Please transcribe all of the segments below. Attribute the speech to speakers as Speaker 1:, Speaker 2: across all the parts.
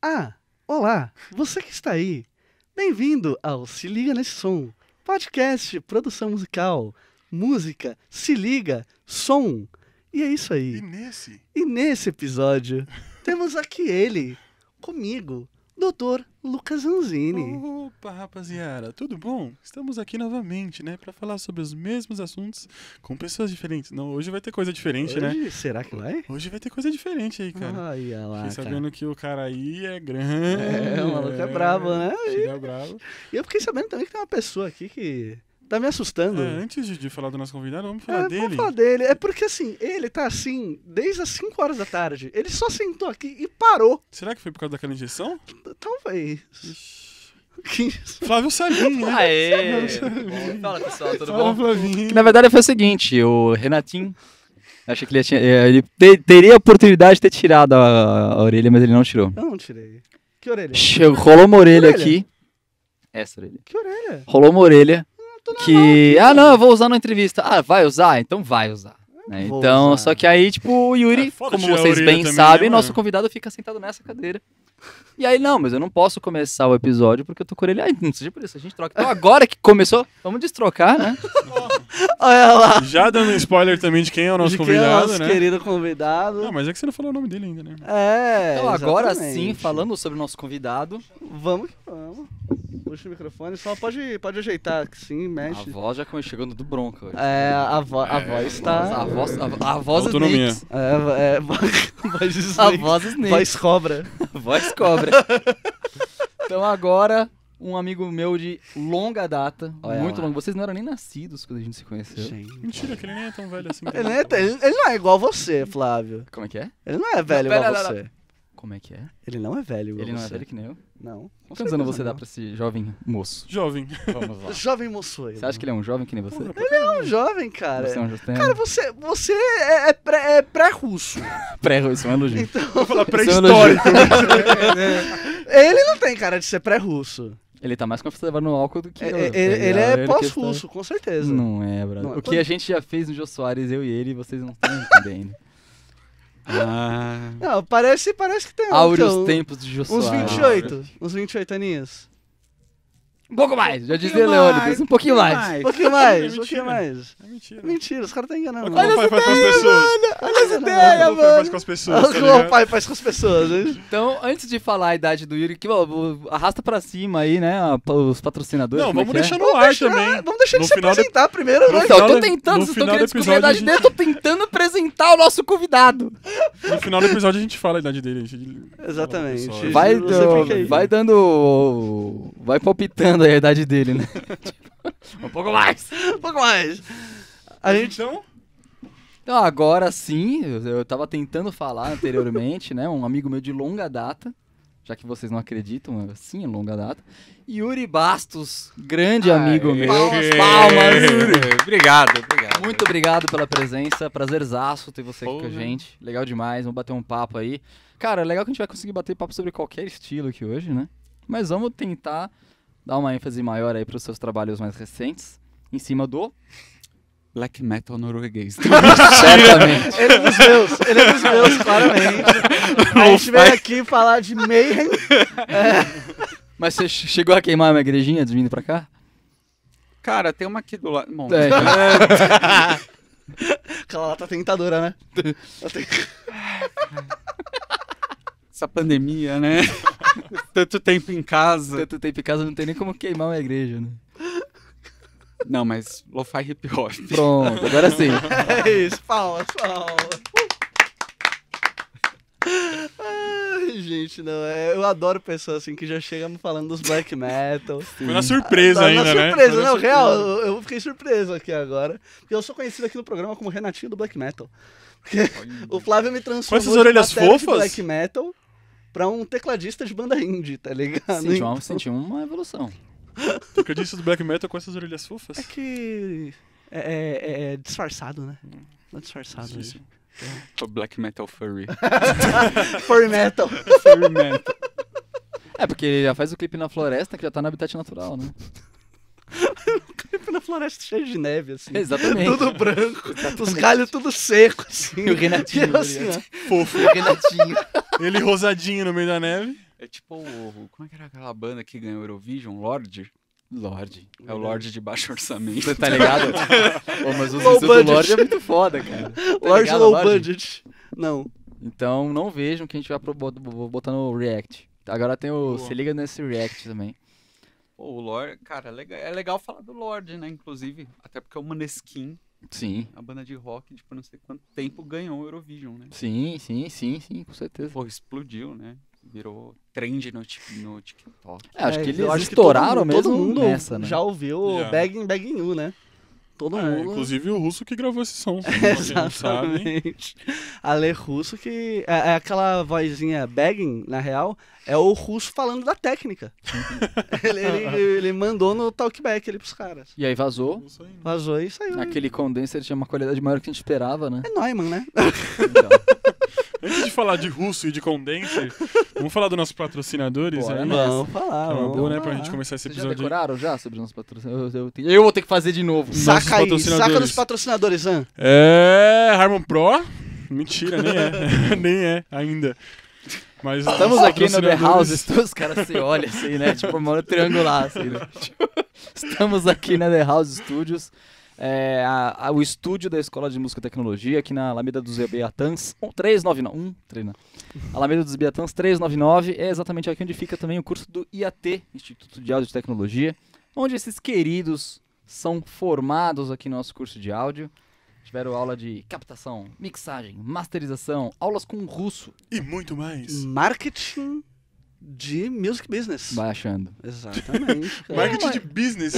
Speaker 1: Ah, olá, você que está aí. Bem-vindo ao Se Liga Nesse Som, podcast, produção musical, música, se liga, som. E é isso
Speaker 2: E
Speaker 1: aí.
Speaker 2: nesse?
Speaker 1: E nesse episódio, temos aqui ele, comigo, Dr. Lucas Anzini.
Speaker 2: Opa, rapaziada, tudo bom? Estamos aqui novamente, né, Pra falar sobre os mesmos assuntos com pessoas diferentes. Não, hoje vai ter coisa diferente, né?
Speaker 1: Hoje, será que vai?
Speaker 2: Hoje vai ter coisa diferente aí, cara.
Speaker 1: Ai, olha lá,
Speaker 2: Fiquei
Speaker 1: cara.
Speaker 2: sabendo que o cara aí é grande.
Speaker 1: É, o maluco é brabo, né?
Speaker 2: Chega brabo.
Speaker 1: E eu fiquei sabendo também que tem uma pessoa aqui que tá me
Speaker 2: É,
Speaker 1: assustando.
Speaker 2: antes de, de falar do nosso convidado, vamos falar
Speaker 1: é,
Speaker 2: dele.
Speaker 1: Vamos falar dele. É porque assim, ele tá assim desde as 5 horas da tarde. Ele só sentou aqui e parou.
Speaker 2: Será que foi por causa daquela injeção?
Speaker 1: Talvez.
Speaker 2: Ixi.
Speaker 1: Que
Speaker 2: Flávio Salim, né?
Speaker 3: Aê!
Speaker 2: Tudo bom?
Speaker 3: Fala pessoal, tudo
Speaker 2: Fala,
Speaker 3: bom?
Speaker 2: Flavinho.
Speaker 3: Na verdade foi o seguinte, o Renatinho, achei que ele, tinha, eh, ele te- teria a oportunidade de ter tirado a, a orelha, mas ele não tirou.
Speaker 1: Eu não tirei. Que orelha?
Speaker 3: Che- Rolou uma orelha
Speaker 1: Orelha?
Speaker 3: aqui. Essa orelha.
Speaker 1: Que orelha?
Speaker 3: Rolou uma orelha
Speaker 1: tô na
Speaker 3: que. Ah, não, eu vou usar na entrevista. Ah, vai usar? Então vai usar. né?
Speaker 1: vou
Speaker 3: Então,
Speaker 1: usar.
Speaker 3: só que aí, tipo, o Yuri,
Speaker 2: É foda
Speaker 3: como
Speaker 2: tirar a
Speaker 3: vocês
Speaker 2: orelha
Speaker 3: bem
Speaker 2: também,
Speaker 3: sabem,
Speaker 2: né,
Speaker 3: nosso
Speaker 2: mano?
Speaker 3: convidado fica sentado nessa cadeira. E aí, não, mas eu não posso começar o episódio porque eu tô com a orelha. Ah, não seja por isso, a gente troca. Então, agora que começou, vamos destrocar, né?
Speaker 1: Olha lá.
Speaker 2: Já dando spoiler também de quem é o
Speaker 1: De
Speaker 2: nosso
Speaker 1: quem é
Speaker 2: convidado,
Speaker 1: nosso
Speaker 2: né?
Speaker 1: querido convidado.
Speaker 2: Não, mas é que você não falou o nome dele ainda, né?
Speaker 1: É.
Speaker 3: Então, agora
Speaker 1: exatamente.
Speaker 3: sim, falando sobre o nosso convidado,
Speaker 1: Vamos que vamos. Puxa o microfone, só pode, pode ajeitar que sim,
Speaker 3: a
Speaker 1: mexe.
Speaker 3: voz já começou chegando do bronca. hoje.
Speaker 1: É, a, vo a voz
Speaker 3: A
Speaker 1: tá.
Speaker 3: voz, a, a voz
Speaker 2: Autonomia.
Speaker 3: Snakes.
Speaker 1: É, é, voz de
Speaker 3: A
Speaker 1: snake.
Speaker 3: voz é Snakes.
Speaker 1: Voz cobra.
Speaker 3: Voz cobra. então agora, um amigo meu de longa data,
Speaker 1: Olha
Speaker 3: muito
Speaker 1: lá.
Speaker 3: longo. Vocês não eram nem nascidos quando a gente se conheceu.
Speaker 1: Gente.
Speaker 2: Mentira, que ele nem é tão velho assim.
Speaker 1: Ele, não é, ele ele não é igual você, Flávio.
Speaker 3: Como é que é?
Speaker 1: Ele não é velho
Speaker 3: pera,
Speaker 1: igual
Speaker 3: não, não.
Speaker 1: você.
Speaker 3: Como é que é?
Speaker 1: Ele não é velho igual
Speaker 3: Ele não
Speaker 1: você.
Speaker 3: é velho que nem eu.
Speaker 1: Não. Com
Speaker 3: Quantos anos
Speaker 1: certeza
Speaker 3: você dá
Speaker 1: não.
Speaker 3: pra esse jovem moço?
Speaker 2: Jovem.
Speaker 3: Vamos lá.
Speaker 1: Jovem moçoeiro.
Speaker 3: Você acha que ele é um jovem que nem você?
Speaker 1: ele é um jovem, cara?
Speaker 3: Você é um jovem.
Speaker 1: Cara, você, você é, é pré- é pré-russo. Então- é
Speaker 3: pré isso é um elogio.
Speaker 2: Vou falar
Speaker 3: pré-histórico.
Speaker 2: pré-histórico.
Speaker 1: ele não tem cara de ser pré-russo.
Speaker 3: Ele tá mais confortável no álcool do que
Speaker 1: É,
Speaker 3: eu.
Speaker 1: é,
Speaker 3: tá
Speaker 1: ele, ele
Speaker 3: ligado?
Speaker 1: é
Speaker 3: questão-
Speaker 1: pós-russo, com certeza.
Speaker 3: Não é, brother.
Speaker 1: Não é.
Speaker 3: O que a gente já fez no Jô Soares, eu e ele, vocês não estão entendendo.
Speaker 2: Ah.
Speaker 1: Não, parece, parece que tem um,
Speaker 3: Áureos
Speaker 1: então,
Speaker 3: tempos do Jô
Speaker 1: uns
Speaker 3: Soares.
Speaker 1: 28, uns 28 aninhos.
Speaker 3: Um pouco mais, já dizia
Speaker 2: pouquinho
Speaker 3: Leônidas,
Speaker 2: mais,
Speaker 3: um pouquinho mais.
Speaker 1: Um pouquinho mais, um
Speaker 2: Mentira.
Speaker 1: pouquinho mais.
Speaker 2: É mentira.
Speaker 1: Mentira, os caras estão enganando.
Speaker 2: Olha como o pai faz com as pessoas.
Speaker 1: Olha essa
Speaker 2: Olha
Speaker 1: ideia,
Speaker 2: como o pai faz
Speaker 1: mano.
Speaker 2: com as pessoas,
Speaker 1: Olha
Speaker 2: tá
Speaker 1: como o
Speaker 2: ligado?
Speaker 1: pai faz com as pessoas, hein?
Speaker 3: Então, antes de falar a idade do Yuri, que, ó, o- arrasta pra cima aí, né, a- os patrocinadores.
Speaker 2: Não,
Speaker 3: como é
Speaker 2: vamos
Speaker 3: que é?
Speaker 2: deixar no ar
Speaker 1: deixar-
Speaker 2: também.
Speaker 1: Vamos deixar ele
Speaker 2: No
Speaker 1: se
Speaker 2: final do-
Speaker 1: apresentar primeiro,
Speaker 2: No
Speaker 1: né?
Speaker 3: Então, eu tô
Speaker 2: final do-
Speaker 3: tentando,
Speaker 2: no
Speaker 3: vocês
Speaker 2: final
Speaker 3: estão
Speaker 2: do
Speaker 3: querendo descobrir a
Speaker 2: episódio,
Speaker 3: idade
Speaker 2: a gente-
Speaker 3: dele, eu tô tentando apresentar o nosso convidado.
Speaker 2: No final do episódio a gente fala a idade dele. a gente-
Speaker 1: Exatamente.
Speaker 2: Fala pro pessoal. é
Speaker 3: Vai,
Speaker 1: Você
Speaker 3: do-
Speaker 1: fica aí.
Speaker 3: vai dando. Vai palpitando aí a idade dele, né? Tipo, um pouco mais.
Speaker 1: Um pouco mais. A gente.
Speaker 2: Então,
Speaker 3: Então, agora sim, eu, eu tava tentando falar anteriormente, né? Um amigo meu de longa data, já que vocês não acreditam, é- sim, é longa data. Yuri Bastos, grande amigo
Speaker 4: Aê.
Speaker 3: meu.
Speaker 1: Palmas,
Speaker 3: palmas.
Speaker 4: obrigado, obrigado.
Speaker 3: Muito obrigado pela presença, prazerzaço ter você aqui com a
Speaker 4: Porra.
Speaker 3: gente. Legal demais, vamos bater um papo aí. Cara, é legal que a gente vai conseguir bater papo sobre qualquer estilo aqui hoje, né? Mas vamos tentar dar uma ênfase maior aí pros seus trabalhos mais recentes, em cima do...
Speaker 4: Black metal norueguês.
Speaker 3: Certamente.
Speaker 1: Ele é dos meus, ele é dos meus, claramente. A gente veio aqui falar de Mayhem.
Speaker 3: Mas você che- chegou a queimar uma igrejinha de vindo pra cá?
Speaker 4: Cara, tem uma aqui do lado. Bom,
Speaker 3: É, então-
Speaker 1: Aquela lá tá tentadora, né? Ela tem-
Speaker 4: essa pandemia, né? Tanto tempo em casa.
Speaker 3: Tanto tempo em casa não tem nem como queimar uma igreja, né?
Speaker 4: Não, mas lo-fi hip hop.
Speaker 3: Pronto, agora sim.
Speaker 1: É isso, palmas, palmas. Ai, gente, não, é, eu adoro pessoas assim que já chegam falando dos black metal.
Speaker 2: foi na surpresa
Speaker 1: Tá,
Speaker 2: ainda,
Speaker 1: na
Speaker 2: né?
Speaker 1: surpresa,
Speaker 2: Foi na
Speaker 1: não,
Speaker 2: surpresa.
Speaker 1: real, eu, eu fiquei surpreso aqui agora. Porque eu sou conhecido aqui no programa como Renatinho do Black Metal. Porque o Flávio me transformou
Speaker 2: Com essas orelhas
Speaker 1: de batera de
Speaker 2: fofas?
Speaker 1: Black Metal pra um tecladista de banda indie, tá ligado?
Speaker 3: Senti uma, senti uma evolução.
Speaker 2: Porque eu disse do black metal com essas orelhas fofas.
Speaker 1: É que. É, é- é- é disfarçado, né?
Speaker 3: Hum.
Speaker 1: Não é disfarçado.
Speaker 2: Isso.
Speaker 1: né?
Speaker 4: O Tipo, Black metal furry.
Speaker 1: Furry metal.
Speaker 4: furry metal.
Speaker 3: É, porque ele já faz o clipe na floresta que já tá no habitat natural, né?
Speaker 1: na floresta cheia de neve, assim.
Speaker 3: Exatamente.
Speaker 1: Tudo branco, os galhos tudo seco, assim.
Speaker 3: E o Renatinho,
Speaker 1: E eu assim, ó.
Speaker 2: Fofo.
Speaker 3: Renatinho.
Speaker 2: Ele rosadinho no meio da neve.
Speaker 4: É tipo o. Como é que era aquela banda que ganhou o Eurovision? Lorde?
Speaker 3: Lorde.
Speaker 4: É o Lorde de baixo orçamento.
Speaker 3: Você tá ligado? Pô, mas o
Speaker 1: Low
Speaker 3: Zuzu do Lorde
Speaker 1: budget.
Speaker 3: é muito foda, cara. Tá
Speaker 1: Large
Speaker 3: ligado,
Speaker 1: Low
Speaker 3: Lorde?
Speaker 1: Budget. Não.
Speaker 3: Então não vejam que a gente vai pro, bot- vou botar no React. Agora tem o.
Speaker 2: Boa.
Speaker 3: Se liga nesse React também.
Speaker 4: Pô, o Lorde. Cara, é legal, é legal falar do Lorde, né? Inclusive. Até porque o Maneskin,
Speaker 3: Sim.
Speaker 4: a banda de rock, tipo, não sei quanto tempo ganhou o Eurovision, né?
Speaker 3: Sim, sim, sim, sim, com certeza.
Speaker 4: Pô, explodiu, né? Virou trend no, Tik- no TikTok.
Speaker 3: É, acho
Speaker 1: É,
Speaker 3: que eles
Speaker 1: eu acho que todo
Speaker 3: estouraram
Speaker 1: mundo-
Speaker 3: mesmo
Speaker 1: todo mundo
Speaker 3: nessa, né?
Speaker 1: Já ouviu
Speaker 2: Já.
Speaker 1: Bagging Bagging You, né? Todo
Speaker 2: É,
Speaker 1: mundo.
Speaker 2: inclusive o russo que gravou esse som. pra quem não sabe.
Speaker 1: Exatamente. Ale Russo que. É, é aquela vozinha begging, na real, é o russo falando da técnica. ele, ele- ele mandou no talkback ali pros caras.
Speaker 3: E aí vazou.
Speaker 2: Não sei.
Speaker 1: Vazou e saiu.
Speaker 3: Aquele condenser tinha uma qualidade maior que a gente esperava, né?
Speaker 1: É Neumann, né?
Speaker 3: Então,
Speaker 2: Antes de falar de russo e de condenser, vamos falar dos nossos patrocinadores
Speaker 3: Bora,
Speaker 2: aí.
Speaker 3: né?
Speaker 1: Vamos falar.
Speaker 2: É uma
Speaker 1: vamos
Speaker 2: boa, né,
Speaker 1: falar.
Speaker 2: pra gente começar esse
Speaker 3: Vocês já
Speaker 2: episódio. aí.
Speaker 3: decoraram já sobre os nossos patrocinadores? Eu, eu tenho- eu vou ter que fazer de novo.
Speaker 2: Nossos
Speaker 1: Saca aí, saca
Speaker 2: patrocinadores.
Speaker 1: dos patrocinadores, Zan.
Speaker 2: É, Harmon Pro? Mentira, nem é. nem é ainda. Mas
Speaker 3: Estamos
Speaker 2: os
Speaker 3: aqui no The House,
Speaker 2: patrocinadores-
Speaker 3: todos os caras se olham assim, né? Tipo, uma hora triangular, assim, né? Tipo, Estamos aqui na The House Studios, é, a- a- o estúdio da Escola de Música e Tecnologia, aqui na Alameda dos Beatãs, um, 399, um, três, não. Alameda dos Beatãs 399, é exatamente aqui onde fica também o curso do IAT, Instituto de Áudio e Tecnologia, onde esses queridos são formados aqui no nosso curso de áudio. Tiveram aula de captação, mixagem, masterização, aulas com russo.
Speaker 2: E muito
Speaker 3: Hum.
Speaker 2: mais.
Speaker 1: Marketing de music business.
Speaker 3: Vai achando.
Speaker 1: Exatamente. cara.
Speaker 2: Marketing
Speaker 3: É,
Speaker 2: de business.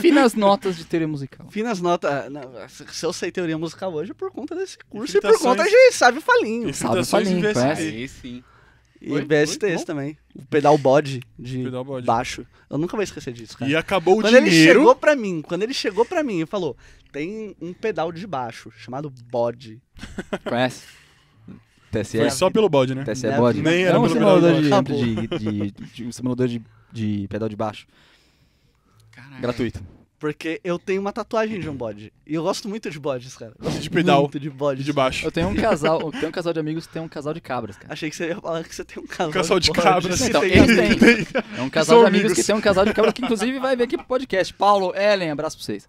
Speaker 3: Finas notas de teoria musical.
Speaker 1: Finas notas. ah, não, Se eu sei teoria musical hoje é por conta desse curso e por
Speaker 2: Infiltrações.
Speaker 1: conta de Sábio Falinho.
Speaker 2: Incitações
Speaker 3: Fabinho,
Speaker 1: É
Speaker 2: investidas.
Speaker 3: conhece?
Speaker 4: Aí sim.
Speaker 1: E
Speaker 2: Oi,
Speaker 1: VSTs
Speaker 2: oi,
Speaker 1: também. O pedal bode de
Speaker 2: Pedal bode.
Speaker 1: baixo. Eu nunca vou esquecer disso, cara.
Speaker 2: E acabou o
Speaker 1: quando ele
Speaker 2: dinheiro.
Speaker 1: chegou pra mim, quando ele chegou pra mim e falou, tem um pedal de baixo chamado bode.
Speaker 3: Conhece? TSE?
Speaker 2: Foi só pelo bode, né?
Speaker 3: TSE
Speaker 1: Minha
Speaker 3: bode?
Speaker 1: vida.
Speaker 2: Nem
Speaker 3: é
Speaker 2: era
Speaker 3: um
Speaker 2: pelo
Speaker 3: simulador de,
Speaker 1: pedal
Speaker 3: de, de, de- um simulador de, de pedal de baixo.
Speaker 4: Caraca.
Speaker 3: Gratuito.
Speaker 1: Porque eu tenho uma tatuagem de um bode. E eu gosto muito de bodes, cara. Gosto
Speaker 2: De pedal.
Speaker 1: Muito de bodes.
Speaker 2: De baixo.
Speaker 3: Eu tenho um casal, eu tenho um casal de amigos que tem um casal de cabras, cara.
Speaker 1: Achei que você ia falar que você tem um casal,
Speaker 2: Casal de
Speaker 1: bodes.
Speaker 2: cabras.
Speaker 1: Você
Speaker 3: Então,
Speaker 1: tem-
Speaker 3: eles têm. É um casal
Speaker 2: São
Speaker 3: de amigos
Speaker 2: amigos.
Speaker 3: que tem um casal de cabras que inclusive vai ver aqui pro podcast. Paulo, Ellen, abraço pra vocês.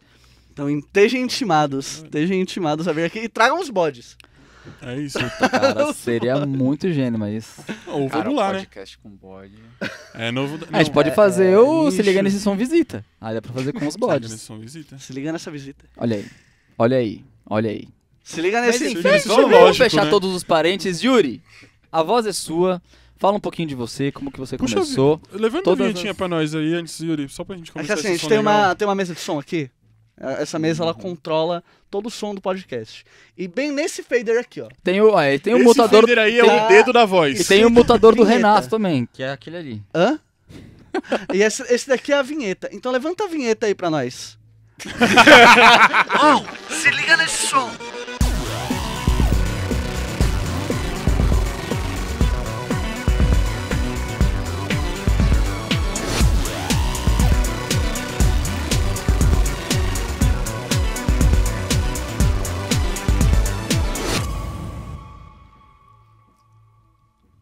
Speaker 1: Então, estejam intimados. Estejam intimados a vir aqui e tragam os bodes.
Speaker 2: É isso.
Speaker 3: Cara, seria muito gênio, mas...
Speaker 2: Ou
Speaker 4: Cara,
Speaker 2: vamos lá, né?
Speaker 4: podcast com bode.
Speaker 2: É novo.
Speaker 3: a gente pode
Speaker 1: é-
Speaker 3: fazer
Speaker 1: é
Speaker 3: o Se
Speaker 1: nicho.
Speaker 3: Liga Nesse Som Visita. Aí dá pra fazer com os bodes.
Speaker 2: São visitas.
Speaker 1: Se liga nessa
Speaker 2: né?
Speaker 1: visita.
Speaker 3: Olha aí, olha aí, olha aí.
Speaker 1: Se liga
Speaker 3: Mas
Speaker 1: nesse
Speaker 3: enfim,
Speaker 2: Sugestão
Speaker 3: vamos
Speaker 2: lógico,
Speaker 3: fechar
Speaker 2: né?
Speaker 3: todos os parentes. Yuri, a voz é sua. Fala um pouquinho de você, como que você
Speaker 2: Puxa
Speaker 3: começou.
Speaker 2: Levanta a
Speaker 3: Todas
Speaker 2: vinhetinha pra nós aí antes, Yuri, só um pra gente
Speaker 1: É
Speaker 2: começar
Speaker 1: que assim, a
Speaker 2: esse
Speaker 1: gente
Speaker 2: som
Speaker 1: tem
Speaker 2: legal.
Speaker 1: uma, tem uma mesa de som aqui. Eh, Essa mesa ela controla todo o som do podcast. E bem nesse fader aqui, ó.
Speaker 3: Tem o, aí, tem o
Speaker 2: Esse
Speaker 3: mutador
Speaker 2: fader aí é
Speaker 1: tem-
Speaker 2: o dedo da
Speaker 3: e
Speaker 2: voz.
Speaker 3: tem o mutador do
Speaker 1: Vinheta.
Speaker 3: Renato também, que é aquele ali.
Speaker 1: Hã? e esse, esse daqui é a vinheta. Então levanta a vinheta aí pra nós. oh, se liga nesse som.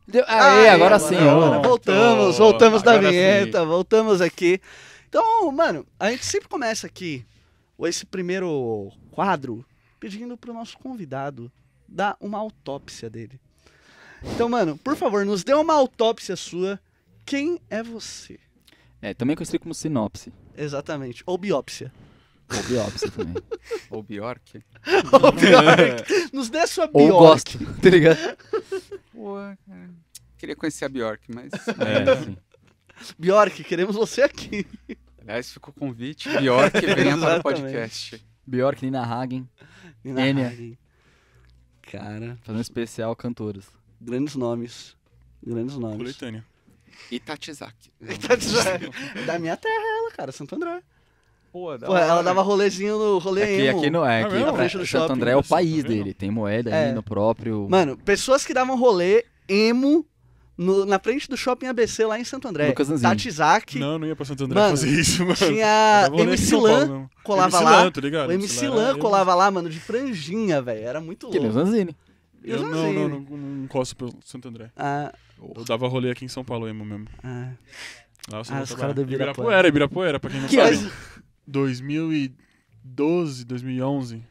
Speaker 3: Deu, aê,
Speaker 1: Aê,
Speaker 3: agora sim.
Speaker 1: Ah, é, agora
Speaker 3: ó.
Speaker 1: voltamos,
Speaker 2: Tô.
Speaker 1: voltamos da
Speaker 2: Agora
Speaker 1: vinheta, voltamos aqui. Então, mano, a gente sempre começa aqui o- esse primeiro quadro pedindo pro nosso convidado dar uma autópsia dele. Então, mano, por favor, nos dê uma autópsia sua. Quem é você?
Speaker 3: É, também conhecido como sinopse.
Speaker 1: Exatamente. Ou biópsia.
Speaker 3: Ou biópsia também.
Speaker 4: Ou Bjork.
Speaker 1: Ou
Speaker 2: É.
Speaker 1: Bjork. Nos dê a sua
Speaker 3: Ou
Speaker 1: biópsia.
Speaker 3: gosto, tá ligado?
Speaker 4: Pô, cara. Queria conhecer a Bjork, mas.
Speaker 3: É, assim.
Speaker 1: Bjork, queremos você aqui.
Speaker 4: Aliás, ficou o convite. Bjork, venha para
Speaker 1: Exatamente.
Speaker 4: o podcast.
Speaker 3: Bjork, Nina Hagen, Enya.
Speaker 1: Hagen. Cara,
Speaker 3: fazendo um especial cantoras.
Speaker 1: grandes nomes. Grandes nomes.
Speaker 2: Coletânea.
Speaker 4: E Tatizaki.
Speaker 1: da minha terra, ela, cara, Santo André.
Speaker 4: Pô, da
Speaker 1: Pô, ela
Speaker 4: hora.
Speaker 1: dava rolezinho no rolê
Speaker 3: Aqui,
Speaker 1: emo.
Speaker 3: aqui não é,
Speaker 2: Ah,
Speaker 3: aqui
Speaker 2: mesmo?
Speaker 3: na
Speaker 1: Na frente do
Speaker 3: Santo
Speaker 1: shopping,
Speaker 3: André é o
Speaker 2: você tá
Speaker 3: país
Speaker 2: vendo?
Speaker 3: dele, tem moeda ali
Speaker 1: É.
Speaker 3: no próprio.
Speaker 1: Mano, pessoas que davam rolê emo no- na frente do shopping ABC lá em Santo André.
Speaker 3: Lucas Anzini.
Speaker 1: Tati Zaki
Speaker 2: Não, não ia pra Santo André
Speaker 1: Mano,
Speaker 2: fazer isso, mano.
Speaker 1: tinha
Speaker 2: Eu vou ler em
Speaker 1: MC
Speaker 2: São Paulo
Speaker 1: Lan
Speaker 2: mesmo.
Speaker 1: colava
Speaker 2: MC
Speaker 1: lá.
Speaker 2: Lan, tá ligado?
Speaker 1: O MC
Speaker 2: era
Speaker 1: Lan
Speaker 2: eu.
Speaker 1: colava lá, mano, de franjinha, velho. Era muito
Speaker 3: Que nem o
Speaker 1: louco.
Speaker 3: Zanzini.
Speaker 1: E os
Speaker 2: Eu não,
Speaker 1: Lanzinho?
Speaker 2: não, não, não encosto pro Santo André.
Speaker 1: Ah,
Speaker 2: Eu dava rolê aqui em São Paulo, emo mesmo.
Speaker 1: Ah,
Speaker 2: Lá você
Speaker 1: Ah,
Speaker 2: não
Speaker 1: os
Speaker 2: trabalha.
Speaker 1: caras do Ibirapuera.
Speaker 2: Ibirapuera, Ibirapuera, pra quem não
Speaker 1: Que
Speaker 2: sabe.
Speaker 1: ano?
Speaker 2: 2012, 2011.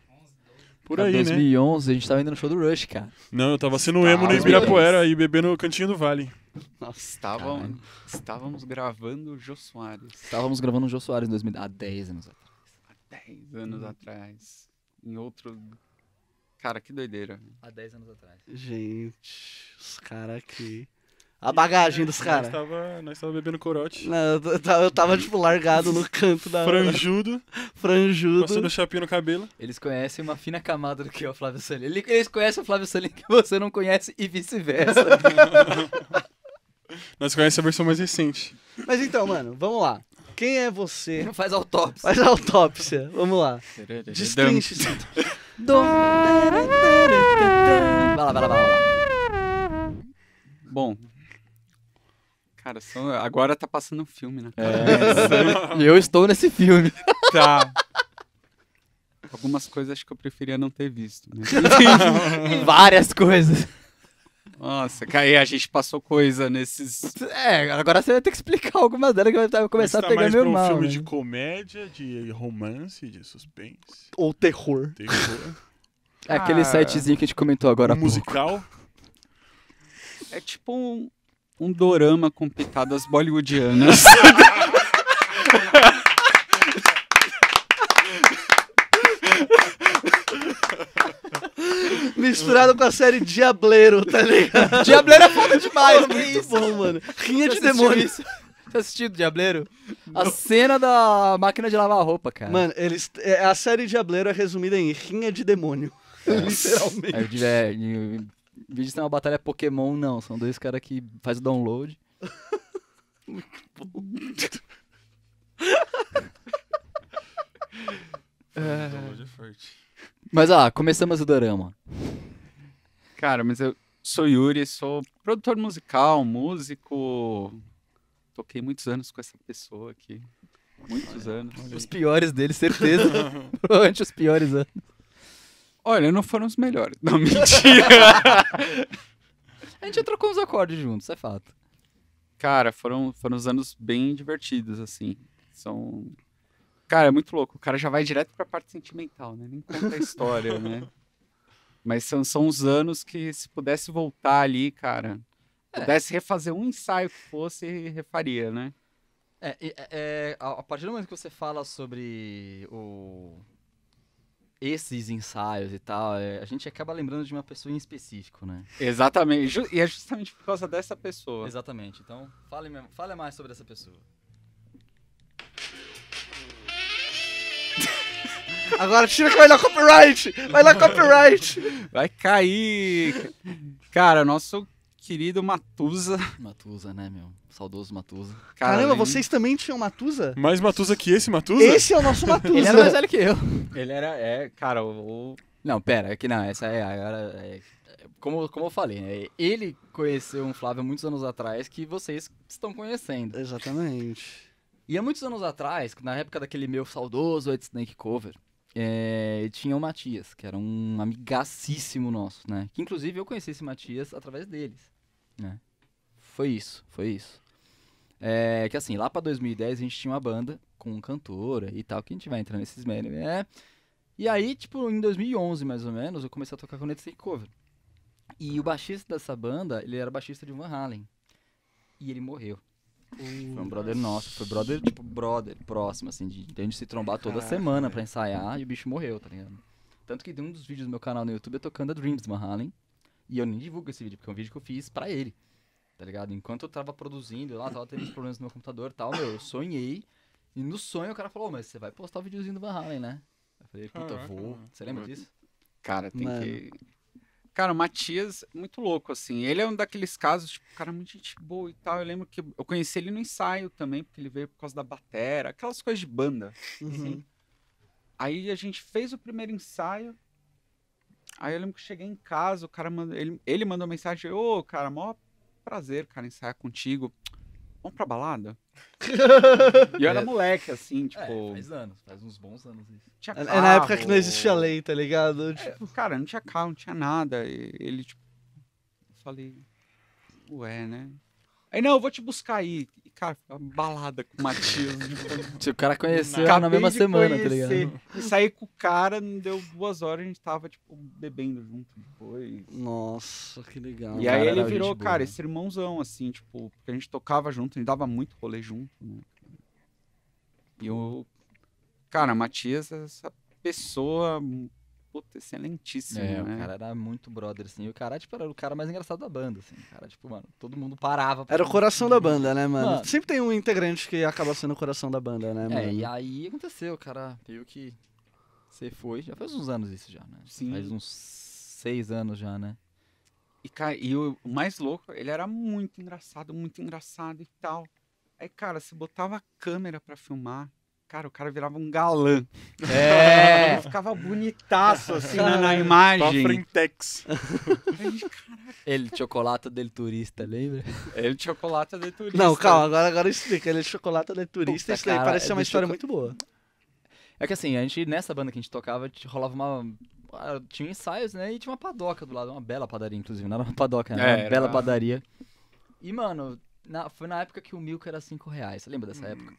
Speaker 2: Por
Speaker 1: Ah,
Speaker 3: Cara,
Speaker 2: aí, né?
Speaker 3: 2011, a gente tava indo no show do Rush, cara.
Speaker 2: Não, eu tava sendo emo no
Speaker 1: Ah,
Speaker 2: Ibirapuera e bebendo Cantinho do Vale.
Speaker 1: Nossa.
Speaker 4: Estavam, estávamos gravando o Jô Soares
Speaker 3: Estávamos gravando o Jô Soares em 2000, há 10 anos atrás.
Speaker 4: há 10 anos
Speaker 1: Hum.
Speaker 4: atrás. Em outro. Cara, que doideira.
Speaker 3: Há 10 anos atrás.
Speaker 1: Gente, os caras aqui. A bagagem dos
Speaker 2: Nós
Speaker 1: caras.
Speaker 2: tava, nós tava bebendo corote.
Speaker 1: Não, eu tava- eu tava, tipo, largado no canto da.
Speaker 2: Franjudo, passando
Speaker 1: Franjudo.
Speaker 2: chapinha no cabelo.
Speaker 3: Eles conhecem uma fina camada do que é o Flávio Salim. Ele- Eles conhecem o Flávio Salim que você não conhece e vice-versa.
Speaker 2: Nós conhecemos a versão mais recente.
Speaker 1: Mas então, mano, vamos lá. Quem é você?
Speaker 3: Não faz autópsia.
Speaker 1: Faz a autópsia. Vamos lá. Destrinche.
Speaker 3: Vai lá, vai lá, vai lá.
Speaker 4: Bom. Cara, só- agora tá passando um filme na
Speaker 1: É.
Speaker 4: cara.
Speaker 3: É. E eu estou nesse filme.
Speaker 4: Tá. Algumas coisas acho que eu preferia não ter visto. né?
Speaker 3: Várias coisas.
Speaker 4: Nossa, cara, e a gente passou coisa nesses.
Speaker 3: É, agora você vai ter que explicar algumas delas que vai começar
Speaker 2: Mas tá
Speaker 3: a pegar
Speaker 2: mais
Speaker 3: meu
Speaker 2: pra um
Speaker 3: mal.
Speaker 2: filme
Speaker 3: né?
Speaker 2: de comédia, de romance, de suspense.
Speaker 1: Ou terror.
Speaker 2: terror,
Speaker 3: É Aquele
Speaker 4: Ah.
Speaker 3: sitezinho que a gente comentou agora. há
Speaker 2: um
Speaker 3: pouco.
Speaker 2: musical.
Speaker 4: É tipo um, um dorama com pitadas bollywoodianas.
Speaker 1: Misturado com a série Diableiro, tá ligado?
Speaker 3: Diableiro é foda demais, que
Speaker 1: Muito
Speaker 3: isso?
Speaker 1: bom, mano. Rinha de
Speaker 3: Você assistiu
Speaker 1: demônios.
Speaker 3: isso? Você assistiu Diableiro? A cena da máquina de lavar roupa, cara.
Speaker 1: Mano, eles, é, a série Diableiro é resumida em Rinha de Demônio. Literalmente.
Speaker 3: Aí eu digo, é, em- em vídeo tem uma batalha Pokémon, não. São dois caras que fazem o download. Mas ó, começamos o dorama.
Speaker 4: Cara, mas eu sou Yuri, sou produtor musical, músico. Toquei muitos anos com essa pessoa aqui. Muitos anos.
Speaker 3: Os piores dele, certeza. Provavelmente os piores né? anos.
Speaker 4: Olha, não foram os melhores. Não, mentira.
Speaker 3: A gente já trocou uns acordes juntos, é fato.
Speaker 4: Cara, foram, foram os anos bem divertidos, assim. São. Cara, é muito louco. O cara já vai direto pra parte sentimental, né? Nem conta a história, né? Mas são, são os anos que, se pudesse voltar ali, cara,
Speaker 3: É.
Speaker 4: pudesse refazer um ensaio que fosse, refaria, né?
Speaker 3: É, e- é- é, a, a partir do momento que você fala sobre o esses ensaios e tal, é, a gente acaba lembrando de uma pessoa em específico, né?
Speaker 4: Exatamente. Ju- E é justamente por causa dessa pessoa.
Speaker 3: Exatamente. Então, fale, mesmo- fale mais sobre essa pessoa.
Speaker 1: Agora tira que vai dar copyright! Vai dar copyright!
Speaker 4: Vai cair. Cara, nosso querido Matusa.
Speaker 3: Matusa, né, meu? Saudoso Matusa.
Speaker 4: Cara,
Speaker 1: Caramba,
Speaker 4: ele-
Speaker 1: vocês também tinham Matusa?
Speaker 2: Mais Matusa que esse Matusa?
Speaker 1: Esse é o nosso Matusa.
Speaker 3: Ele era mais velho que eu.
Speaker 4: Ele era. É, cara, o. o-
Speaker 3: Não, pera, é que não, essa é. Agora, é- é- como, como eu falei, né? Ele conheceu um Flávio muitos anos atrás que vocês estão conhecendo.
Speaker 1: Exatamente.
Speaker 3: E há muitos anos atrás, na época daquele meu saudoso White Snake Cover, é, tinha o Matias, que era um amigacíssimo nosso, né? Que inclusive eu conheci esse Matias através deles, né? Foi isso, foi isso. É, que assim, lá pra 2010 a gente tinha uma banda com cantora e tal, que a gente vai entrar nesses méritos, né? E aí, tipo, em 2011 mais ou menos, eu comecei a tocar com o White Snake Cover. E o baixista dessa banda, ele era baixista de Van Halen. E ele morreu. Foi um brother nosso, foi brother, tipo, brother, próximo, assim, de, de a gente se trombar toda
Speaker 1: Caraca,
Speaker 3: semana pra ensaiar e o bicho morreu, tá ligado? Tanto que tem um dos vídeos do meu canal no YouTube é tocando a Dreams do Van Halen. E eu nem divulgo esse vídeo, porque é um vídeo que eu fiz pra ele, tá ligado? Enquanto eu tava produzindo lá, tava tendo uns problemas no meu computador e tal, meu, eu sonhei. E no sonho o cara falou, "Ô, mas você vai postar o videozinho do Van Halen, né? Eu falei, puta,
Speaker 2: Caraca,
Speaker 3: vou.
Speaker 2: mano.
Speaker 3: Você lembra disso?
Speaker 4: Cara, tem
Speaker 1: Mano.
Speaker 4: que. Cara, o Matias, muito louco, assim. Ele é um daqueles casos, tipo, cara, muito gente boa e tal. Eu lembro que eu conheci ele no ensaio também, porque ele veio por causa da batera, aquelas coisas de banda.
Speaker 1: Uhum.
Speaker 4: Aí a gente fez o primeiro ensaio. Aí eu lembro que eu cheguei em casa, o cara mandou, ele, ele mandou mensagem: Ô, cara, maior prazer, cara, ensaiar contigo. Vamos pra balada? e eu era
Speaker 3: É.
Speaker 4: moleque, assim, tipo.
Speaker 3: É, faz anos, faz uns bons anos isso.
Speaker 4: tinha
Speaker 1: É na época
Speaker 3: Ah,
Speaker 4: carro.
Speaker 1: que não existia lei, tá ligado? Tipo,
Speaker 4: Cara, não tinha carro, não tinha nada. E ele, tipo. Eu falei. ué, né? Aí, não, eu vou te buscar aí. E, cara, fica balada com o Matias. tipo,
Speaker 3: Se o cara conheceu
Speaker 4: Acabei
Speaker 3: na mesma
Speaker 4: de
Speaker 3: semana, tá
Speaker 4: conhecer.
Speaker 3: ligado?
Speaker 4: E saí com o cara, não deu duas horas, a gente tava, tipo, bebendo junto depois.
Speaker 1: Nossa, que legal.
Speaker 4: e
Speaker 3: cara
Speaker 4: aí ele
Speaker 3: era
Speaker 4: virou,
Speaker 3: gente boa,
Speaker 4: cara,
Speaker 3: né?
Speaker 4: esse irmãozão, assim, tipo, porque a gente tocava junto, a gente dava muito rolê junto, né? E o. Cara, o Matias, é essa pessoa. Puta, excelentíssimo,
Speaker 3: É,
Speaker 4: né?
Speaker 3: o cara era muito brother, assim. E o cara, tipo, era o cara mais engraçado da banda, assim. O cara, tipo, mano, todo mundo parava. pra-
Speaker 1: Era o coração da banda, né, mano?
Speaker 3: Mano.
Speaker 1: Sempre tem um integrante que acaba sendo o coração da banda, né, mano?
Speaker 3: É, e aí aconteceu, o cara meio que. Você foi. Já faz uns anos isso já, né?
Speaker 4: Sim.
Speaker 3: Faz uns seis anos já, né?
Speaker 4: E, cara, e o o mais louco, ele era muito engraçado, muito engraçado e tal. Aí, cara, você botava a câmera pra filmar, cara, o cara virava um galã.
Speaker 3: É.
Speaker 4: Ele ficava bonitaço, assim, na, na
Speaker 2: Pra
Speaker 4: imagem.
Speaker 2: Frentex.
Speaker 3: Ele, chocolate dele turista, lembra?
Speaker 4: Ele chocolate de turista.
Speaker 1: Não, calma, agora, agora explica. Ele é chocolate, ele é turista.
Speaker 3: Puta,
Speaker 1: isso daí
Speaker 3: cara,
Speaker 1: parece ser uma
Speaker 3: do
Speaker 1: história
Speaker 3: choco-
Speaker 1: muito boa.
Speaker 3: É que assim, a gente, nessa banda que a gente tocava, t- rolava uma. ah, Tinha ensaios, né? E tinha uma padoca do lado, uma bela padaria, inclusive. Não era uma padoca, né?
Speaker 4: É,
Speaker 3: uma
Speaker 4: era
Speaker 3: bela
Speaker 4: uma-
Speaker 3: padaria. E, mano, na- foi na época que o Milk era 5 reais. Você lembra
Speaker 4: Hum,
Speaker 3: dessa época?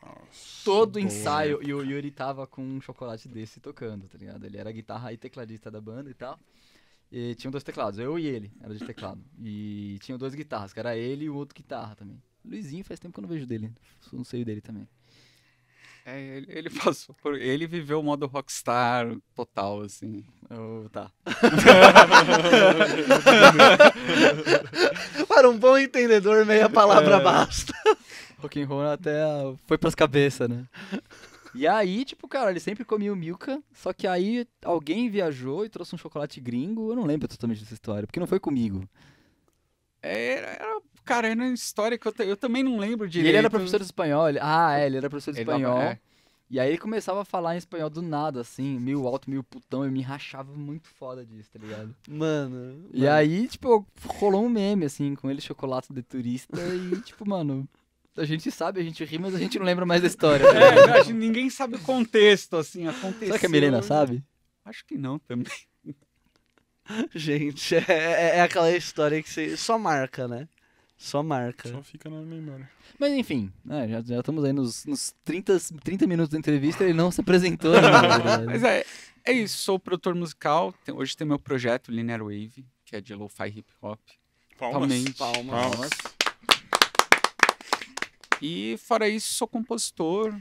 Speaker 3: Todo ensaio, e o Yuri tava com um chocolate desse tocando, tá ligado? Ele era guitarra e tecladista da banda e tal. E tinham dois teclados, eu e ele, era de teclado. E tinham duas guitarras, que era ele e o outro guitarra também. Luizinho faz tempo que eu não vejo dele, não sei dele também.
Speaker 4: É, ele, ele passou por. Ele viveu o modo rockstar total, assim.
Speaker 3: Oh, tá.
Speaker 1: Para um bom entendedor, meia palavra basta.
Speaker 3: Rock and roll até a- foi pras cabeças, né? E aí, tipo, cara, ele sempre comia o Milka, só que aí alguém viajou e trouxe um chocolate gringo, eu não lembro totalmente dessa história, porque não foi comigo.
Speaker 4: É, Era, era- cara, era uma história que eu, ta- eu também não lembro
Speaker 3: E
Speaker 4: direito.
Speaker 3: ele era professor de espanhol, ele- ah, é, ele era professor de
Speaker 4: Ele tava-
Speaker 3: espanhol.
Speaker 4: é.
Speaker 3: E aí ele começava a falar em espanhol do nada, assim, meio alto, meio putão, eu me rachava muito foda disso, tá ligado?
Speaker 1: Mano.
Speaker 3: E aí, tipo, rolou um meme, assim, com ele chocolate de turista e, tipo, mano, a gente sabe, a gente ri, mas a gente não lembra mais da história. tá ligado?
Speaker 4: É, a gente- ninguém sabe o contexto, assim, aconteceu.
Speaker 3: Será que a Milena sabe?
Speaker 4: Acho que não também.
Speaker 1: Gente, é, é- é aquela história que você só marca, né? Só marca.
Speaker 2: Só fica na memória.
Speaker 3: Mas enfim, né, já, já estamos aí nos, nos 30, 30 minutos da entrevista ele não se apresentou ainda. na verdade.
Speaker 4: Mas é, é isso, sou produtor musical. tem- hoje tem meu projeto Linear Wave, que é de lo-fi hip hop.
Speaker 2: Palmas.
Speaker 4: Também.
Speaker 2: Palmas.
Speaker 4: E fora isso, sou compositor.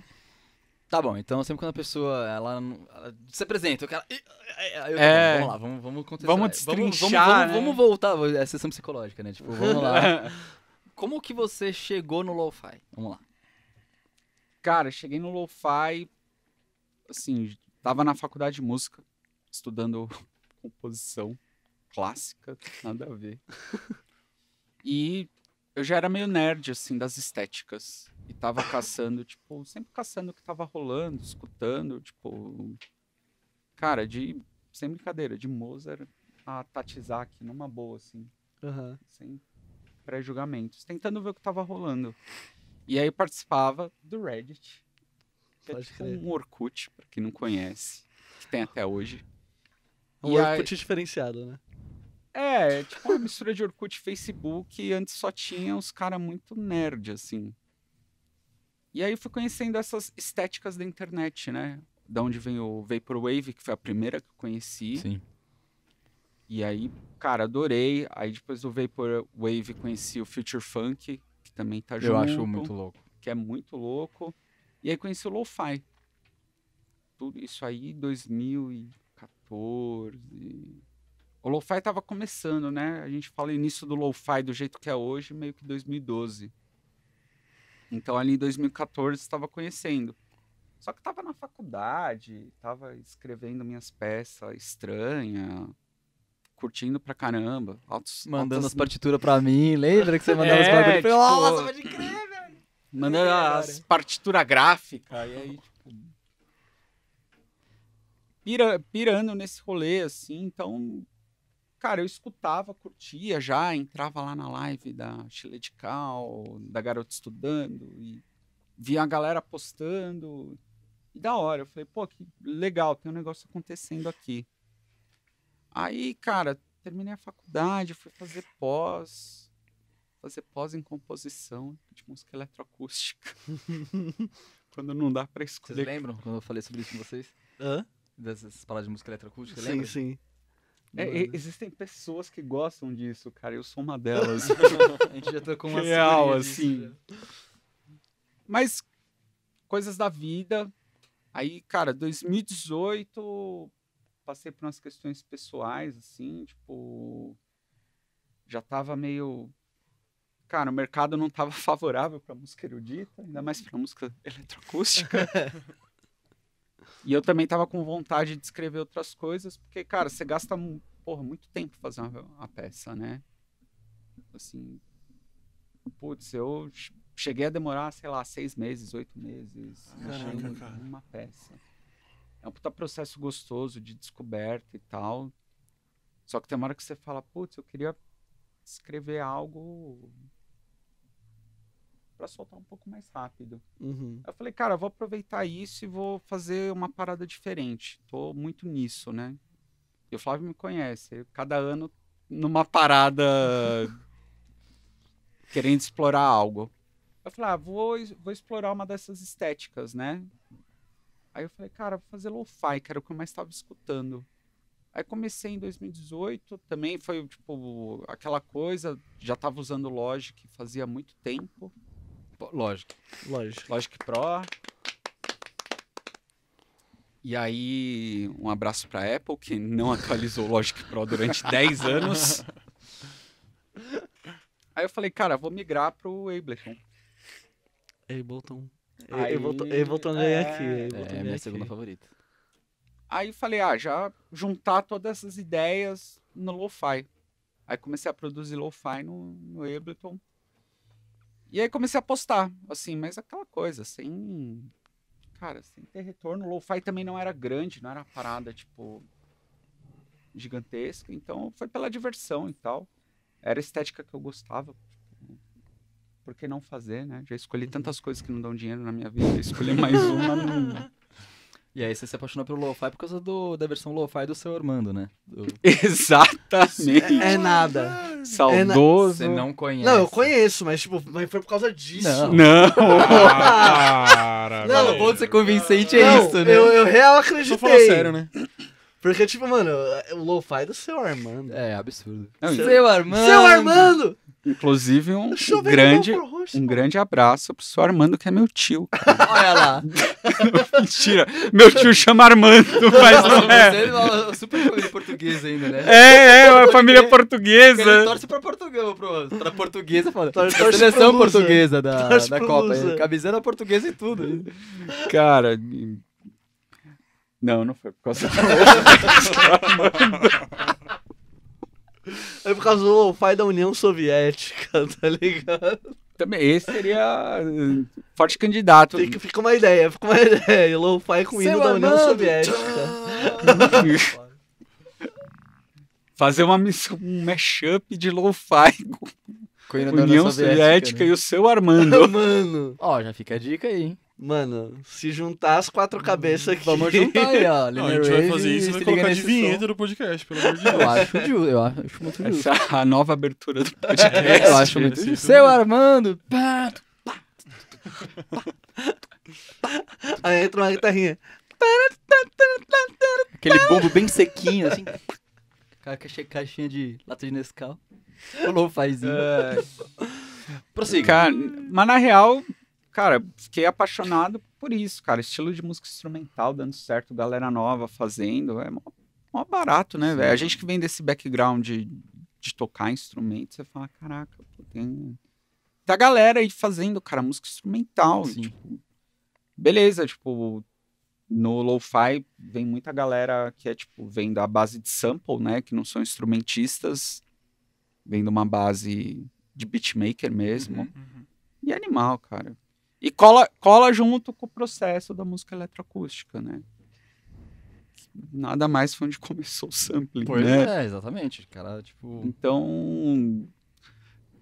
Speaker 3: Tá bom, então sempre quando a pessoa ela, não- ela se apresenta, o cara. "Ih, ai, ai", eu-
Speaker 4: É.
Speaker 3: Vamos lá, vamos, vamos contestar.
Speaker 4: Vamos destrinchar,
Speaker 3: Vamos,
Speaker 4: né?
Speaker 3: vamos voltar, é a sessão psicológica, né? Tipo, vamos lá. Como que você chegou no lo-fi? Vamos lá.
Speaker 4: Cara, cheguei no lo-fi, assim, tava na faculdade de música, estudando composição clássica, nada a ver. E eu já era meio nerd, assim, das estéticas. E tava caçando, tipo, sempre caçando o que tava rolando, escutando, tipo. Cara, de. Sem brincadeira, de Mozart a Tatizaki, numa boa, assim
Speaker 1: Aham.
Speaker 4: sem pré-julgamentos, tentando ver o que tava rolando. E aí eu participava do Reddit, que é
Speaker 1: Pode
Speaker 4: tipo
Speaker 1: crer.
Speaker 4: um Orkut, pra quem não conhece, que tem até hoje.
Speaker 1: É um
Speaker 4: E aí-
Speaker 1: Orkut diferenciado, né?
Speaker 4: É, é tipo uma mistura de Orkut e Facebook, e antes só tinha uns caras muito nerd, assim. E aí eu fui conhecendo essas estéticas da internet, né? Da onde vem o Vaporwave, que foi a primeira que eu conheci.
Speaker 3: Sim.
Speaker 4: E aí, cara, adorei. Aí depois do Vaporwave conheci o Future Funk, que também tá junto,
Speaker 3: Eu acho muito louco.
Speaker 4: que é muito louco. E aí conheci o Lo-Fi. Tudo isso aí em 2014. O Lo-Fi tava começando, né? A gente fala início do Lo-Fi do jeito que é hoje, meio que 2012. Então ali em 2014 estava conhecendo. Só que tava na faculdade, tava escrevendo minhas peças estranhas, curtindo pra caramba. Altos,
Speaker 3: Mandando
Speaker 4: altas-
Speaker 3: as partituras pra mim, lembra que você mandava as
Speaker 4: É,
Speaker 3: partituras? Eu falei,
Speaker 4: tipo-
Speaker 3: Nossa, pode crer!
Speaker 4: mandando as partitura gráfica e aí tipo pira- pirando nesse rolê assim, então cara, eu escutava, curtia já, entrava lá na live da Chile de Cal, da Garota Estudando e via a galera postando e da hora, eu falei, pô, que legal, tem um negócio acontecendo aqui. Aí, cara, terminei a faculdade, fui fazer pós, fazer pós em composição de música eletroacústica. Quando não dá pra
Speaker 3: Vocês
Speaker 4: escolher.
Speaker 3: lembram quando eu falei sobre isso com vocês?
Speaker 1: Hã?
Speaker 3: Dessas paradas de música eletroacústica,
Speaker 1: Sim,
Speaker 3: lembra?
Speaker 1: sim.
Speaker 4: É,
Speaker 3: né?
Speaker 4: e- existem pessoas que gostam disso, cara. Eu sou uma delas.
Speaker 3: A gente já tocou uma né?
Speaker 4: Real, assim. Mas coisas da vida. Aí, cara, 2018 passei por umas questões pessoais, assim, tipo. Já tava meio. Cara, o mercado não tava favorável pra música erudita, ainda mais pra música eletroacústica. e eu também tava com vontade de escrever outras coisas, porque, cara, você gasta mu- porra, muito tempo fazendo uma, uma peça, né? Assim. Putz, eu che- cheguei a demorar, sei lá, seis meses, oito meses,
Speaker 2: Caraca,
Speaker 4: mexendo
Speaker 2: cara.
Speaker 4: numa peça. É um puta processo gostoso de descoberta e tal. Só que tem uma hora que você fala, putz, eu queria escrever algo pra soltar um pouco mais rápido.
Speaker 1: Uhum.
Speaker 4: Aí Eu falei, cara, eu vou aproveitar isso e vou fazer uma parada diferente. Tô muito nisso, né? E o Flávio me conhece. Cada ano numa parada querendo explorar algo. Eu falei, ah, vou, es- vou explorar uma dessas estéticas, né? Aí eu falei, cara, vou fazer lo-fi, que era o que eu mais estava escutando. Aí comecei em 2018, também foi tipo aquela coisa, já tava usando Logic fazia muito tempo.
Speaker 3: Lógico.
Speaker 1: Lógico.
Speaker 4: Logic Pro. E aí, um abraço pra Apple, que não atualizou o Logic Pro durante 10 anos. Aí eu falei, cara, vou migrar pro Ableton.
Speaker 1: Ableton.
Speaker 4: Aí-
Speaker 1: Ableton, Ableton veio
Speaker 4: é.
Speaker 1: aqui. Ableton
Speaker 3: É,
Speaker 1: veio
Speaker 3: minha
Speaker 1: aqui.
Speaker 3: segunda favorita.
Speaker 4: Aí falei, ah, já juntar todas essas ideias no lo-fi. Aí comecei a produzir lo-fi no, no Ableton. E aí comecei a postar, assim, mas aquela coisa, sem. Cara, sem ter retorno. O lo-fi também não era grande, não era uma parada, tipo. gigantesca. Então foi pela diversão e tal. Era a estética que eu gostava. tipo, Por que não fazer, né? Já escolhi tantas coisas que não dão dinheiro na minha vida. Escolher mais uma não,
Speaker 3: E aí você se apaixonou pelo lo-fi por causa do, da versão lo-fi do seu Armando, né? Do-
Speaker 2: Tá
Speaker 4: Exatamente.
Speaker 1: É nada.
Speaker 4: Saudoso.
Speaker 3: Você não conhece.
Speaker 1: Não, eu conheço, mas tipo, mas foi por causa disso.
Speaker 3: Não.
Speaker 4: Não.
Speaker 2: Cara,
Speaker 1: Não,
Speaker 3: O
Speaker 2: velho.
Speaker 3: bom É de ser convincente é
Speaker 1: Não,
Speaker 3: isso, né?
Speaker 1: Eu, eu real
Speaker 2: Tô
Speaker 1: acreditei.
Speaker 2: falando sério, né?
Speaker 1: Porque, tipo, mano, o lo-fi do seu Armando.
Speaker 3: É absurdo.
Speaker 4: Não,
Speaker 1: Seu-
Speaker 3: Seu Armando!
Speaker 1: Seu Armando! Tá
Speaker 4: Inclusive, um,
Speaker 1: Deixa eu
Speaker 4: um
Speaker 1: ver então,
Speaker 4: grande,
Speaker 1: meu rosto.
Speaker 4: um grande abraço pro seu Armando, que é meu tio.
Speaker 3: Olha lá!
Speaker 4: Mentira. Meu tio chama Armando, mas não é.
Speaker 3: Você fala super família portuguesa ainda, né?
Speaker 4: É, é, uma família
Speaker 3: Ele
Speaker 4: portuguesa.
Speaker 3: torce pra Portugal, pro, pra portuguesa, fala.
Speaker 1: Torce-
Speaker 3: pra
Speaker 1: torce
Speaker 3: seleção
Speaker 1: pro Lusa.
Speaker 3: portuguesa da,
Speaker 1: Torce
Speaker 3: da
Speaker 1: pro
Speaker 3: Copa.
Speaker 1: Lusa.
Speaker 3: Camiseta portuguesa e tudo. tá-
Speaker 4: Cara. e- Não, não foi por causa do
Speaker 1: É por causa do lo-fi da União Soviética, tá ligado?
Speaker 4: Também, esse seria eh, forte candidato.
Speaker 1: Fica, fica uma ideia, fica uma ideia. Lo-fi com o hino
Speaker 3: Seu
Speaker 1: da União
Speaker 3: Armando.
Speaker 1: Soviética.
Speaker 4: Fazer uma, mis- um mashup de lo-fi com
Speaker 3: Com a
Speaker 4: a
Speaker 3: União,
Speaker 4: União Soviética
Speaker 3: né?
Speaker 4: e o seu Armando.
Speaker 1: Mano,
Speaker 3: Ó, já fica a dica aí, hein?
Speaker 1: mano, se juntar as quatro cabeças aqui.
Speaker 3: Vamos juntar aí, ó.
Speaker 2: Não,
Speaker 3: Lina
Speaker 2: a gente vai
Speaker 3: Rave
Speaker 2: fazer isso e vai
Speaker 3: se liga
Speaker 2: colocar de
Speaker 3: nesse som.
Speaker 2: vinheta no podcast, pelo amor de
Speaker 3: Eu
Speaker 2: Deus.
Speaker 3: acho, ju- eu acho muito justo.
Speaker 4: Essa é a nova abertura do podcast.
Speaker 2: É,
Speaker 3: eu acho muito
Speaker 2: esse-
Speaker 3: justo.
Speaker 2: esse-
Speaker 3: Seu Armando! pá,
Speaker 1: Aí entra uma guitarrinha.
Speaker 3: Aquele bombo bem sequinho, assim. Ca- caixa- Caixinha de lata de Nescau. O lo-fizinho.
Speaker 4: É, Cara, mas na real, cara, fiquei apaixonado por isso, cara. Estilo de música instrumental dando certo, galera nova fazendo. É mó, mó barato, né,
Speaker 3: Sim.
Speaker 4: velho? A gente que vem desse background de, de tocar instrumentos, você fala, caraca, pô, tem. Tá galera aí fazendo, cara, música instrumental.
Speaker 3: Sim.
Speaker 4: tipo, beleza, tipo, no lo-fi vem muita galera que é, tipo, vem da base de sample, né? Que não são instrumentistas, vem de uma base de beatmaker mesmo.
Speaker 2: Uhum.
Speaker 4: E é animal, cara. E cola, cola junto com o processo da música eletroacústica, né? Nada mais foi onde começou o sampling,
Speaker 3: Pois
Speaker 4: né?
Speaker 3: é, exatamente. Cara, tipo.
Speaker 4: Então,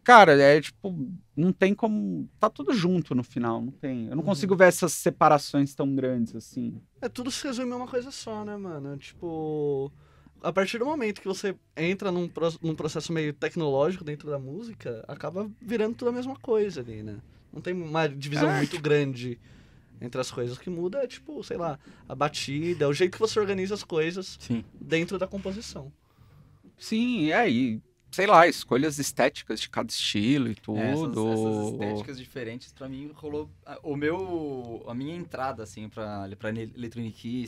Speaker 4: cara, é tipo, não tem como, tá tudo junto no final, não tem.
Speaker 3: Uhum.
Speaker 4: Eu não consigo ver essas separações tão grandes assim.
Speaker 1: É tudo se resume a uma coisa só, né, mano? Tipo, a partir do momento que você entra num, pro- num processo meio tecnológico dentro da música, acaba virando tudo a mesma coisa ali, né? Não tem uma divisão
Speaker 4: É,
Speaker 1: muito grande entre as coisas. O que muda é, tipo, sei lá, a batida, é o jeito que você organiza as coisas
Speaker 3: Sim.
Speaker 1: dentro da composição.
Speaker 4: Sim, é aí. Sei lá, escolhas estéticas de cada estilo e tudo.
Speaker 3: é, Essas, essas estéticas diferentes, pra mim, rolou... a- O meu... A minha entrada, assim, pra, pra ele- Electronic e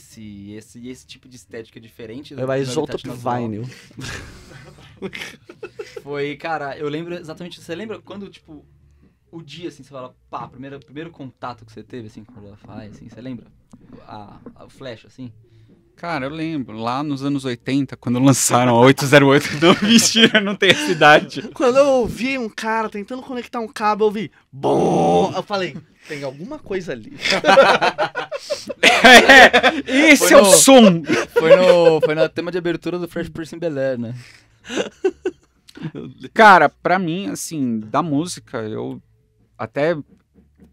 Speaker 3: esse, e esse tipo de estética diferente... do-
Speaker 1: Vai
Speaker 3: do
Speaker 1: Isolta
Speaker 3: habitat natural
Speaker 1: Vinyl.
Speaker 3: Foi, cara, eu lembro exatamente... Você lembra quando, tipo... O dia, assim, você fala, pá, primeiro, primeiro contato que você teve, assim, com o lo-fi, assim, você lembra? A, a- o flash, assim?
Speaker 4: Cara, eu lembro, lá nos anos 80, quando lançaram a 808, não, mentira, não tem essa idade.
Speaker 1: Quando eu ouvi um cara tentando conectar um cabo, eu vi. Bom! Eu falei, tem alguma coisa ali.
Speaker 4: É, esse
Speaker 3: Foi
Speaker 4: é o
Speaker 3: no-
Speaker 4: som!
Speaker 3: Foi no, foi no tema de abertura do Fresh Prince in Bel-Air, né?
Speaker 4: Cara, pra mim, assim, da música, eu até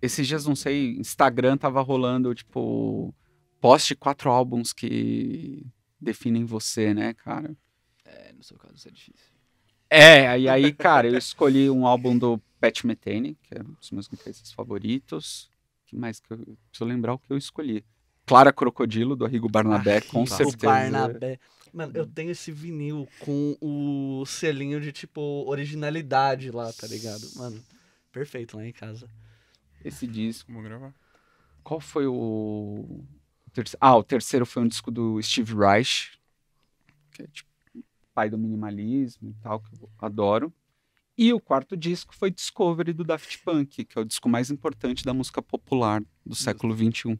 Speaker 4: esses dias, não sei, Instagram tava rolando, tipo, poste quatro álbuns que definem você, né, cara?
Speaker 3: É, no seu caso, isso é difícil.
Speaker 4: É, e aí, cara, eu escolhi um álbum do Pat Metheny, que é um dos meus guitarristas favoritos. que mais que eu preciso lembrar o que eu escolhi? Clara Crocodilo, do Arrigo Barnabé, com
Speaker 3: Arrigo
Speaker 4: certeza.
Speaker 1: O Barnabé. Mano, eu tenho esse vinil com o selinho de, tipo, originalidade lá, tá ligado? Mano, perfeito lá em casa.
Speaker 4: Esse disco.
Speaker 2: Vamos gravar?
Speaker 4: Qual foi o. terce- Ah, o terceiro foi um disco do Steve Reich, que é tipo pai do minimalismo e tal, que eu adoro. E o quarto disco foi Discovery do Daft Punk, que é o disco mais importante da música popular do século XXI.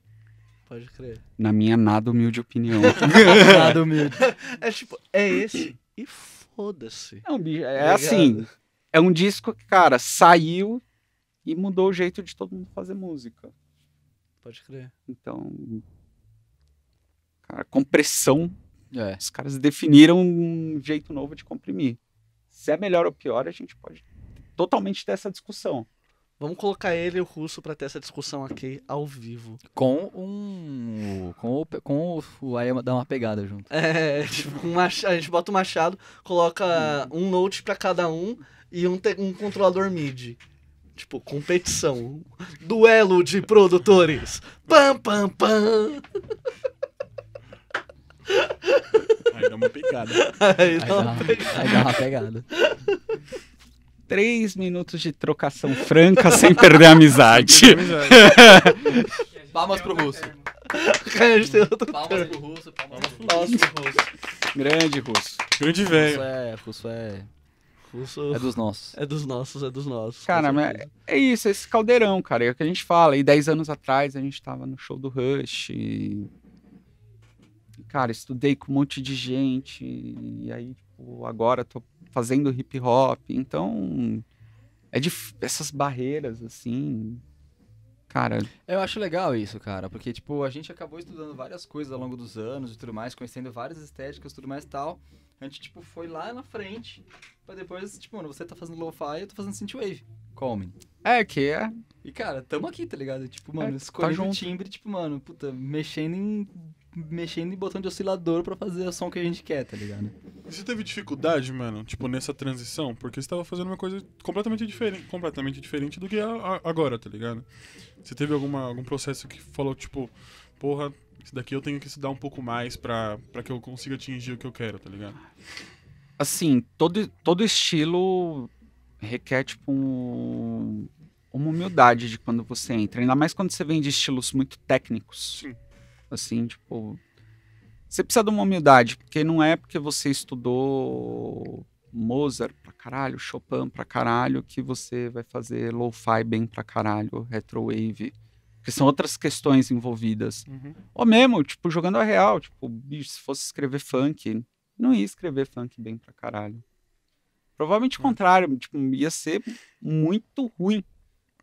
Speaker 1: Pode crer.
Speaker 4: Na minha nada humilde opinião.
Speaker 3: Nada humilde.
Speaker 1: É tipo, é esse e foda-se. Tá
Speaker 4: É, um bi- é
Speaker 1: Obrigado.
Speaker 4: assim, é um disco que, cara, saiu e mudou o jeito de todo mundo fazer música.
Speaker 1: Pode crer.
Speaker 4: Então, cara, compressão,
Speaker 3: É.
Speaker 4: os caras definiram um jeito novo de comprimir. Se é melhor ou pior, a gente pode totalmente ter essa discussão.
Speaker 1: Vamos colocar ele e o russo pra ter essa discussão aqui ao vivo.
Speaker 3: Com um. Com o. Com o. o aí dá uma pegada junto.
Speaker 1: É, tipo, um macha- a gente bota o machado, coloca um note pra cada um e um, te- um controlador MIDI. Tipo, competição. Duelo de produtores. Pam, pam, pam.
Speaker 2: Aí dá uma pegada.
Speaker 1: Aí, então,
Speaker 3: Aí dá,
Speaker 1: não,
Speaker 3: uma- aí dá uma pegada.
Speaker 4: Três minutos de trocação franca sem perder a amizade.
Speaker 3: Palmas pro russo.
Speaker 1: a gente tem outro
Speaker 3: Palmas pro russo, palmas pro russo.
Speaker 1: Nossa, russo.
Speaker 4: Grande russo.
Speaker 2: Grande
Speaker 3: Russo
Speaker 2: velho.
Speaker 3: é, russo é,
Speaker 1: Russo
Speaker 3: é dos nossos.
Speaker 1: é dos nossos, é dos nossos. com
Speaker 4: Cara, mas
Speaker 1: certeza.
Speaker 4: é isso, é esse caldeirão, cara. É o que a gente fala. E 10 anos atrás a gente tava no show do Rush. E... e, Cara, estudei com um monte de gente. E aí, tipo, agora tô fazendo hip hop. Então, é dif... essas barreiras, assim. Cara,
Speaker 3: Eu acho legal isso, cara, porque, tipo, a gente acabou estudando várias coisas ao longo dos anos e tudo mais, conhecendo várias estéticas e tudo mais e tal. A gente, tipo, foi lá na frente, pra depois, tipo, mano, você tá fazendo lo-fi, eu tô fazendo synthwave. Calm.
Speaker 4: é que é.
Speaker 3: E, cara, tamo aqui, tá ligado? Tipo, mano,
Speaker 4: É, tá
Speaker 3: escolhendo o
Speaker 4: junto.
Speaker 3: timbre, tipo, mano, puta, mexendo em... Mexendo em botão de oscilador pra fazer o som que a gente quer, tá ligado?
Speaker 2: Você teve dificuldade, mano, tipo, nessa transição? Porque você tava fazendo uma coisa completamente diferente, completamente diferente do que é a- agora, tá ligado? Você teve alguma, algum processo que falou, tipo, porra, isso daqui eu tenho que estudar um pouco mais pra, pra que eu consiga atingir o que eu quero, tá ligado?
Speaker 4: assim, todo, todo estilo requer, tipo, um- uma humildade de quando você entra. Ainda mais quando você vem de estilos muito técnicos.
Speaker 2: Sim.
Speaker 4: Assim, tipo. Você precisa de uma humildade, porque não é porque você estudou Mozart pra caralho, Chopin pra caralho, que você vai fazer lo-fi bem pra caralho, retrowave. Porque são outras questões envolvidas. Ou mesmo, tipo, jogando a real, tipo, bicho, se fosse escrever funk, não ia escrever funk bem pra caralho. Provavelmente o contrário, tipo, ia ser muito ruim,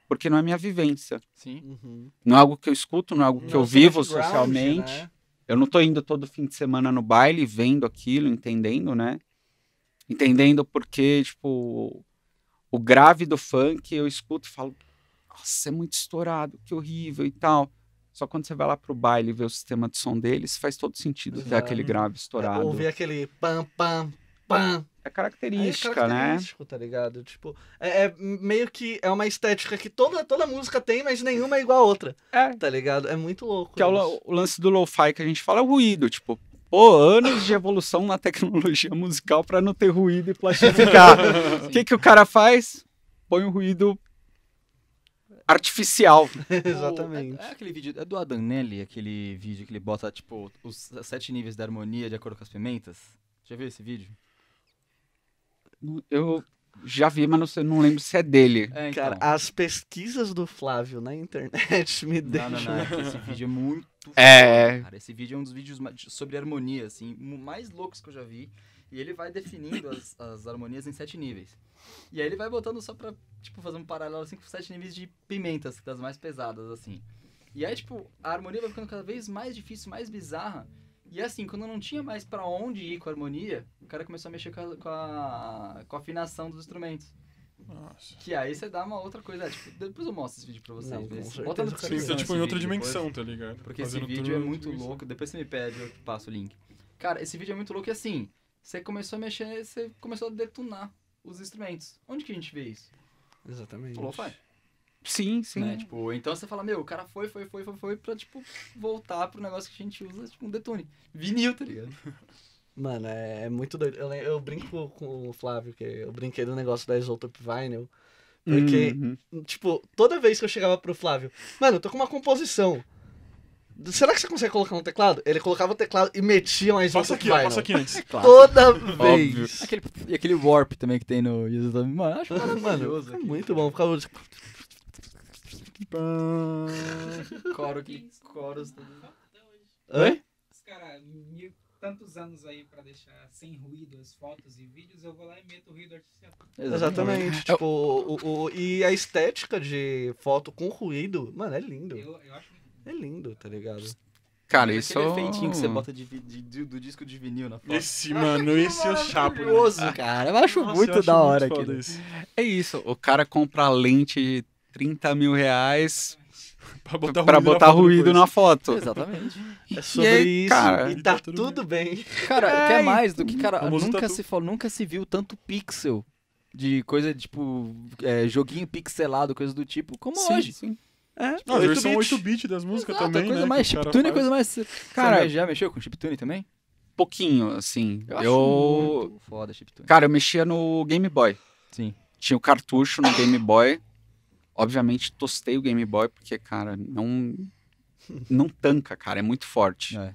Speaker 4: porque não é minha vivência.
Speaker 3: Sim.
Speaker 1: Uhum.
Speaker 4: Não é algo que eu escuto, não é algo que eu
Speaker 1: Nosso
Speaker 4: vivo
Speaker 1: background,
Speaker 4: socialmente.
Speaker 1: né?
Speaker 4: Eu não tô indo todo fim de semana no baile, vendo aquilo, entendendo, né? Entendendo porque, tipo, o grave do funk eu escuto e falo, nossa, é muito estourado, que horrível e tal. Só quando você vai lá pro baile e vê o sistema de som deles, faz todo sentido ter
Speaker 1: Exato.
Speaker 4: aquele grave estourado.
Speaker 1: Ouvir aquele pam, pam, pam.
Speaker 4: É
Speaker 1: Aí é
Speaker 4: característica, né?
Speaker 1: característico, tá ligado? Tipo, é, é meio que é uma estética que toda, toda música tem, mas nenhuma é igual a outra,
Speaker 4: É.
Speaker 1: tá ligado? É muito louco.
Speaker 4: Que é o,
Speaker 1: isso.
Speaker 4: lo- o lance do lo-fi que a gente fala é o ruído, tipo, pô, anos de evolução na tecnologia musical pra não ter ruído e plastificar. O que que o cara faz? Põe um ruído artificial.
Speaker 1: Exatamente.
Speaker 3: É, é aquele vídeo, é do Adam Nelly, aquele vídeo que ele bota, tipo, os sete níveis da harmonia de acordo com as pimentas. Já viu esse vídeo?
Speaker 4: Eu já vi, mas não, sei- não lembro se é dele.
Speaker 3: É,
Speaker 1: Cara, as pesquisas do Flávio na internet me
Speaker 3: Não,
Speaker 1: deixam.
Speaker 3: não, não, é que esse vídeo é muito
Speaker 4: É.
Speaker 3: Cara, esse vídeo é um dos vídeos ma- sobre harmonia, assim, mu- mais loucos que eu já vi. E ele vai definindo as, as harmonias em sete níveis. E aí ele vai botando só pra, tipo, fazer um paralelo, assim, com sete níveis de pimentas, das mais pesadas, assim. E aí, tipo, a harmonia vai ficando cada vez mais difícil, mais bizarra. E assim, quando não tinha mais pra onde ir com a harmonia, o cara começou a mexer com a, com a, com a afinação dos instrumentos.
Speaker 2: Nossa.
Speaker 3: Que aí você dá uma outra coisa. É, tipo, depois eu mostro esse vídeo pra vocês.
Speaker 1: Não, com
Speaker 3: mas
Speaker 1: certeza
Speaker 3: bota no né, assim,
Speaker 1: eu quero
Speaker 2: Sim,
Speaker 1: ver.
Speaker 2: tá
Speaker 3: descrição
Speaker 2: tipo
Speaker 3: esse
Speaker 2: em outra
Speaker 3: vídeo depois.
Speaker 2: dimensão, tá ligado?
Speaker 3: Porque
Speaker 2: Fazendo
Speaker 3: esse vídeo
Speaker 2: tudo
Speaker 3: é
Speaker 2: em outra
Speaker 3: muito
Speaker 2: dimensão.
Speaker 3: louco. Depois você me pede, eu te passo o link. Cara, esse vídeo é muito louco e assim, você começou a mexer, você começou a detonar os instrumentos. Onde que a gente vê isso?
Speaker 1: Exatamente.
Speaker 3: No lo-fi,
Speaker 4: Sim, sim.
Speaker 3: né? Tipo, então você fala, meu, o cara foi, foi, foi, foi, foi, pra, tipo, voltar pro negócio que a gente usa, tipo, um detune. Vinil, tá ligado?
Speaker 1: Mano, é, é muito doido. Eu, le- eu brinco com o Flávio, que eu brinquei do negócio da Isotope Vinyl. Porque,
Speaker 4: Uhum.
Speaker 1: tipo, toda vez que eu chegava pro Flávio, mano, eu tô com uma composição. Será que você consegue colocar um teclado? Ele colocava o teclado e metia uma
Speaker 2: Passa
Speaker 1: Isotope
Speaker 2: aqui, ó,
Speaker 1: Vinyl.
Speaker 2: passa aqui antes.
Speaker 1: Toda vez.
Speaker 3: Aquele, e aquele warp também que tem no YouTube. Mano, acho
Speaker 1: Mano,
Speaker 3: maravilhoso.
Speaker 1: é muito bom. Ficava tipo,
Speaker 3: Coro que coros.
Speaker 1: Oi?
Speaker 5: Os cara, mil, tantos anos aí pra deixar sem ruído as fotos e vídeos, eu vou lá e meto o ruído artificial.
Speaker 1: Exatamente. Tipo, o, o- o- e a estética de foto com ruído, mano, é lindo.
Speaker 5: Eu, eu acho muito
Speaker 1: É lindo, tá ligado?
Speaker 4: Cara,
Speaker 3: Aquele
Speaker 4: isso é
Speaker 3: efeitinho que você bota de vi- de- de- do disco de vinil na foto.
Speaker 2: Esse, mano, esse é o chapa. né?
Speaker 3: Maravilhoso, cara. Ah, Eu acho
Speaker 2: Nossa, eu
Speaker 3: muito
Speaker 2: acho
Speaker 3: da hora
Speaker 2: muito foda
Speaker 3: aquilo.
Speaker 2: isso.
Speaker 4: É isso. O cara compra a lente de 30 mil reais
Speaker 2: Pra
Speaker 4: pra
Speaker 2: botar
Speaker 4: botar
Speaker 2: ruído, na,
Speaker 4: ruído
Speaker 2: foto
Speaker 4: na
Speaker 2: depois.
Speaker 4: foto.
Speaker 3: Exatamente.
Speaker 1: É sobre
Speaker 4: aí,
Speaker 1: isso.
Speaker 4: cara?
Speaker 1: e tá tudo bem.
Speaker 3: Cara,
Speaker 4: É,
Speaker 3: quer
Speaker 4: e-
Speaker 3: mais do que, cara,
Speaker 2: Famoso
Speaker 3: nunca
Speaker 2: tatu.
Speaker 3: se, falou, nunca se viu tanto pixel de coisa, tipo, é, joguinho pixelado, coisa do tipo, como
Speaker 4: Sim,
Speaker 3: hoje.
Speaker 4: sim.
Speaker 1: É,
Speaker 2: Não, a versão 8-bit das músicas
Speaker 3: Exato,
Speaker 2: também,
Speaker 3: coisa
Speaker 2: né?
Speaker 3: mais,
Speaker 2: que o cara
Speaker 3: chiptune é
Speaker 2: faz.
Speaker 3: coisa mais...
Speaker 4: Cara-
Speaker 3: Você já mexeu com chiptune também?
Speaker 4: Pouquinho, assim. Eu,
Speaker 3: acho muito foda chiptune.
Speaker 4: Cara, eu mexia no Game Boy.
Speaker 3: Sim.
Speaker 4: Tinha o cartucho no Game Boy. Obviamente, tostei o Game Boy, porque, cara, não. Não tanca, cara. É muito forte.
Speaker 3: É.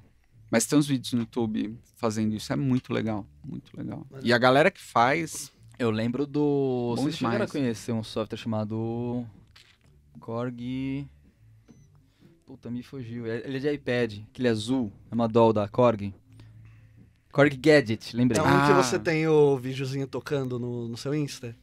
Speaker 4: Mas tem uns vídeos no YouTube fazendo isso. É muito legal. Muito legal.
Speaker 1: Mas-
Speaker 4: E a galera que faz.
Speaker 3: Eu lembro do...
Speaker 4: Bom
Speaker 3: Vocês chegaram a
Speaker 4: demais.
Speaker 3: conhecer um software chamado... Korg... Puta, me fugiu. Ele é de iPad, aquele azul, é uma doll da Korg. Korg Gadget, lembrei.
Speaker 1: É um que
Speaker 4: Ah.
Speaker 1: você tem o videozinho tocando no, no seu Insta.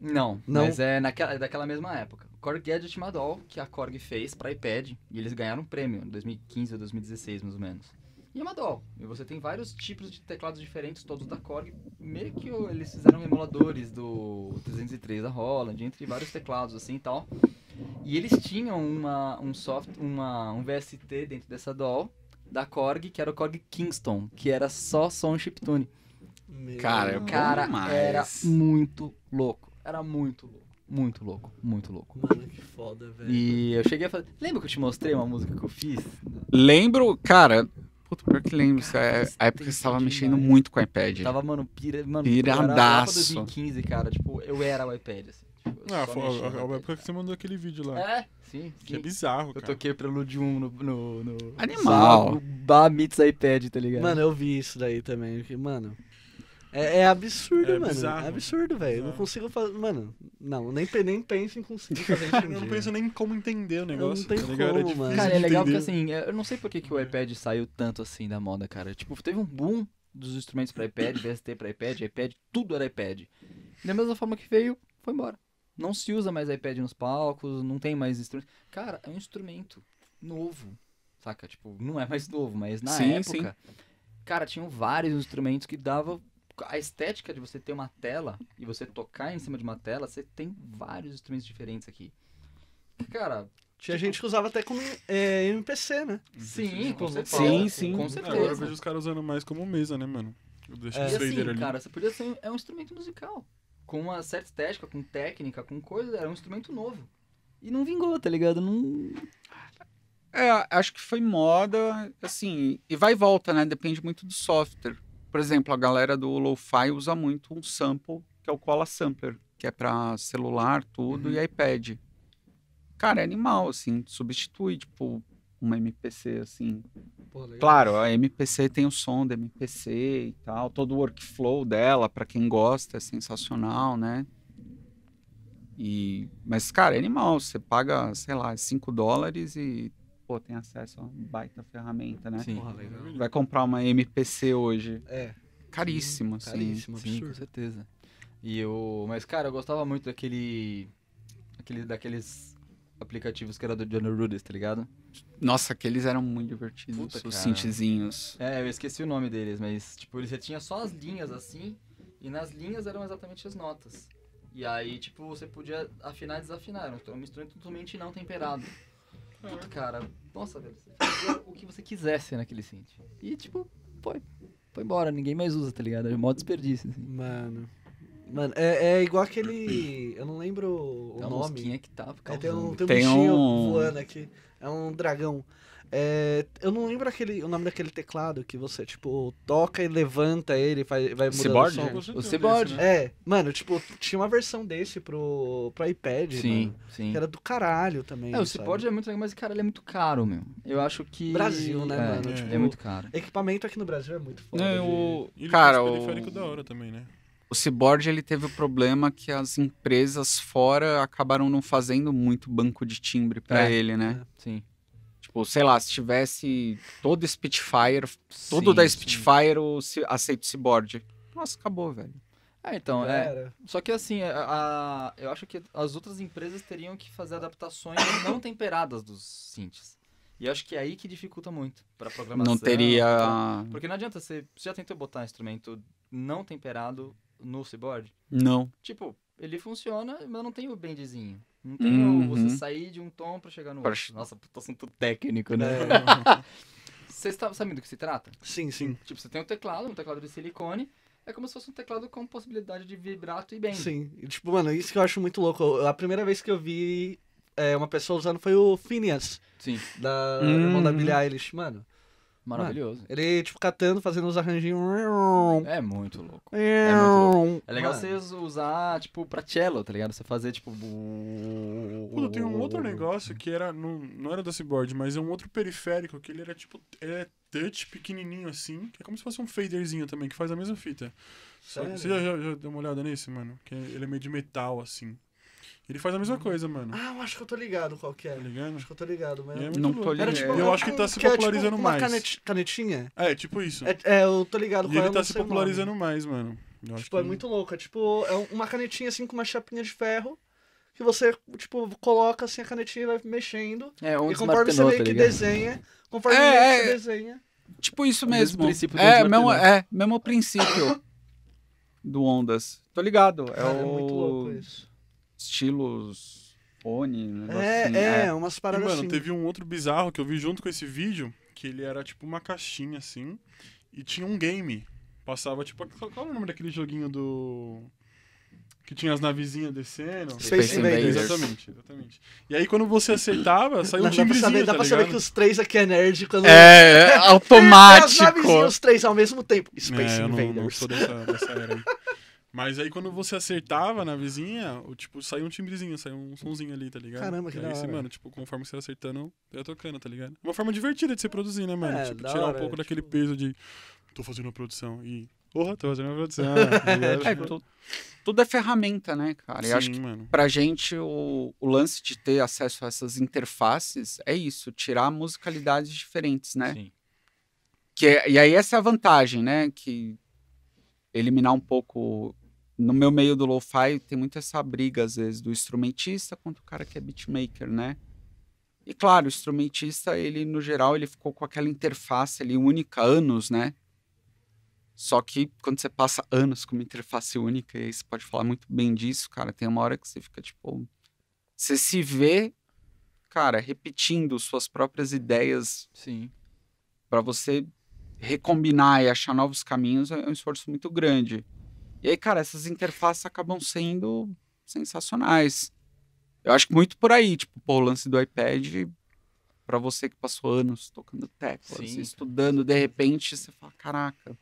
Speaker 3: Não,
Speaker 1: Não?
Speaker 3: mas é naquela, é daquela mesma época. Korg Gadget Madol, que a Korg fez pra iPad, e eles ganharam um prêmio em 2015 ou 2016, mais ou menos. E é Madol. E você tem vários tipos de teclados diferentes, todos da Korg. Meio que o- eles fizeram emuladores do 303 da Holland, entre vários teclados assim e tal. E eles tinham uma, um software, uma, um VST dentro dessa DAW da Korg, que era o Korg Kingston, que era só som chiptune.
Speaker 1: Meu
Speaker 4: Cara,
Speaker 1: Deus.
Speaker 4: bom
Speaker 3: Cara,
Speaker 4: demais.
Speaker 3: era muito louco. Era muito louco. Muito louco, muito louco.
Speaker 1: Mano, que foda, velho.
Speaker 3: E eu cheguei a fazer. Lembra que eu te mostrei uma música que eu fiz?
Speaker 4: Lembro, cara. Puta, pior que lembro. isso é
Speaker 3: isso
Speaker 4: a época
Speaker 3: tem
Speaker 4: que você tava
Speaker 3: demais.
Speaker 4: mexendo muito com o iPad. né?
Speaker 3: Tava, mano, pira, mano, Eu era lá pra
Speaker 4: Piradaço.
Speaker 3: 2015, cara. Tipo, eu era o iPad, assim. Tipo, eu
Speaker 2: Ah,
Speaker 3: só
Speaker 2: foi a,
Speaker 3: mexia
Speaker 2: a,
Speaker 3: no
Speaker 2: a
Speaker 3: iPad.
Speaker 2: época que você mandou aquele vídeo lá.
Speaker 3: É, sim,
Speaker 2: Que é
Speaker 3: sim.
Speaker 2: bizarro,
Speaker 3: Eu
Speaker 2: cara.
Speaker 3: toquei o Preludium no. no, no
Speaker 4: Animal.
Speaker 3: no Bar Mitz iPad, tá ligado?
Speaker 1: Mano, eu vi isso daí também. Que, mano. É, é absurdo,
Speaker 2: É
Speaker 1: mano.
Speaker 2: bizarro.
Speaker 1: É absurdo, velho. Eu Não
Speaker 2: Bizarro.
Speaker 1: consigo fazer. Mano, não, nem, pe- nem penso em conseguir fazer isso.
Speaker 2: Eu
Speaker 1: um
Speaker 2: não
Speaker 1: dia.
Speaker 2: penso nem como entender o negócio.
Speaker 1: tem
Speaker 2: tá ligado?
Speaker 1: como, mano.
Speaker 2: difícil
Speaker 3: Cara,
Speaker 2: de
Speaker 3: é legal porque
Speaker 2: entender.
Speaker 3: assim, eu não sei por que, que o iPad saiu tanto assim da moda, cara. Tipo, teve um boom dos instrumentos pra iPad, VST pra iPad, iPad, tudo era iPad. E da mesma forma que veio, foi embora. Não se usa mais iPad nos palcos, não tem mais instrumento. Cara, é um instrumento novo. Saca? Tipo, não é mais novo, mas na
Speaker 4: Sim,
Speaker 3: época. Cara, tinham vários instrumentos que dava a estética de você ter uma tela e você tocar em cima de uma tela, você tem vários instrumentos diferentes aqui. Cara,
Speaker 1: Tinha gente que usava até como é, MPC, né?
Speaker 3: Sim, com certeza.
Speaker 4: Sim, sim.
Speaker 3: Com
Speaker 2: É, Agora eu
Speaker 3: certeza.
Speaker 2: vejo os caras usando mais como mesa, né, mano? Eu deixo
Speaker 1: É.
Speaker 2: o
Speaker 3: E
Speaker 2: fader
Speaker 3: assim,
Speaker 2: ali.
Speaker 3: cara, você podia ser é um instrumento musical. Com uma certa estética, com técnica, com coisa, era um instrumento novo. E não vingou, tá ligado? Não.
Speaker 4: É, acho que foi moda, assim, e vai e volta, né? Depende muito do software. Por exemplo, a galera do Lo-Fi usa muito um sample, que é o Koala Sampler, que é pra celular, tudo, e iPad. Cara, é animal, assim, substitui, tipo, uma MPC, assim. Claro, a MPC tem o som da MPC e tal, todo o workflow dela, pra quem gosta, é sensacional, né? E, mas, cara, é animal, você paga, sei lá, 5 dólares e, pô, tem acesso a uma baita ferramenta, né?
Speaker 3: É. Sim.
Speaker 2: legal.
Speaker 4: Vai comprar uma MPC hoje,
Speaker 1: É,
Speaker 4: caríssimo, assim.
Speaker 1: caríssimo,
Speaker 3: Sim, com
Speaker 1: absurdo.
Speaker 3: certeza. E eu. Mas, cara, eu gostava muito daquele. aquele- daqueles aplicativos que era do Johnny Rudess, tá ligado?
Speaker 4: Nossa, aqueles eram muito divertidos,
Speaker 3: Puta,
Speaker 4: os
Speaker 3: cara.
Speaker 4: synthzinhos.
Speaker 3: É, eu esqueci o nome deles, mas, tipo, ele já tinha só as linhas assim, e nas linhas eram exatamente as notas. E aí, tipo, você podia afinar e desafinar. Era um instrumento totalmente não temperado.
Speaker 1: É.
Speaker 3: Puta, cara. Nossa, velho. Você fazia o que você quisesse naquele synth. E, tipo, foi. Foi embora. Ninguém mais usa, tá ligado? É mó desperdício, assim.
Speaker 1: Mano. Mano, é, é igual aquele. Eu não lembro o
Speaker 3: É a
Speaker 1: nome.
Speaker 3: mosquinha que tava
Speaker 1: É, tem um,
Speaker 3: causando.
Speaker 1: tem um
Speaker 4: Tem
Speaker 1: bichinho
Speaker 4: um-
Speaker 1: voando aqui. É um dragão. É, eu não lembro aquele, o nome daquele teclado que você, tipo, toca e levanta ele, faz, vai mudando
Speaker 4: Cyborg?
Speaker 1: o som.
Speaker 2: Você
Speaker 3: É. O
Speaker 2: tem
Speaker 3: Cyborg.
Speaker 2: desse, né?
Speaker 1: É, mano, tipo, tinha uma versão desse pro, pro iPad,
Speaker 3: Sim,
Speaker 1: mano,
Speaker 3: sim.
Speaker 1: que era do caralho também,
Speaker 3: É, o
Speaker 1: sabe?
Speaker 3: Cipod é muito legal, mas, cara, ele é muito caro, meu. Eu acho que...
Speaker 1: Brasil, né,
Speaker 3: é,
Speaker 1: mano?
Speaker 2: é.
Speaker 1: Tipo,
Speaker 3: É muito caro.
Speaker 1: Equipamento aqui no Brasil é muito foda.
Speaker 4: Não,
Speaker 1: de-
Speaker 4: o-
Speaker 2: E ele
Speaker 4: Cara,
Speaker 2: tem
Speaker 4: o...
Speaker 2: esse periférico da hora também, né?
Speaker 4: O Cyborg ele teve o problema que as empresas fora acabaram não fazendo muito banco de timbre pra
Speaker 3: É.
Speaker 4: ele, né?
Speaker 3: Sim.
Speaker 4: Tipo, sei lá, se tivesse todo Spitfire, todo da
Speaker 3: Sim.
Speaker 4: Spitfire, o ci- aceita o Cyborg. Nossa, acabou, velho.
Speaker 3: Ah, então, é...
Speaker 1: Cara,
Speaker 3: Só que assim, a- a- eu acho que as outras empresas teriam que fazer adaptações não temperadas dos synths. E eu acho que é aí que dificulta muito pra programação.
Speaker 4: Não
Speaker 3: tá?
Speaker 4: teria.
Speaker 3: Porque não adianta, você, você já tentou botar um instrumento não temperado no cyborg?
Speaker 4: Não.
Speaker 3: Tipo, ele funciona, mas não tem o bendzinho. Não tem
Speaker 4: Uhum.
Speaker 3: o você sair de um tom pra chegar no
Speaker 4: Pra
Speaker 3: outro.
Speaker 4: che-
Speaker 3: Nossa, puta assunto técnico, né?
Speaker 1: é,
Speaker 3: Você está sabendo do que se trata?
Speaker 1: sim, sim.
Speaker 3: Tipo, você tem um teclado, um teclado de silicone, é como se fosse um teclado com possibilidade de vibrato e bend.
Speaker 1: Sim. E, tipo, mano, isso que eu acho muito louco. Eu- A primeira vez que eu vi é, uma pessoa usando foi o Phineas,
Speaker 3: Sim,
Speaker 1: da
Speaker 4: Uhum.
Speaker 1: irmão da Billie Eilish, mano.
Speaker 3: maravilhoso.
Speaker 1: Ele, tipo, catando, fazendo uns arranjinhos.
Speaker 3: É muito louco.
Speaker 1: É,
Speaker 3: É legal
Speaker 1: mano,
Speaker 3: você us- usar, tipo, pra cello, tá ligado? Você fazer, tipo... bu-
Speaker 2: Puta, tem um outro negócio que era. Não, não era da Cyborg, mas é um outro periférico que ele era tipo. Ele é touch pequenininho assim, que é como se fosse um faderzinho também, que faz a mesma fita. Só que-
Speaker 1: sério?
Speaker 2: Você já, já- já deu uma olhada nesse, mano? Que ele é meio de metal assim. Ele faz a mesma coisa, mano.
Speaker 1: Ah, eu acho que eu tô ligado qual que é.
Speaker 2: Tá ligado?
Speaker 1: Acho que eu tô ligado, mas...
Speaker 2: E é muito
Speaker 4: Não
Speaker 2: louco.
Speaker 4: tô ligado.
Speaker 2: Era, tipo,
Speaker 4: É.
Speaker 2: eu
Speaker 1: um-
Speaker 2: acho que tá se
Speaker 1: é, tipo,
Speaker 2: popularizando
Speaker 1: uma
Speaker 2: mais.
Speaker 1: caneti- canetinha?
Speaker 2: É, tipo isso.
Speaker 1: É, é, eu tô ligado
Speaker 2: E
Speaker 1: qual é,
Speaker 2: ele
Speaker 1: eu
Speaker 2: tá
Speaker 1: não
Speaker 2: se
Speaker 1: sei o nome.
Speaker 2: popularizando mais, mano. Eu acho
Speaker 1: Tipo, é
Speaker 2: que-
Speaker 1: muito louco. É tipo, é um- uma canetinha assim com uma chapinha de ferro. Que você, tipo, coloca assim a canetinha e vai mexendo.
Speaker 3: É, um
Speaker 1: e conforme você meio que desenha, conforme
Speaker 4: É,
Speaker 1: meio que você
Speaker 4: é.
Speaker 1: desenha.
Speaker 4: Tipo isso
Speaker 3: o mesmo
Speaker 4: mesmo.
Speaker 3: princípio do
Speaker 4: é,
Speaker 3: Ondas
Speaker 4: mesmo,
Speaker 3: Martelão.
Speaker 4: é, mesmo princípio do Ondas. Tô ligado. É
Speaker 1: Cara, é muito louco
Speaker 4: o
Speaker 1: isso.
Speaker 4: estilos Oni, negócio assim.
Speaker 1: É, é, umas
Speaker 2: E,
Speaker 1: paradas
Speaker 2: mano,
Speaker 1: assim.
Speaker 2: teve um outro bizarro que eu vi junto com esse vídeo, que ele era tipo uma caixinha assim, e tinha um game. Passava tipo. Qual qual é o nome daquele joguinho do. Que tinha as navezinhas descendo?
Speaker 1: Space
Speaker 4: Space
Speaker 1: Invaders.
Speaker 4: Invaders.
Speaker 2: Exatamente, exatamente. E aí quando você acertava, saiu um
Speaker 1: Mas dá pra,
Speaker 2: timbrezinho,
Speaker 1: saber, dá
Speaker 2: tá
Speaker 1: pra saber que
Speaker 2: ligado?
Speaker 1: os três aqui é nerd quando.
Speaker 4: É, é
Speaker 1: As naves e
Speaker 4: automático.
Speaker 1: os três ao mesmo tempo. Space
Speaker 2: É, eu não- não
Speaker 1: Invaders.
Speaker 2: sou dessa, dessa era aí. Mas aí quando você acertava a navezinha, o, tipo, saiu um timbrezinho, saiu um sonzinho ali, tá ligado?
Speaker 1: Caramba, que
Speaker 2: e aí,
Speaker 1: da
Speaker 2: você,
Speaker 1: hora.
Speaker 2: mano, tipo, conforme você ia acertando, ia tocando, tá ligado? Uma forma divertida de você produzir, né, mano?
Speaker 1: É,
Speaker 2: tipo,
Speaker 1: da
Speaker 2: tirar
Speaker 1: hora,
Speaker 2: um pouco daquele
Speaker 1: tipo-
Speaker 2: peso de tô fazendo uma produção e. Porra, tô fazendo uma produção. tá ligado?
Speaker 4: É, tu- tudo é ferramenta, né, cara?
Speaker 2: Sim,
Speaker 4: Eu acho que
Speaker 2: mano.
Speaker 4: pra gente o, o lance de ter acesso a essas interfaces é isso, tirar musicalidades diferentes, né?
Speaker 3: Sim.
Speaker 4: Que é- e aí essa é a vantagem, né? Que eliminar um pouco. No meu meio do lo-fi tem muito essa briga, às vezes, do instrumentista quanto o cara que é beatmaker, né? E claro, o instrumentista, ele, no geral, ele ficou com aquela interface ali única, anos, né? Só que quando você passa anos com uma interface única, e aí você pode falar muito bem disso, cara, tem uma hora que você fica tipo. Você se vê. cara, repetindo suas próprias ideias
Speaker 3: Sim.
Speaker 4: para você recombinar e achar novos caminhos é um esforço muito grande. E aí, cara, essas interfaces acabam sendo sensacionais. Eu acho que muito por aí, tipo, pô, o lance do iPad para você que passou anos tocando teclas,
Speaker 3: Sim.
Speaker 4: estudando, de repente você fala, caraca,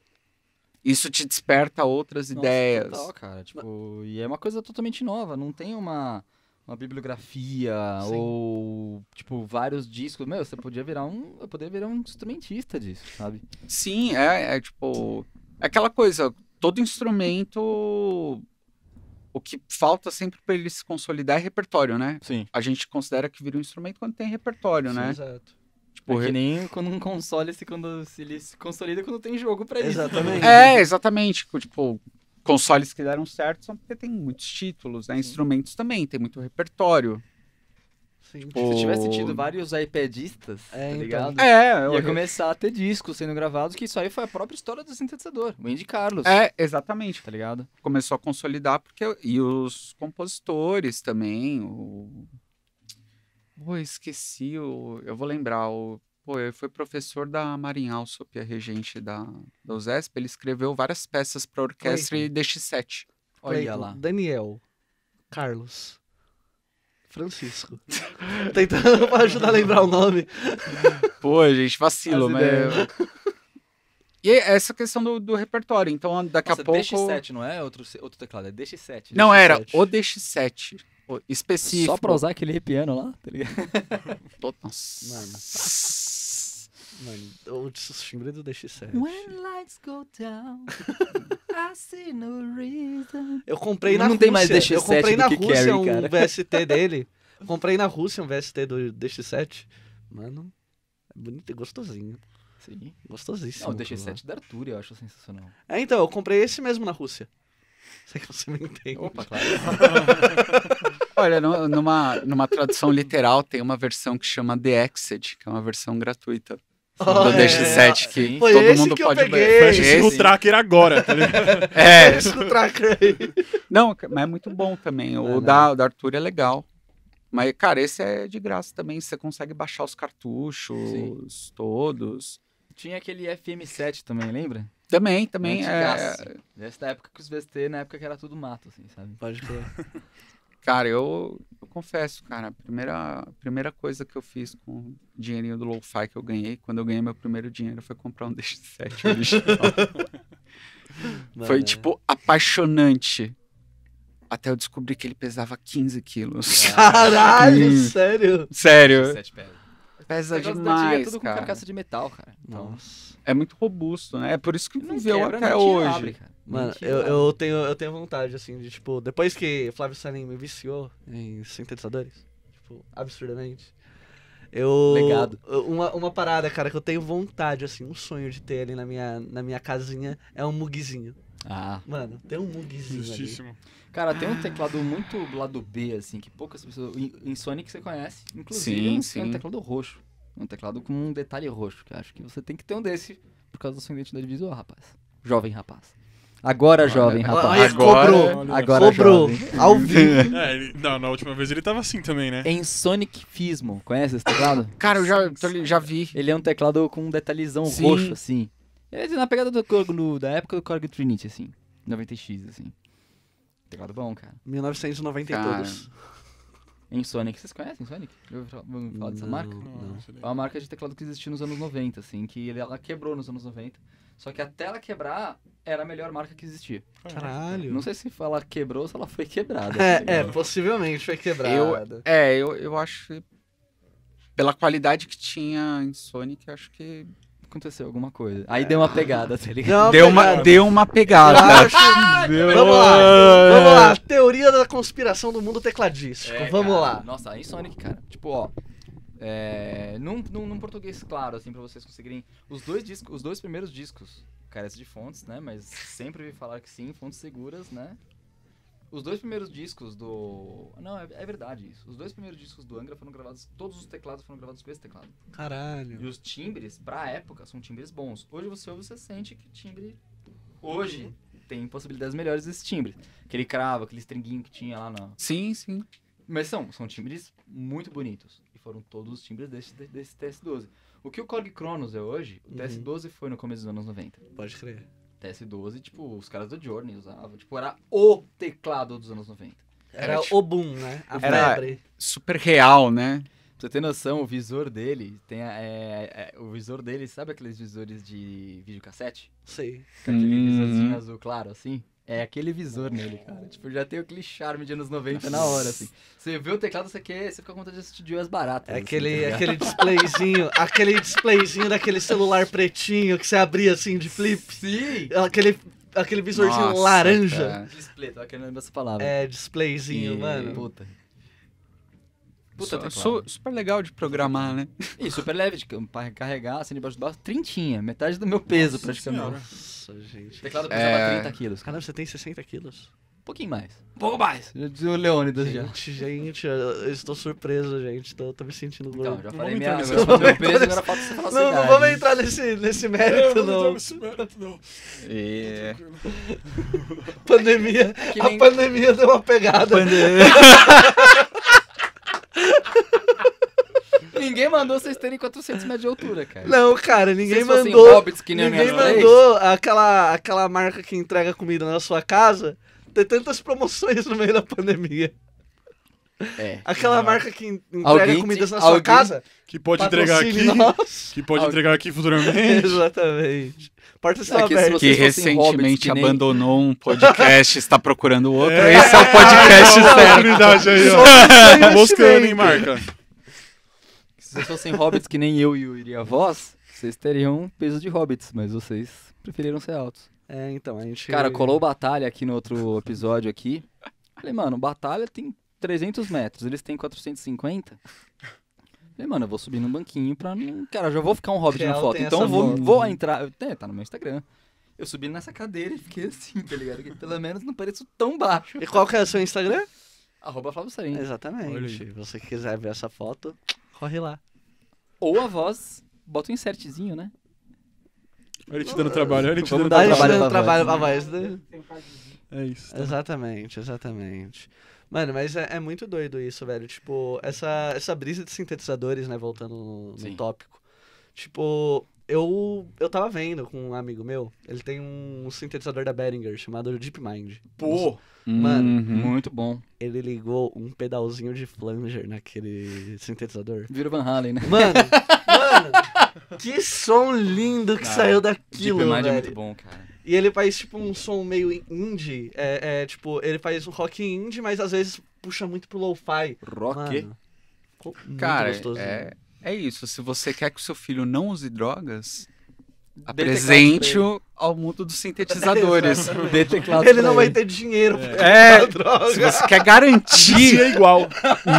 Speaker 4: isso te desperta outras
Speaker 3: Nossa,
Speaker 4: ideias.
Speaker 3: total, cara. Tipo, e é uma coisa totalmente nova. Não tem uma, uma bibliografia
Speaker 4: Sim.
Speaker 3: ou, tipo, vários discos. Meu, você podia virar um. Eu poderia virar um instrumentista disso, sabe?
Speaker 4: Sim, é, é tipo. É aquela coisa, todo instrumento. O que falta sempre para ele se consolidar é repertório, né?
Speaker 3: Sim.
Speaker 4: A gente considera que vira um instrumento quando tem repertório,
Speaker 1: Sim,
Speaker 4: né?
Speaker 1: Exato.
Speaker 4: Tipo,
Speaker 3: É que
Speaker 4: re-
Speaker 3: nem quando um console se, quando, se ele se consolida quando tem jogo pra isso.
Speaker 1: Exatamente.
Speaker 4: É, exatamente. Tipo, consoles que deram certo são porque tem muitos títulos, né?
Speaker 3: Sim.
Speaker 4: Instrumentos também, tem muito repertório.
Speaker 1: Sim.
Speaker 4: Tipo,
Speaker 3: Se tivesse tido vários iPadistas,
Speaker 1: É,
Speaker 3: tá
Speaker 1: então.
Speaker 3: ligado?
Speaker 4: É, eu-
Speaker 3: Ia começar a ter discos sendo gravados, que isso aí foi a própria história do sintetizador, o Andy Carlos,
Speaker 4: é, exatamente.
Speaker 3: tá ligado?
Speaker 4: Começou a consolidar porque. E os compositores também. O... Pô, eu esqueci o. Eu vou lembrar. O... Pô, ele foi professor da Marinhal, que é regente da, da USESP. Ele escreveu várias peças para orquestra e DX7.
Speaker 3: Olha
Speaker 1: Cleiton,
Speaker 3: lá.
Speaker 1: Daniel, Carlos, Francisco. Tentando pra ajudar a lembrar o nome.
Speaker 4: Pô, gente, vacilo,
Speaker 3: As
Speaker 4: mas.
Speaker 3: ideias.
Speaker 4: E essa questão do, do repertório. Então, daqui
Speaker 3: Nossa,
Speaker 4: a pouco.
Speaker 3: DX7, não é outro, outro teclado, é DX7.
Speaker 4: Não, era
Speaker 3: DX7.
Speaker 4: o DX7. o Específico.
Speaker 3: Só pra usar aquele piano lá, tá ligado?
Speaker 4: Tô-
Speaker 1: Mano. tá.
Speaker 4: Nossa.
Speaker 1: Mano, o timbre do DX7.
Speaker 3: lights go down, I see no reason.
Speaker 1: Eu comprei na
Speaker 3: Não
Speaker 1: Rússia.
Speaker 3: tem mais DX7
Speaker 1: eu comprei
Speaker 3: do
Speaker 1: na
Speaker 3: que
Speaker 1: Rússia
Speaker 3: Carry,
Speaker 1: um
Speaker 3: cara.
Speaker 1: VST dele. Comprei na Rússia um VST do DX7. Mano, é bonito e gostosinho.
Speaker 3: Sim.
Speaker 1: Gostosíssimo.
Speaker 3: Não, o
Speaker 1: aquilo lá.
Speaker 3: DX7 da Arthur eu acho sensacional.
Speaker 1: É, então, eu comprei esse mesmo na Rússia. Sei que você me entende.
Speaker 3: Opa, claro.
Speaker 4: Olha, nu- numa, numa tradução literal, tem uma versão que chama The Exit, que é uma versão gratuita do
Speaker 1: é.
Speaker 4: DX7, que
Speaker 1: Foi
Speaker 4: todo
Speaker 1: esse
Speaker 4: mundo
Speaker 1: que eu
Speaker 4: pode
Speaker 1: peguei.
Speaker 4: Foi
Speaker 2: Fecha esse
Speaker 4: esse?
Speaker 2: no tracker agora, tá ligado?
Speaker 4: É,
Speaker 1: Esse do tracker aí.
Speaker 4: Não, ca- mas é muito bom também. O
Speaker 1: Não,
Speaker 4: Da, o da Arthur é legal. Mas, cara, esse é de graça também. Você consegue baixar os cartuchos todos.
Speaker 3: Tinha aquele FM7 também, lembra?
Speaker 4: Também, também. É...
Speaker 3: Antigaço. Dessa época que os VST, na época que era tudo mato, assim, sabe?
Speaker 1: Pode crer.
Speaker 4: Cara, eu, eu confesso, cara, a primeira, a primeira coisa que eu fiz com o dinheirinho do Lo-Fi que eu ganhei, quando eu ganhei meu primeiro dinheiro, foi comprar um DX7 original.
Speaker 1: Mano,
Speaker 4: foi,
Speaker 1: é.
Speaker 4: tipo, apaixonante. Até eu descobri que ele pesava 15 quilos.
Speaker 3: É.
Speaker 1: Caralho,
Speaker 4: Hum.
Speaker 1: sério.
Speaker 4: Sério.
Speaker 3: DX7 pega.
Speaker 4: Pesa
Speaker 3: Esse negócio da antiga é
Speaker 4: É. demais,
Speaker 3: tudo com
Speaker 4: cara.
Speaker 3: carcaça de metal, cara. Então,
Speaker 1: Nossa.
Speaker 4: É muito robusto, né? É por isso que
Speaker 3: não
Speaker 4: viveu
Speaker 3: quebra,
Speaker 4: até
Speaker 3: nem tira,
Speaker 4: hoje.
Speaker 3: abre, cara. Nem
Speaker 1: Mano,
Speaker 3: tira,
Speaker 1: eu,
Speaker 3: abre.
Speaker 1: eu, tenho, eu tenho vontade, assim, de, tipo, depois que Flávio Salim me viciou em sintetizadores, tipo, absurdamente, eu...
Speaker 3: Legado.
Speaker 1: Uma, uma parada, cara, que eu tenho vontade, assim, um sonho de ter ali na minha, na minha casinha é um mugzinho.
Speaker 3: Ah.
Speaker 1: Mano, tem um mugzinho ali.
Speaker 2: Justíssimo.
Speaker 3: Cara, tem um teclado muito lado B, assim, que poucas pessoas. Em em Sonic você conhece. Inclusive,
Speaker 4: Sim,
Speaker 3: é um- é
Speaker 4: sim.
Speaker 3: um teclado roxo. Um teclado com um detalhe roxo, que eu acho que você tem que ter um desse por causa da sua identidade visual, rapaz. Jovem rapaz. Agora, jovem
Speaker 1: Olha,
Speaker 3: rapaz.
Speaker 4: Agora-
Speaker 1: cobrou. é
Speaker 2: Olha.
Speaker 3: Agora,
Speaker 1: cobrou.
Speaker 3: jovem.
Speaker 1: Ao vivo.
Speaker 2: É, ele- não, na última vez ele tava assim também, né?
Speaker 3: Em Sonic Fismo, conhece esse teclado?
Speaker 4: Cara, eu já, tô li- já vi.
Speaker 3: Ele é um teclado com um detalhezão
Speaker 4: Sim.
Speaker 3: roxo, assim. Ele é na pegada do, Korg- do- da época do Korg Trinity, assim. 90X, assim. Teclado bom, cara.
Speaker 1: 1990 e
Speaker 4: Cara,
Speaker 1: todos.
Speaker 3: Em Sonic, vocês conhecem Sonic? Já ouviu falar- ouviu falar dessa
Speaker 1: Não,
Speaker 3: marca?
Speaker 1: não.
Speaker 2: Nossa, ele-
Speaker 3: É uma marca de teclado que existiu nos anos 90, assim, que ele- ela quebrou nos anos 90. Só que até ela quebrar, era a melhor marca que existia.
Speaker 1: Caralho.
Speaker 3: Não sei se ela quebrou ou se ela foi quebrada.
Speaker 1: É, é, possivelmente foi quebrada.
Speaker 4: É, eu, eu acho que pela qualidade que tinha em Sonic, eu acho que
Speaker 3: Aconteceu alguma coisa. Aí deu uma pegada, tá ligado?
Speaker 1: Não,
Speaker 4: deu uma,
Speaker 1: pegada.
Speaker 4: deu uma
Speaker 1: Eu
Speaker 4: pegada.
Speaker 1: acho- Vamos lá, vamos lá. Teoria da conspiração do mundo tecladístico.
Speaker 3: É,
Speaker 1: Tipo, vamos
Speaker 3: cara.
Speaker 1: lá.
Speaker 3: Nossa, aí Sonic, cara. Tipo, ó. É, num, num, num português claro, assim, pra vocês conseguirem. Os dois discos, os dois primeiros discos, carece de fontes, né? Mas sempre ouvi falar que sim, fontes seguras, né? Os dois primeiros discos do. Não, é, é verdade isso. Os dois primeiros discos do Angra foram gravados. Todos os teclados foram gravados com esse teclado. E
Speaker 1: Caralho.
Speaker 3: os timbres, pra época, são timbres bons. Hoje você ouve, você sente que o timbre. Hoje tem possibilidades melhores desse timbre. Aquele cravo, aquele stringuinho que tinha lá na,
Speaker 4: Sim, sim.
Speaker 3: mas são, são timbres muito bonitos. E foram todos os timbres desse, desse TS12. O que o Korg Kronos é hoje, o
Speaker 1: Uhum.
Speaker 3: TS12 foi no começo dos anos 90.
Speaker 1: Pode crer.
Speaker 3: TS12, tipo, os caras do Journey usavam. Tipo, era o teclado dos anos 90.
Speaker 1: Era,
Speaker 4: Era tipo-
Speaker 1: o boom, né? A
Speaker 4: Era-
Speaker 1: febre.
Speaker 4: Super real, né?
Speaker 3: Pra você ter noção, o visor dele tem a- é- é- o visor dele, sabe aqueles visores de videocassete?
Speaker 1: Sei.
Speaker 3: Com aquele
Speaker 4: Uhum.
Speaker 3: visorzinho azul claro, assim? É aquele visor nele, cara. Tipo, já tem aquele charme de anos 90 na hora, assim. Você vê o teclado, você quer. Você fica com vontade de assistir de baratas.
Speaker 1: É
Speaker 3: assim, tá
Speaker 1: aquele,
Speaker 3: ligado?
Speaker 1: aquele displayzinho, aquele displayzinho daquele celular pretinho que você abria assim de flip.
Speaker 3: Sim!
Speaker 1: Aquele, aquele visorzinho
Speaker 4: Nossa,
Speaker 1: laranja.
Speaker 4: cara.
Speaker 3: Display, tava querendo lembrar essa palavra.
Speaker 1: É, displayzinho,
Speaker 3: E-
Speaker 1: mano.
Speaker 3: Puta. Puta
Speaker 4: Su-
Speaker 3: teclado.
Speaker 4: su- super legal de programar, né?
Speaker 3: E super leve, de, cam- pra carregar, assim, debaixo do braço, trintinha. Metade do meu peso,
Speaker 2: Nossa
Speaker 3: praticamente.
Speaker 2: senhora.
Speaker 1: Nossa,
Speaker 3: O
Speaker 1: gente.
Speaker 3: teclado pesava
Speaker 4: É.
Speaker 3: 30 quilos. Cara,
Speaker 1: Caramba, você tem 60 quilos?
Speaker 3: um pouquinho mais. Um pouco mais! Já dizia o Leônidas já.
Speaker 1: Gente, gente, eu, eu estou surpreso, gente. Tô, tô me sentindo
Speaker 3: Então,
Speaker 1: gordo.
Speaker 3: já
Speaker 2: Não
Speaker 3: falei
Speaker 2: vamos entrar
Speaker 3: minha. Agora
Speaker 2: nesse
Speaker 3: eu falei meu
Speaker 1: assunto.
Speaker 3: peso, agora falta você falar a sua
Speaker 1: Não, não
Speaker 3: idade.
Speaker 1: vamos entrar nesse, nesse mérito,
Speaker 2: Eu não
Speaker 1: não.
Speaker 2: dou esse mérito, não.
Speaker 4: E...
Speaker 1: Pandemia,
Speaker 3: É que
Speaker 1: a
Speaker 3: nem-
Speaker 1: pandemia deu uma pegada.
Speaker 3: Ninguém mandou vocês terem 400 metros de altura, cara.
Speaker 1: Não, cara,
Speaker 3: Se
Speaker 1: ninguém
Speaker 3: vocês fossem
Speaker 1: mandou.
Speaker 3: hobbits que nem a minha
Speaker 1: Ninguém
Speaker 3: mãe.
Speaker 1: mandou aquela, aquela marca que entrega comida na sua casa ter tantas promoções no meio da pandemia.
Speaker 3: É.
Speaker 1: Aquela
Speaker 2: Não.
Speaker 1: marca que en- entrega
Speaker 3: Alguém te-
Speaker 1: comidas na sua
Speaker 3: alguém
Speaker 1: casa.
Speaker 2: Que pode entregar aqui.
Speaker 1: patrocine nós.
Speaker 2: Que pode
Speaker 3: Ah,
Speaker 2: entregar aqui futuramente.
Speaker 1: Exatamente. Portas estão
Speaker 3: É que se
Speaker 1: abertas.
Speaker 3: você-
Speaker 4: que
Speaker 3: Vocês fossem hobbits
Speaker 4: recentemente
Speaker 3: que nem-
Speaker 4: abandonou um podcast, está procurando outro.
Speaker 2: É.
Speaker 4: Esse é o podcast
Speaker 2: Ai,
Speaker 4: certo.
Speaker 2: oportunidade aí, ó. Tá
Speaker 1: Investimento.
Speaker 2: buscando, hein, marca?
Speaker 3: Se vocês fossem hobbits que nem eu e o Iria Voz, vocês teriam peso de hobbits, mas vocês preferiram ser altos.
Speaker 1: É, então, a gente.
Speaker 3: Cara, colou batalha aqui no outro episódio aqui. Falei, mano, batalha tem 300 metros, eles têm 450. Falei, mano, eu vou subir num banquinho pra não... Cara, eu já vou ficar um hobbit
Speaker 1: Real
Speaker 3: na foto,
Speaker 1: tem
Speaker 3: então
Speaker 1: essa
Speaker 3: eu vou,
Speaker 1: moda.
Speaker 3: vou entrar... É, tá no meu Instagram. Eu subi nessa cadeira e fiquei assim, tá ligado? Que pelo menos não pareço tão baixo.
Speaker 1: E qual que é o seu Instagram?
Speaker 3: Arroba Flávio Sarim.
Speaker 1: É.
Speaker 2: Olha
Speaker 1: Exatamente.
Speaker 2: aí.
Speaker 1: Se você quiser ver essa foto, corre lá.
Speaker 3: Ou a voz, bota um insertzinho, né?
Speaker 2: Olha ele te dando trabalho, olha ele te
Speaker 3: Vamos
Speaker 2: dando
Speaker 3: dar
Speaker 1: Dá
Speaker 2: trabalho.
Speaker 1: trabalho,
Speaker 3: trabalho pra
Speaker 1: trabalho pra
Speaker 5: Mas
Speaker 1: voz. né?
Speaker 5: Tem um cardiozinho.
Speaker 2: É
Speaker 3: Tá
Speaker 2: isso.
Speaker 1: Exatamente, exatamente. Mano, mas é, é muito doido isso, velho. Tipo, essa, essa brisa de sintetizadores, né? Voltando no, no
Speaker 3: Sim.
Speaker 1: tópico. Tipo, eu, eu tava vendo com um amigo meu, ele tem um sintetizador da Behringer chamado Deep Mind.
Speaker 3: Pô,
Speaker 1: Mano.
Speaker 4: Uhum.
Speaker 3: muito bom.
Speaker 1: Ele ligou um pedalzinho de flanger naquele sintetizador.
Speaker 3: Vira Van Halen, né?
Speaker 1: Mano, mano, que som lindo que
Speaker 3: Cara,
Speaker 1: saiu
Speaker 3: Deep
Speaker 1: daquilo,
Speaker 3: Mind
Speaker 1: velho.
Speaker 3: é muito bom, cara.
Speaker 1: E ele faz, tipo, um som meio indie. É, é, tipo, ele faz um rock indie, mas às vezes puxa muito pro lo-fi.
Speaker 3: Rock.
Speaker 1: Mano, ficou muito
Speaker 4: Cara,
Speaker 1: gostoso.
Speaker 3: né?
Speaker 4: é, é isso. Se você quer que o seu filho não use drogas,
Speaker 3: pra ele.
Speaker 4: apresente-o ao mundo dos sintetizadores.
Speaker 3: Dê teclado
Speaker 1: Ele
Speaker 3: pra
Speaker 1: não vai ter dinheiro pra
Speaker 4: É,
Speaker 1: comprar droga.
Speaker 4: se você quer garantir,
Speaker 2: é igual.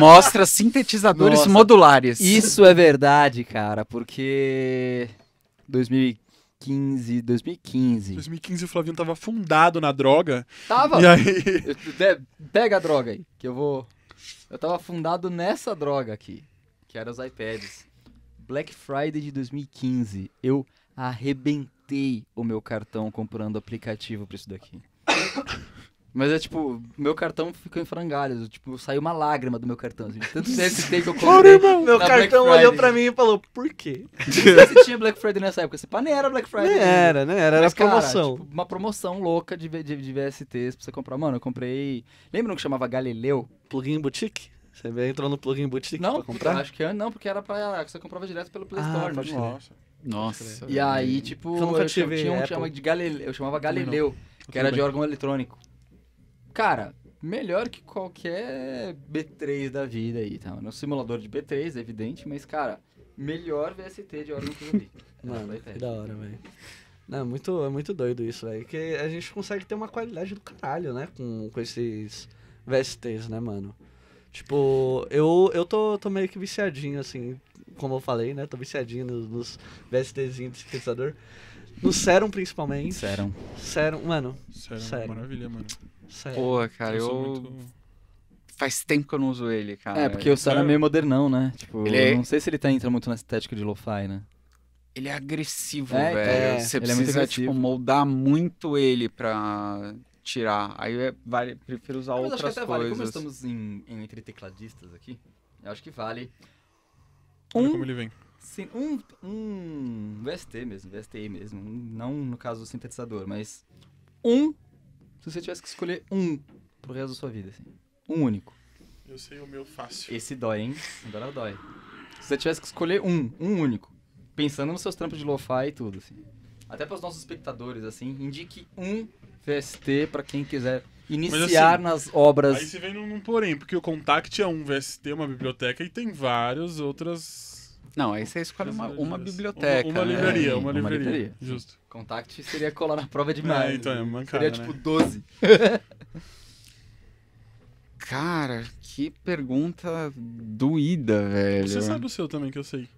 Speaker 4: mostra sintetizadores
Speaker 3: Nossa.
Speaker 4: modulares.
Speaker 3: Isso é verdade, cara, porque 2015, 2015.
Speaker 2: 2015 o Flavinho tava afundado na droga.
Speaker 3: Tava.
Speaker 2: E aí.
Speaker 3: Eu- de- pega a droga aí, que eu vou. Eu tava afundado nessa droga aqui, que era os iPads. Black Friday de 2015, eu arrebentei o meu cartão comprando aplicativo pra isso daqui. Mas é tipo, meu cartão ficou em frangalhos, tipo, saiu uma lágrima do meu cartão, assim, de tanto CST que eu comprei.
Speaker 1: Meu
Speaker 3: Na
Speaker 1: cartão
Speaker 3: Black
Speaker 1: olhou
Speaker 3: Friday.
Speaker 1: pra mim e falou, por quê?
Speaker 3: Não sei se tinha Black Friday nessa época, se pá, nem era Black Friday.
Speaker 1: Não
Speaker 3: ainda.
Speaker 1: era, né? Era, era
Speaker 3: Mas, cara,
Speaker 1: promoção.
Speaker 3: tipo, uma promoção louca de, V- de, de VSTs pra você comprar. Mano, eu comprei. Lembra um que chamava Galileu?
Speaker 1: Plugin Boutique? Você entrou no Plugin Boutique
Speaker 3: não,
Speaker 1: pra comprar?
Speaker 3: puta, acho que é, não, porque era pra. Você comprava direto pelo Play
Speaker 1: Ah,
Speaker 3: Store.
Speaker 1: pode
Speaker 3: né?
Speaker 2: Nossa.
Speaker 4: Nossa.
Speaker 3: E aí, tipo,
Speaker 1: Eu nunca
Speaker 3: eu tinha-
Speaker 1: tive
Speaker 3: tinha um que
Speaker 1: Apple.
Speaker 3: chama de Galileu. Eu chamava
Speaker 2: Também não.
Speaker 3: Galileu, que era de
Speaker 2: bem.
Speaker 3: órgão eletrônico. Cara, melhor que qualquer B3 da vida aí, tá? Um simulador de B3, é evidente, mas, cara, melhor VST de órgão que eu já vi. Era
Speaker 1: Mano,
Speaker 3: do
Speaker 1: que
Speaker 3: iPad.
Speaker 1: da hora, velho. Não, é muito, é muito doido isso, velho. Porque a gente consegue ter uma qualidade do caralho, né? Com, com esses VSTs, né, mano? Tipo, eu, eu tô, tô meio que viciadinho, assim, como eu falei, né? Tô viciadinho nos, nos VSTzinhos de sintetizador. No Serum, principalmente.
Speaker 3: Sério.
Speaker 1: Serum, mano,
Speaker 2: Sério, é
Speaker 1: Sério.
Speaker 2: maravilha, mano.
Speaker 1: Serum.
Speaker 4: Porra, cara,
Speaker 2: sou
Speaker 4: eu.
Speaker 2: muito-
Speaker 4: Faz tempo que eu não uso ele, cara.
Speaker 3: É, porque o Sara é meio modernão, né? Tipo,
Speaker 4: Ele é-
Speaker 3: eu não sei se ele tá entra muito na estética de lo-fi, né?
Speaker 4: Ele é agressivo,
Speaker 3: É,
Speaker 4: velho.
Speaker 1: é,
Speaker 4: Você
Speaker 3: ele é muito
Speaker 4: precisa,
Speaker 3: agressivo.
Speaker 4: tipo, moldar muito ele pra tirar. Aí é, vale, prefiro usar
Speaker 3: Mas acho que
Speaker 4: outras
Speaker 3: até vale, como
Speaker 4: coisas.
Speaker 3: estamos em, em- entre tecladistas aqui, eu acho que vale
Speaker 2: Olha
Speaker 3: Um-
Speaker 2: como ele vem.
Speaker 3: Sim, um, um VST mesmo, VSTI mesmo. um- Não no caso do sintetizador, mas um. Se você tivesse que escolher um pro resto da sua vida, assim. Um único.
Speaker 2: Eu sei o meu fácil.
Speaker 3: Esse dói, hein? Agora dói. Se você tivesse que escolher um, um único. Pensando nos seus trampos de lo-fi e tudo, assim. Até para os nossos espectadores, assim, indique um VST pra quem quiser iniciar nas
Speaker 2: assim, Aí
Speaker 3: obras.
Speaker 2: você vem num, num porém, porque o Contact é um VST, uma biblioteca, e tem várias outras...
Speaker 4: Não, aí você escolhe uma, uma
Speaker 2: Uma-
Speaker 4: biblioteca.
Speaker 2: Uma,
Speaker 4: né?
Speaker 2: livraria,
Speaker 3: É,
Speaker 2: uma,
Speaker 3: uma
Speaker 2: livraria.
Speaker 3: livraria.
Speaker 2: Justo.
Speaker 3: Contact seria colar na prova demais.
Speaker 2: É, então, é
Speaker 3: assim.
Speaker 2: mancada,
Speaker 3: Seria
Speaker 2: né?
Speaker 3: tipo 12.
Speaker 4: Cara, que pergunta doída, velho.
Speaker 2: Você sabe o seu também, que eu sei.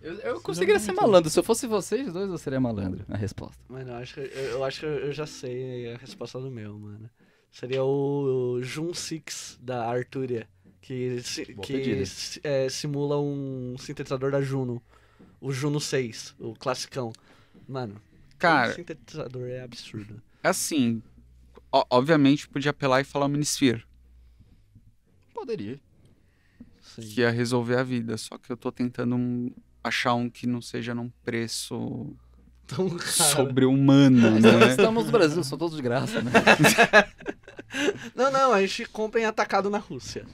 Speaker 3: Eu,
Speaker 2: Você
Speaker 3: eu conseguiria
Speaker 2: já
Speaker 3: ser
Speaker 2: muito-
Speaker 3: malandro. Se eu fosse vocês dois, eu seria malandro na resposta.
Speaker 1: Mano, eu acho que eu, eu acho que eu já sei a resposta do meu, mano. Seria o Jun Six da Arturia, que, si-
Speaker 3: Boa
Speaker 1: que
Speaker 3: pedida.
Speaker 1: si- é, simula um sintetizador da Juno. O Juno 6, o classicão. Mano, o
Speaker 4: Cara,
Speaker 1: sintetizador é absurdo.
Speaker 4: assim, o- obviamente podia apelar e falar o Minisphere,
Speaker 3: Poderia.
Speaker 1: Sim.
Speaker 4: que ia resolver a vida. Só que eu tô tentando um- achar um que não seja num preço
Speaker 1: Então, cara,
Speaker 4: sobre-humano,
Speaker 3: Então,
Speaker 4: né?
Speaker 3: estamos no Brasil, são todos de graça, né?
Speaker 1: Não, não, a gente compra em atacado na Rússia.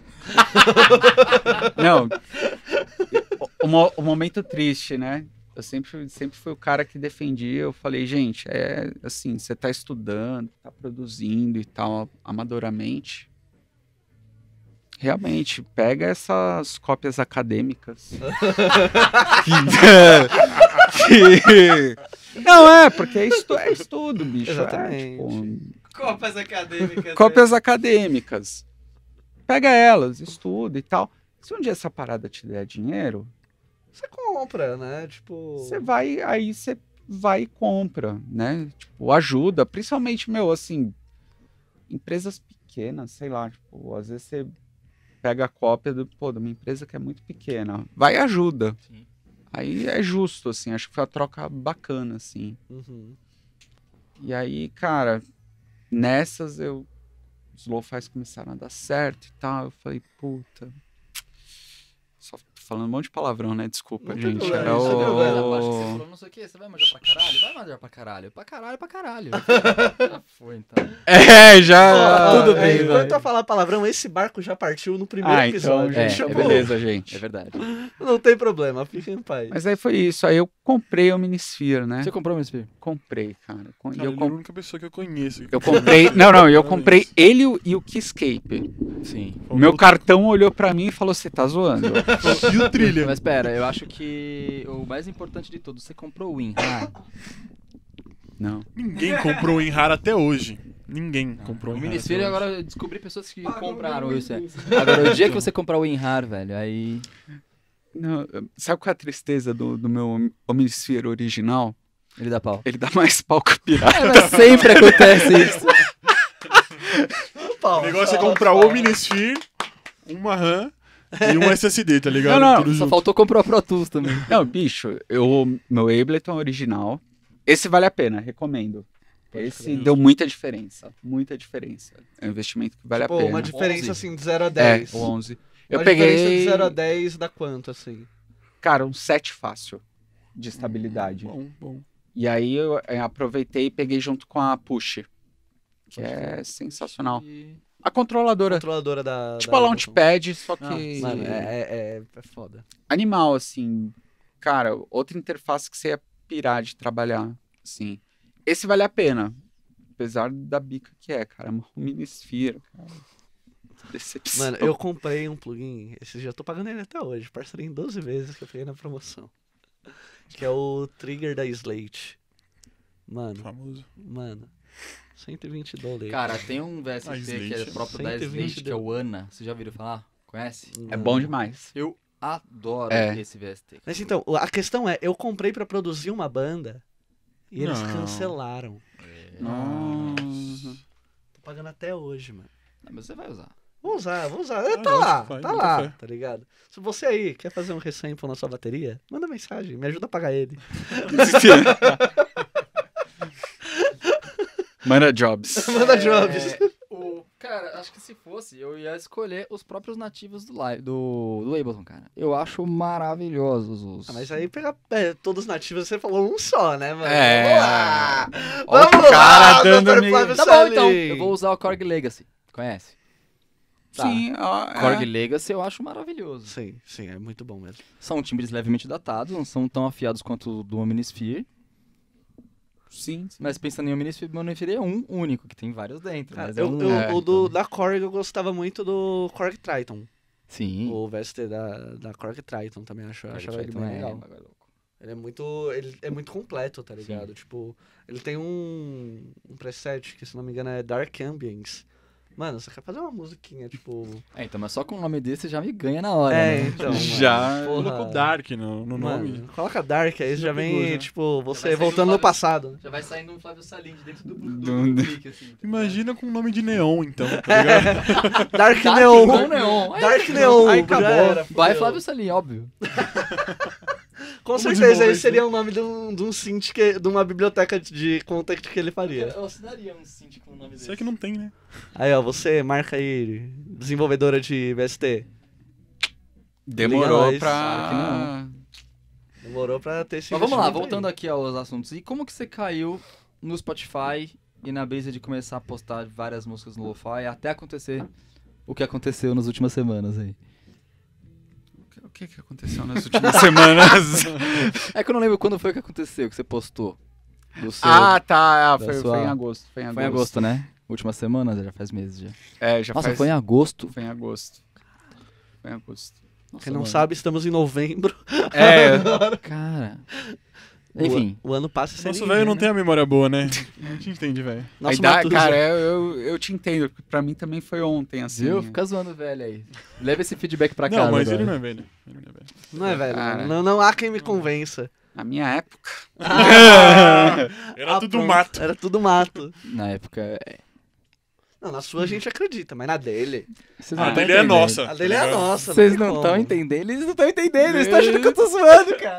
Speaker 4: Não. O, mo- o momento triste, né? Eu sempre, sempre fui o cara que defendia. Eu falei, gente, é assim, você tá estudando, tá produzindo e tal, amadoramente. Realmente, pega essas cópias acadêmicas. que, que- Não, é, porque é, estu, é estudo, bicho. é,
Speaker 1: Exatamente.
Speaker 4: tipo,
Speaker 5: Copas acadêmicas.
Speaker 4: cópias acadêmicas. Pega elas, estuda e tal. Se um dia essa parada te der dinheiro,
Speaker 1: Você compra, né? Tipo.
Speaker 4: você vai, aí você vai e compra, né? Tipo, ajuda, principalmente, meu, assim, empresas pequenas, sei lá, tipo, às vezes você pega a cópia do, pô, de uma empresa que é muito pequena, vai e ajuda.
Speaker 3: Sim.
Speaker 4: Aí é justo, assim, acho que foi uma troca bacana, assim.
Speaker 1: Uhum.
Speaker 4: E aí, cara, nessas eu. Os lo-fi's começaram a dar certo e tal. Eu falei, puta. Só tô falando um monte de palavrão, né? Desculpa,
Speaker 1: Não tem
Speaker 4: gente.
Speaker 1: problema,
Speaker 4: É
Speaker 1: isso é
Speaker 4: o-
Speaker 1: problema.
Speaker 3: não sei o que, você vai manjar pra caralho? Vai manjar pra caralho. Pra caralho, pra caralho. Já foi, então.
Speaker 4: É, já.
Speaker 1: Ó,
Speaker 3: Ah, tudo
Speaker 1: é,
Speaker 3: bem,
Speaker 1: Enquanto
Speaker 3: vai.
Speaker 1: eu falar palavrão, esse barco já partiu no primeiro
Speaker 4: Ah, então,
Speaker 1: episódio.
Speaker 4: gente,
Speaker 3: é,
Speaker 4: é,
Speaker 1: Chamou.
Speaker 4: beleza,
Speaker 3: É
Speaker 4: gente.
Speaker 3: verdade.
Speaker 1: Não tem problema, fica em paz.
Speaker 4: Mas aí foi isso. Aí eu comprei o Minisphere, né?
Speaker 3: Você comprou meu espelho?
Speaker 4: Comprei, cara. Com- e
Speaker 2: Cara,
Speaker 4: eu,
Speaker 2: ele é
Speaker 4: com-
Speaker 2: a única pessoa que eu conheço.
Speaker 4: eu comprei. Não, não, eu comprei
Speaker 2: Parabéns.
Speaker 4: ele e o- e o Keyscape.
Speaker 3: Sim.
Speaker 4: O meu cartão olhou pra mim e falou: Você tá zoando?
Speaker 2: E o trilha?
Speaker 3: Mas pera, eu acho que o mais importante de tudo, você comprou o Ah, WinRAR.
Speaker 4: Não.
Speaker 2: Ninguém comprou em rara até hoje. Ninguém comprou
Speaker 3: O
Speaker 2: em
Speaker 3: Minisfilho
Speaker 2: rara até hoje.
Speaker 3: agora eu descobri pessoas que compraram isso. é. Agora, o dia que você comprar o WinRAR, velho, aí.
Speaker 4: Não, sabe qual é a tristeza do, do meu Omnisphere original?
Speaker 3: Ele dá pau. É,
Speaker 4: Ele dá mais pau que o pirata.
Speaker 3: Mas sempre acontece isso.
Speaker 2: O negócio é comprar o Minisphere, uma RAM e um SSD, tá ligado?
Speaker 4: Não, não,
Speaker 2: Tudo
Speaker 3: Só
Speaker 2: junto.
Speaker 3: faltou comprar o Pro Tools também.
Speaker 4: Não, bicho, eu, meu Ableton é original. Esse vale a pena, recomendo. Esse deu muita diferença. Muita diferença. É um investimento que vale
Speaker 1: Tipo,
Speaker 4: a pena.
Speaker 1: uma diferença
Speaker 3: 11.
Speaker 1: assim de 0 a
Speaker 4: É,
Speaker 1: 10.
Speaker 4: o 11. Eu
Speaker 1: uma diferença de
Speaker 4: peguei,
Speaker 1: 0 a 10 dá quanto, assim?
Speaker 4: cara, um 7 fácil de estabilidade.
Speaker 2: Bom, bom.
Speaker 4: E aí eu é, aproveitei e peguei junto com a Push, que é sensacional.
Speaker 3: E-
Speaker 4: A controladora,
Speaker 1: Controladora é da.
Speaker 4: tipo
Speaker 1: da
Speaker 4: a
Speaker 1: Ableton.
Speaker 4: Launchpad, só que...
Speaker 3: Ah,
Speaker 1: Mano, é, é, é, é foda.
Speaker 4: animal, assim. Cara, outra interface que você ia pirar de trabalhar, assim. Esse vale a pena. Apesar da bica que é, cara. Uma minisphere, cara. Decepção.
Speaker 1: Mano, eu comprei um plugin, esses dias eu tô pagando ele até hoje, parcelei em 12 vezes que eu peguei na promoção. Que é o Trigger da Slate. Mano,
Speaker 2: Famoso.
Speaker 1: mano. 120 dólares.
Speaker 3: Cara, tem um VST
Speaker 2: Ah, Slate.
Speaker 3: que é próprio da
Speaker 1: 120
Speaker 3: Slate, que é
Speaker 1: deu.
Speaker 3: o ANA. Vocês já ouviram falar? Conhece?
Speaker 4: É bom demais.
Speaker 3: Eu adoro
Speaker 4: É.
Speaker 3: esse VST.
Speaker 1: Mas então, o- a questão é, eu comprei pra produzir uma banda e eles
Speaker 2: Não.
Speaker 1: cancelaram.
Speaker 4: É. Nossa.
Speaker 1: Tô pagando até hoje, mano.
Speaker 3: Não, mas você vai usar.
Speaker 1: Vou usar, vou usar.
Speaker 2: Ah,
Speaker 1: tá
Speaker 2: lógico,
Speaker 1: lá,
Speaker 2: vai,
Speaker 1: tá
Speaker 2: bota
Speaker 1: lá,
Speaker 2: fé.
Speaker 1: tá ligado? Se você aí quer fazer um ressample na sua bateria, manda mensagem, me ajuda a pagar ele.
Speaker 4: Manda Jobs.
Speaker 1: Manda jobs. Tá
Speaker 3: É, o... Cara, Cara, acho que se fosse, eu ia escolher os próprios nativos do, li- do, do Ableton, cara. Eu acho maravilhosos os.
Speaker 1: Ah, mas aí pega é, todos os nativos, você falou um só, né, mano?
Speaker 4: É.
Speaker 1: Vamos lá!
Speaker 4: Ó,
Speaker 1: Vamos
Speaker 4: o cara
Speaker 1: lá,
Speaker 4: dando
Speaker 1: doutor
Speaker 4: me-
Speaker 1: Flávio
Speaker 3: Tá bom, então.
Speaker 1: Salim.
Speaker 3: Eu vou usar o Korg Legacy. Conhece? Tá.
Speaker 4: Sim, ó. é.
Speaker 3: Korg Legacy eu acho maravilhoso.
Speaker 1: Sim, sim, é muito bom mesmo.
Speaker 3: São timbres levemente datados, não são tão afiados quanto o do Omnisphere.
Speaker 4: Sim, sim.
Speaker 3: Mas pensando em Omnisphere, o Omnisphere é um único, que tem vários dentro.
Speaker 1: Cara,
Speaker 3: mas é
Speaker 1: Ah, eu,
Speaker 3: um
Speaker 1: eu-
Speaker 3: único.
Speaker 1: o do, da Korg eu gostava muito do Korg Triton.
Speaker 3: Sim.
Speaker 1: O VST da, da Korg Triton também acho,
Speaker 3: Korg
Speaker 1: achava ele
Speaker 3: Triton
Speaker 1: bem
Speaker 3: é
Speaker 1: legal.
Speaker 3: um bagulho louco.
Speaker 1: Ele é muito. Ele é muito completo, tá ligado? Tipo, ele tem um, um preset que, se não me engano, é Dark Ambience. Mano, você quer fazer uma musiquinha, tipo.
Speaker 3: É, então, mas só com o nome desse já me ganha na hora,
Speaker 1: é,
Speaker 3: né?
Speaker 1: então. mano,
Speaker 4: Já
Speaker 1: porra.
Speaker 2: Colocou Dark no, no nome.
Speaker 1: Mano, coloca Dark aí, já
Speaker 2: Já
Speaker 1: vem,
Speaker 2: pegou, já.
Speaker 1: tipo, você
Speaker 3: vai sair um
Speaker 1: voltando
Speaker 3: do
Speaker 1: no
Speaker 3: Flávio-
Speaker 1: passado.
Speaker 3: Já vai saindo um Flávio Salim de dentro do,
Speaker 4: do- do
Speaker 3: clique, assim.
Speaker 2: Imagina com o nome de Neon, então, tá ligado?
Speaker 1: Dark
Speaker 3: Dark né?
Speaker 1: Neon.
Speaker 3: com neon. Aí-
Speaker 1: Dark Neon.
Speaker 3: Aí
Speaker 1: já
Speaker 3: acabou.
Speaker 1: era,
Speaker 3: vai
Speaker 1: fudeu.
Speaker 3: Flávio Salim, óbvio.
Speaker 1: Com
Speaker 2: Vamos
Speaker 1: certeza,
Speaker 2: desenvolver
Speaker 1: ele
Speaker 2: isso.
Speaker 1: seria o nome de um, de um synth, que, de uma biblioteca de contact que ele faria.
Speaker 3: Eu assinaria um synth com o nome
Speaker 2: Será que não tem, né?
Speaker 1: Aí, ó, você marca aí, desenvolvedora de VST. Liga
Speaker 4: Demorou
Speaker 1: nós.
Speaker 4: pra.
Speaker 1: Demorou pra ter esse
Speaker 3: Mas vamos lá,
Speaker 1: investimento aí.
Speaker 3: voltando aqui aos assuntos. E como que você caiu no Spotify e na brisa de começar a postar várias músicas no Lo-Fi até acontecer o que aconteceu nas últimas semanas aí?
Speaker 4: O que que aconteceu nas últimas semanas?
Speaker 3: É que eu não lembro quando foi que aconteceu, que você postou. Do seu...
Speaker 4: ah, tá. ah,
Speaker 3: da
Speaker 4: Foi,
Speaker 3: sua-
Speaker 4: foi em agosto. Foi em agosto.
Speaker 3: foi em agosto, né? Última semana, já faz meses já.
Speaker 4: É, já
Speaker 3: Nossa,
Speaker 4: faz...
Speaker 3: foi em agosto.
Speaker 4: Foi em agosto. Foi em agosto.
Speaker 3: Nossa,
Speaker 1: Quem não
Speaker 3: mano.
Speaker 1: sabe, estamos em novembro.
Speaker 4: É,
Speaker 3: Cara. Enfim.
Speaker 1: O, o ano passa sem
Speaker 2: Nosso
Speaker 1: ninguém,
Speaker 2: velho não
Speaker 1: né?
Speaker 2: tem a memória boa, né? A gente entende, velho.
Speaker 4: a
Speaker 1: Nosso
Speaker 4: idade,
Speaker 1: Matuza.
Speaker 4: cara, eu, eu, eu te entendo. porque Pra mim também foi ontem, assim.
Speaker 3: Viu? Fica zoando, velho aí. Leva esse feedback pra casa.
Speaker 2: Não, mas
Speaker 3: agora.
Speaker 2: ele não é velho. Ele não é velho.
Speaker 1: Não é velho,
Speaker 4: Cara.
Speaker 1: mano. não, não há quem me convença.
Speaker 4: Na minha época.
Speaker 2: Era
Speaker 1: Ah,
Speaker 2: tudo
Speaker 1: pronto,
Speaker 2: mato.
Speaker 1: Era tudo mato.
Speaker 3: Na época. é-
Speaker 1: Não, na sua a gente acredita, mas na dele...
Speaker 3: Vocês não
Speaker 2: A
Speaker 3: tão
Speaker 2: dele é
Speaker 3: entendendo.
Speaker 2: nossa.
Speaker 1: Ah, tá A dele é a nossa.
Speaker 3: Vocês
Speaker 1: tem
Speaker 3: não
Speaker 1: como.
Speaker 3: estão entendendo. Eles não estão entendendo. Eles estão achando que eu tô zoando, cara.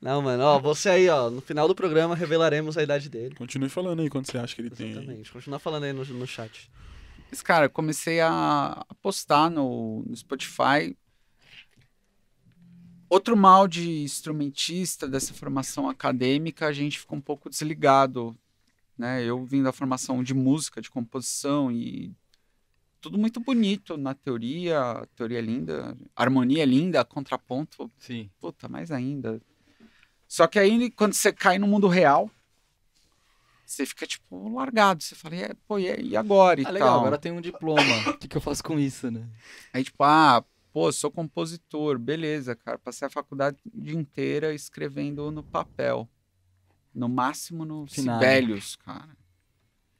Speaker 1: Não, mano, ó, você aí, ó, no final do programa revelaremos a idade dele.
Speaker 2: Continue falando aí quando você acha que ele tem.
Speaker 1: Exatamente. Continua falando aí no, no chat.
Speaker 4: Mas, cara, eu comecei a, a postar no, no Spotify. Outro mal de instrumentista dessa formação acadêmica, a gente ficou um pouco desligado. Né? Eu vim da formação de música, de composição e tudo muito bonito na teoria, teoria linda, harmonia linda, contraponto
Speaker 3: Sim.
Speaker 4: Puta, mais ainda. Só que aí, quando você cai no mundo real, você fica, tipo, largado. Você fala, e, é- pô, e, é- e agora? E
Speaker 3: Ah, legal.
Speaker 4: tal.
Speaker 3: Agora tem um diploma. O que, que eu faço com isso, né?
Speaker 4: Aí, tipo, ah, pô, sou compositor. Beleza, cara. Passei a faculdade inteira escrevendo no papel. No máximo no
Speaker 3: Finado.
Speaker 4: Sibelius, cara.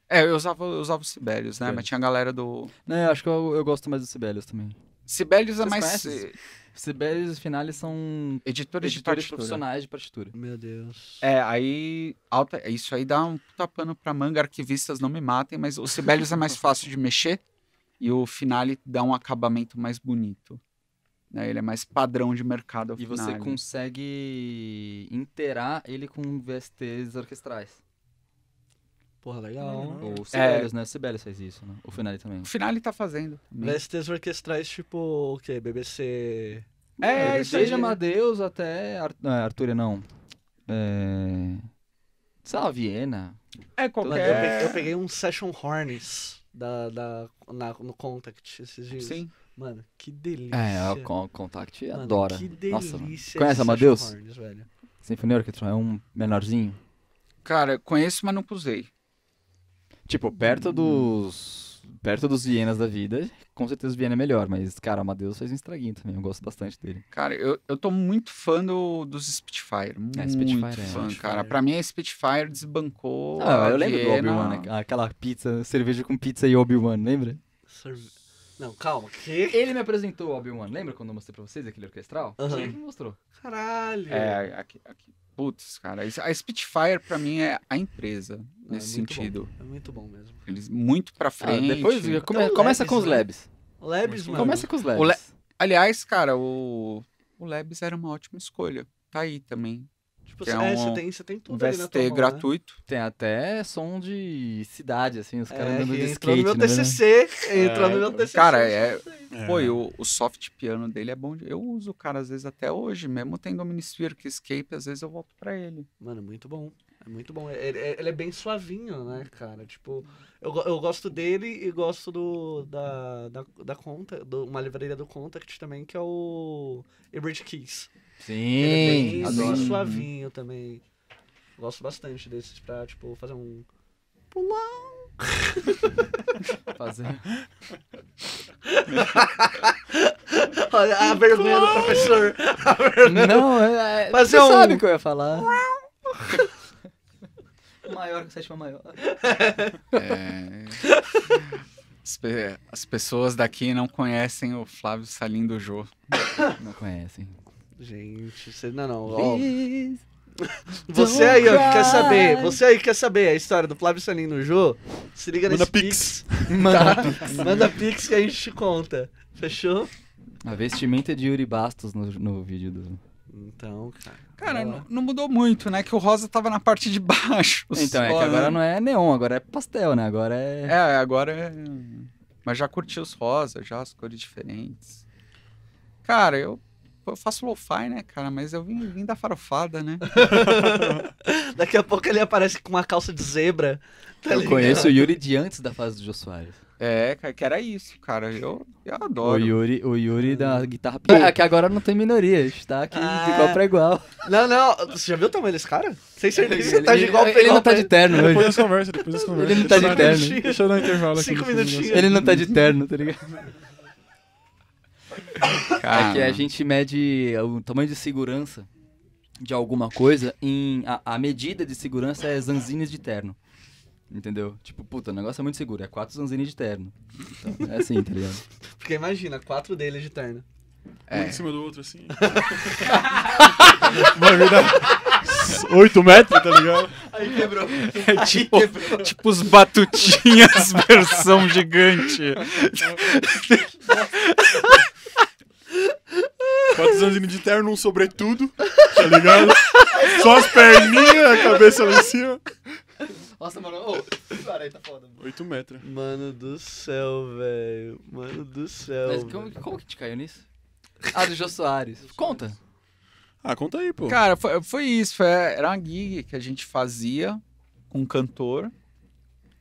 Speaker 4: É, eu usava, eu usava o Sibelius, né?
Speaker 3: Sibelius.
Speaker 4: Mas tinha a galera do...
Speaker 3: Não, eu acho que eu, eu gosto mais do Sibelius também.
Speaker 4: Sibelius é
Speaker 3: Vocês
Speaker 4: mais...
Speaker 3: conhecem?
Speaker 4: eh,
Speaker 3: Sibelius e os finales são
Speaker 4: Editores, de
Speaker 3: editores
Speaker 4: partitura.
Speaker 3: profissionais de partitura.
Speaker 1: Meu Deus.
Speaker 4: É, aí. alta- isso aí dá um puta pano pra manga, arquivistas não me matem, mas o Sibelius é mais fácil de mexer e o Finale dá um acabamento mais bonito. né? Ele é mais padrão de mercado. ao
Speaker 3: E você
Speaker 4: Finale.
Speaker 3: consegue interar ele com VSTs orquestrais.
Speaker 1: Porra, legal.
Speaker 2: Hum.
Speaker 3: Ou Sibelius, né? O Sibelius faz isso, né? O Finale também.
Speaker 4: O Finale tá fazendo. também.
Speaker 1: VSTs orquestrais tipo o quê? BBC.
Speaker 4: É, isso aí.
Speaker 3: Desde Amadeus até... Ar... Não, é Artúria, não. É... Sei lá, Viena.
Speaker 4: É,
Speaker 1: Mano,
Speaker 4: qualquer.
Speaker 1: eu, peguei, eu peguei um Session Horns da, da, na- no Contact esses dias.
Speaker 4: Sim.
Speaker 1: Mano, que delícia.
Speaker 3: É, o Con- Contact
Speaker 1: Mano,
Speaker 3: adora.
Speaker 1: Que delícia.
Speaker 3: Nossa, mano.
Speaker 1: esse
Speaker 3: Conhece
Speaker 1: Session
Speaker 3: Amadeus?
Speaker 1: Horns, velho.
Speaker 3: Sinfonia Orquestra é um menorzinho.
Speaker 4: Cara, eu conheço, mas nunca usei.
Speaker 3: Tipo,
Speaker 1: Hum.
Speaker 3: perto dos. Perto dos Vienas da vida, com certeza o Viena é melhor, mas, cara, Amadeus faz um estraguinho também, eu gosto bastante dele.
Speaker 4: Cara, eu, eu tô muito fã do, dos Spitfire. Muito
Speaker 3: Spitfire é,
Speaker 4: fã,
Speaker 1: Spitfire.
Speaker 4: cara. Pra mim, a Spitfire desbancou.
Speaker 3: ah,
Speaker 4: a
Speaker 3: eu lembro do
Speaker 4: Viena.
Speaker 3: Obi-Wan, né? aquela pizza, cerveja com pizza e Obi-Wan, lembra?
Speaker 1: Serve- Não, calma. Que?
Speaker 3: Ele me apresentou o Obi-Wan, lembra quando eu mostrei pra vocês aquele orquestral?
Speaker 1: Aham.
Speaker 3: Foi Ele que me mostrou.
Speaker 1: Caralho.
Speaker 4: É, aqui, aqui. Putz, cara, a Spitfire pra mim é a empresa
Speaker 1: Não,
Speaker 4: nesse
Speaker 1: é muito
Speaker 4: sentido.
Speaker 1: Bom. É muito bom mesmo.
Speaker 4: Eles muito pra
Speaker 3: Ah,
Speaker 4: frente.
Speaker 3: depois come-
Speaker 1: Então,
Speaker 3: começa
Speaker 1: Labs,
Speaker 3: com os
Speaker 1: né?
Speaker 3: labs.
Speaker 1: Labs, mano.
Speaker 3: Começa com os labs.
Speaker 4: O Aliás, cara, o o Labs era uma ótima escolha. Tá aí também.
Speaker 1: Tipo,
Speaker 4: Que
Speaker 1: você-
Speaker 4: é
Speaker 1: é,
Speaker 4: um-
Speaker 1: você tem, você tem
Speaker 4: Um
Speaker 1: tudo ali na tua mão,
Speaker 4: VST
Speaker 1: né?
Speaker 4: gratuito.
Speaker 3: Tem até som de cidade, assim, os caras
Speaker 1: É,
Speaker 3: andando de
Speaker 1: entrou
Speaker 3: skate.
Speaker 1: no meu
Speaker 3: né, velho?
Speaker 1: TCC, entrou no meu
Speaker 4: então.
Speaker 1: TCC.
Speaker 4: Cara, é-
Speaker 2: É.
Speaker 4: Pô, e o, o soft piano dele é bom. de- Eu uso o cara às vezes até hoje, mesmo tendo o Minisphere que escape, às vezes eu volto pra ele.
Speaker 1: Mano, muito bom. É muito bom. Ele, ele- ele é bem suavinho, né, cara? Tipo, eu, go- eu gosto dele e gosto do da, da, da conta, do, uma livraria do Contact também, que é o Hybrid Keys. ele é
Speaker 3: Sim,
Speaker 1: bem,
Speaker 3: adoro.
Speaker 1: bem suavinho também. Gosto bastante desses pra, tipo, fazer um. Pular.
Speaker 3: Fazer. um-
Speaker 1: Olha a vergonha do professor. A vergonha do-
Speaker 3: Não, é, é,
Speaker 1: Mas
Speaker 3: você
Speaker 1: é um-
Speaker 3: sabe o que eu ia falar. maior que sétima maior.
Speaker 4: É... As, pe- as pessoas daqui não conhecem o Flávio Salim do Jô.
Speaker 3: Não conhecem.
Speaker 1: Gente, você. Não, não. ó, Você
Speaker 3: Don't
Speaker 1: aí, ó, que quer
Speaker 3: cry.
Speaker 1: saber? Você aí que quer saber a história do Flávio Salim no Jô? Se liga
Speaker 2: Manda
Speaker 1: nesse pix.
Speaker 3: Mano,
Speaker 1: Manda pix que a gente te conta. Fechou?
Speaker 3: a vestimenta de Yuri Bastos no, no vídeo do.
Speaker 1: Então, cara.
Speaker 4: Cara,
Speaker 1: vai lá.
Speaker 4: não, não mudou muito, né? Que o rosa tava na parte de baixo.
Speaker 3: Então, é
Speaker 4: só,
Speaker 3: que agora
Speaker 4: né?
Speaker 3: não é neon, agora é pastel, né? Agora é.
Speaker 4: É, agora é. Mas já curti os rosa, já as cores diferentes. Cara, eu, eu faço lo-fi, né, cara? Mas eu vim, vim da farofada, né?
Speaker 1: Daqui a pouco ele aparece com uma calça de zebra. Tá
Speaker 3: eu
Speaker 1: ligado?
Speaker 3: conheço o Yuri de antes da fase do Jô Soares.
Speaker 4: É, cara, que era isso, cara. Eu, eu
Speaker 3: O
Speaker 4: adoro.
Speaker 3: Yuri, o Yuri da guitarra. Ah, que agora não tem minoria, a gente tá aqui
Speaker 1: Ah.
Speaker 3: de igual pra igual.
Speaker 1: Não, não. Você já viu o tamanho desse cara? Sem certeza que você
Speaker 3: Ele-
Speaker 1: tá de igual pra
Speaker 3: ele, ele
Speaker 1: igual
Speaker 3: não tá
Speaker 1: pra
Speaker 3: de terno
Speaker 2: Depois
Speaker 3: hoje.
Speaker 2: das conversas, depois das conversas.
Speaker 3: não tá de
Speaker 2: Deixa eu dar-
Speaker 3: terno.
Speaker 2: Deixa eu dar um intervalo aqui.
Speaker 1: Cinco
Speaker 2: nesse negócio.
Speaker 1: minutinhos.
Speaker 3: Ele não tá de terno, tá ligado?
Speaker 4: cara.
Speaker 3: É
Speaker 4: Ah.
Speaker 3: que a gente mede o tamanho de segurança de alguma coisa em. A, a medida de segurança é zanzines de terno. Entendeu? Tipo, puta, o negócio é muito seguro. É quatro zanzines de terno. Então, é assim, tá ligado?
Speaker 1: Porque imagina, quatro deles de terno.
Speaker 2: Um
Speaker 4: É.
Speaker 2: em cima do outro, assim. Mano, dá 8 metros, tá ligado?
Speaker 1: Aí quebrou.
Speaker 4: É tipo, tipo os batutinhas versão gigante.
Speaker 2: 4 anos de terno, um sobretudo, tá ligado? Só as perninhas, a cabeça lá em cima.
Speaker 3: Nossa, mano.
Speaker 1: É
Speaker 3: Ô, cara, aí tá foda, mano.
Speaker 2: 8 metros.
Speaker 1: Mano do céu, velho. Mano do céu.
Speaker 3: Mas como, como que te caiu nisso? Ah, do Jô Soares. Conta.
Speaker 2: Ah, conta aí, pô.
Speaker 4: Cara, foi, foi isso. Foi, era uma gig que a gente fazia com um cantor.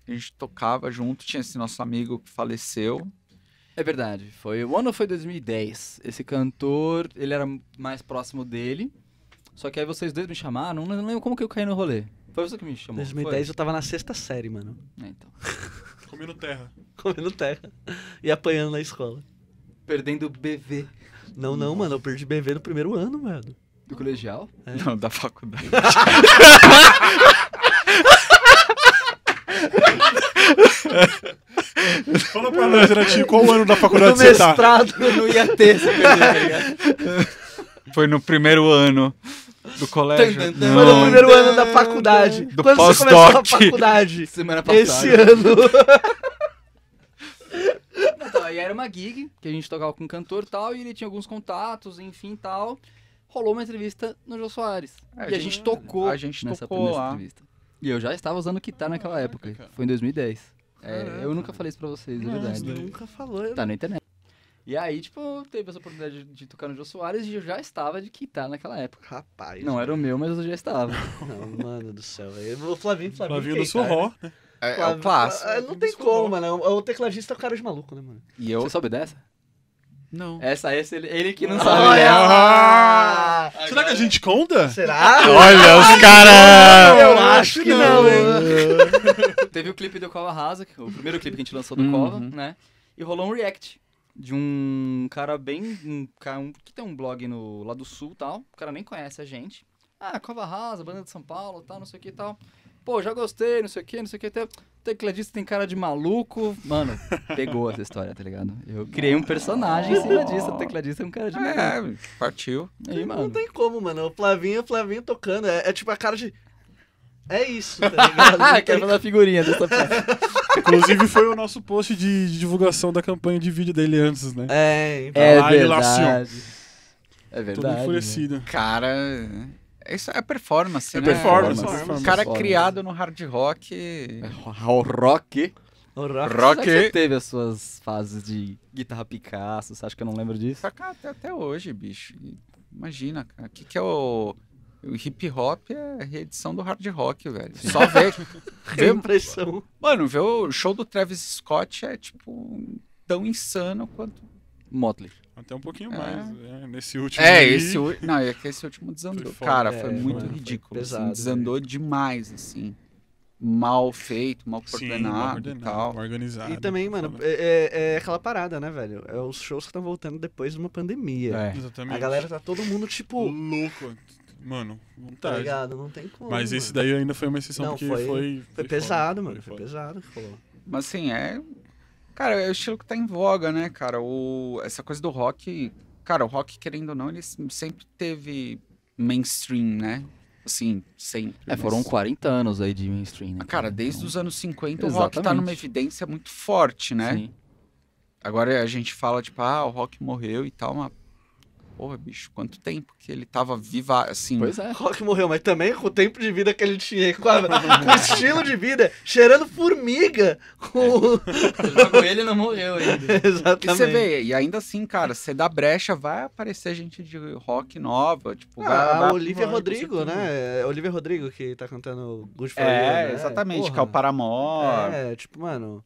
Speaker 4: A gente tocava junto. Tinha esse nosso amigo que faleceu.
Speaker 3: É verdade. Foi, o ano foi 2010. Esse cantor, ele era mais próximo dele. Só que aí vocês dois me chamaram. Não lembro como que eu caí no rolê. Foi você que me chamou.
Speaker 1: 2010 eu tava na sexta série, mano.
Speaker 3: Foi? É, então.
Speaker 2: Comendo terra.
Speaker 1: Comendo terra e apanhando na escola.
Speaker 3: Perdendo o BV
Speaker 1: Não, não, mano, eu perdi BV no primeiro ano, mano.
Speaker 3: do colegial.
Speaker 4: Não, da faculdade.
Speaker 2: Fala pra nós, Renatinho, qual ano da
Speaker 4: é
Speaker 2: faculdade
Speaker 1: No
Speaker 2: você tá?
Speaker 1: mestrado.
Speaker 3: Eu não ia ter esse BV, tá ligado?
Speaker 4: Foi no primeiro ano do colégio.
Speaker 3: Tan, tan, tan.
Speaker 1: Foi no
Speaker 4: Não,
Speaker 1: primeiro ano da faculdade.
Speaker 4: Do
Speaker 1: Quando você
Speaker 4: pós-doc.
Speaker 1: começou a faculdade?
Speaker 3: Semana passada.
Speaker 1: Esse ano.
Speaker 3: Então, aí era uma gig que a gente tocava com um cantor e tal, e ele tinha alguns contatos, enfim e tal. Rolou uma entrevista no Jô Soares.
Speaker 4: É,
Speaker 3: e a gente tocou
Speaker 4: a gente
Speaker 3: nessa
Speaker 4: tocou
Speaker 3: nessa
Speaker 4: lá.
Speaker 3: entrevista. E eu já estava usando guitarra naquela época.
Speaker 2: cara.
Speaker 3: Foi em 2010. É,
Speaker 2: Caraca.
Speaker 3: eu nunca falei isso pra vocês, na
Speaker 2: Não,
Speaker 3: verdade.
Speaker 2: isso
Speaker 1: Nunca falou. eu-
Speaker 3: Tá na internet. E aí, tipo, teve essa oportunidade de, de tocar no Jô Soares e eu já estava de guitarra naquela época.
Speaker 1: Rapaz.
Speaker 4: é.
Speaker 3: Não era o meu, mas eu já estava.
Speaker 1: Não, mano do céu. Eu- O Flavinho, Flavinho.
Speaker 2: Flavinho do
Speaker 1: quem, cara?
Speaker 2: Sorró.
Speaker 4: É, é
Speaker 1: Flavinho-
Speaker 4: o clássico.
Speaker 1: Ah, Não tem como, mano. O tecladista é o cara de maluco, né, mano?
Speaker 4: E eu.
Speaker 3: Você soube dessa?
Speaker 4: Não.
Speaker 3: Essa, essa, ele, ele que não
Speaker 4: Ah,
Speaker 3: sabe,
Speaker 1: Olha
Speaker 3: né?
Speaker 1: lá!
Speaker 2: Será que a gente conta?
Speaker 1: Será?
Speaker 2: Olha, os caras!
Speaker 1: Ah, Eu acho que não, hein?
Speaker 3: Teve o clipe do Cova Rasa, que é o primeiro clipe que a gente lançou do
Speaker 4: Uhum.
Speaker 3: Cova, né? E rolou um react de um cara bem. Um, cara, um- que tem um blog no, lá do sul e tal. O cara nem conhece a gente. Ah, Cova Rasa, banda de São Paulo tal, não sei o que e tal. Pô, já gostei, não sei o que, não sei o que. Até tecladista tem cara de maluco. Mano, pegou essa história, tá ligado? Eu criei um personagem em cima disso. O tecladista é um cara de maluco.
Speaker 4: É, partiu.
Speaker 3: Aí,
Speaker 1: Não
Speaker 3: mano.
Speaker 1: tem como, mano. O Flavinho, o Flavinho tocando. É, é tipo a cara de. É isso, tá ligado? Não
Speaker 3: Ah,
Speaker 1: tem
Speaker 3: quero fazer a figurinha dessa peça.
Speaker 2: Inclusive foi o nosso post de, de divulgação da campanha de vídeo dele antes, né?
Speaker 1: É, então.
Speaker 3: É
Speaker 2: Caralho, Lacion.
Speaker 3: verdade. né?
Speaker 2: Todo
Speaker 3: É
Speaker 1: assim, né?
Speaker 3: verdade. mano.
Speaker 2: enfurecido.
Speaker 4: Cara. Isso é performance,
Speaker 2: É
Speaker 4: né?
Speaker 2: performance,
Speaker 4: O
Speaker 2: performance.
Speaker 4: cara
Speaker 3: Performance.
Speaker 4: criado no hard rock.
Speaker 3: O rock.
Speaker 1: O rock.
Speaker 4: Rock.
Speaker 3: Será é que você teve as suas fases de guitarra Picasso? Você acha que eu não lembro disso?
Speaker 4: Só que Tá até, até hoje, bicho. E Imagina, cara. O que, que é o. O hip hop é reedição do hard rock, velho. Só vê.
Speaker 1: Que
Speaker 4: vê
Speaker 1: impressão.
Speaker 4: mano, ver o show do Travis Scott é tipo tão insano quanto.
Speaker 3: Motley.
Speaker 2: Até um pouquinho
Speaker 4: É.
Speaker 2: mais. é, nesse último.
Speaker 4: É,
Speaker 2: aí,
Speaker 4: esse. u- Não, é que esse último desandou.
Speaker 2: Foi foda.
Speaker 4: cara,
Speaker 1: É,
Speaker 4: foi muito
Speaker 2: foi- foi
Speaker 4: ridículo. assim,
Speaker 1: pesado,
Speaker 4: desandou demais, assim. Mal feito, mal
Speaker 2: Sim,
Speaker 4: coordenado e
Speaker 2: ordenado,
Speaker 4: tal.
Speaker 2: Organizado.
Speaker 1: E também, mano,
Speaker 2: foda.
Speaker 1: é, é- é aquela parada, né, velho? É os shows que estão voltando depois de uma
Speaker 2: É,
Speaker 1: pandemia.
Speaker 4: É.
Speaker 2: Exatamente.
Speaker 1: A galera tá todo mundo, tipo,
Speaker 2: Louco. Mano,
Speaker 1: tá
Speaker 2: vontade.
Speaker 1: ligado? Não tem como.
Speaker 2: Mas esse
Speaker 1: mano.
Speaker 2: daí ainda foi uma exceção,
Speaker 1: Não,
Speaker 2: porque
Speaker 1: foi-
Speaker 2: foi. Foi,
Speaker 1: Foi
Speaker 2: foda,
Speaker 1: pesado, mano. Foi
Speaker 2: foda.
Speaker 1: pesado que rolou.
Speaker 4: Mas assim, é. Cara, é o estilo que tá em voga, né, cara? O... Essa coisa do rock. Cara, o rock, querendo ou não, ele s- sempre teve mainstream, né? Assim, sempre.
Speaker 3: É, foram 40 anos aí de mainstream. né? Então,
Speaker 4: Mas, cara, desde os anos 50 o rock tá
Speaker 3: Exatamente.
Speaker 4: numa evidência muito forte, né?
Speaker 3: Sim.
Speaker 4: Agora a gente fala, tipo, ah, o rock morreu e tal, mas. Porra, bicho, quanto tempo que ele tava viva, assim.
Speaker 3: Pois é.
Speaker 1: Rock morreu, mas também com o tempo de vida que ele tinha, com, a- com o estilo de vida, cheirando formiga. com-
Speaker 3: ele não morreu ainda.
Speaker 4: E você
Speaker 1: Exatamente.
Speaker 4: vê, e ainda assim, cara, você dá brecha, vai aparecer gente de rock nova, tipo, vai,
Speaker 1: Ah,
Speaker 4: vai-
Speaker 1: a Olivia
Speaker 4: vai-
Speaker 1: Rodrigo,
Speaker 4: com certeza.
Speaker 1: né? É Olivia Rodrigo que tá cantando Good For You,
Speaker 4: É,
Speaker 1: né?
Speaker 4: exatamente, que é
Speaker 1: Porra.
Speaker 4: o Paramore.
Speaker 1: É, tipo, mano.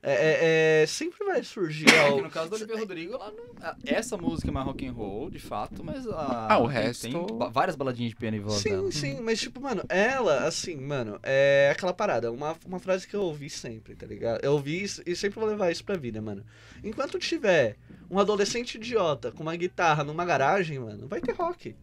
Speaker 1: É, é- é, sempre vai surgir
Speaker 3: É que
Speaker 1: algo.
Speaker 3: no caso do Olivia Rodrigo, ela não- a- essa música é mais rock and roll, de fato, mas a...
Speaker 4: Ah, o
Speaker 3: tem-
Speaker 4: resto-
Speaker 3: Tem ba- várias baladinhas de piano e voz
Speaker 1: Sim,
Speaker 3: dela.
Speaker 1: sim, mas tipo, mano, ela, assim, mano, é aquela parada, uma, uma frase que eu ouvi sempre, tá ligado? Eu ouvi isso e sempre vou levar isso pra vida, mano. Enquanto tiver um adolescente idiota com uma guitarra numa garagem, mano, vai ter rock.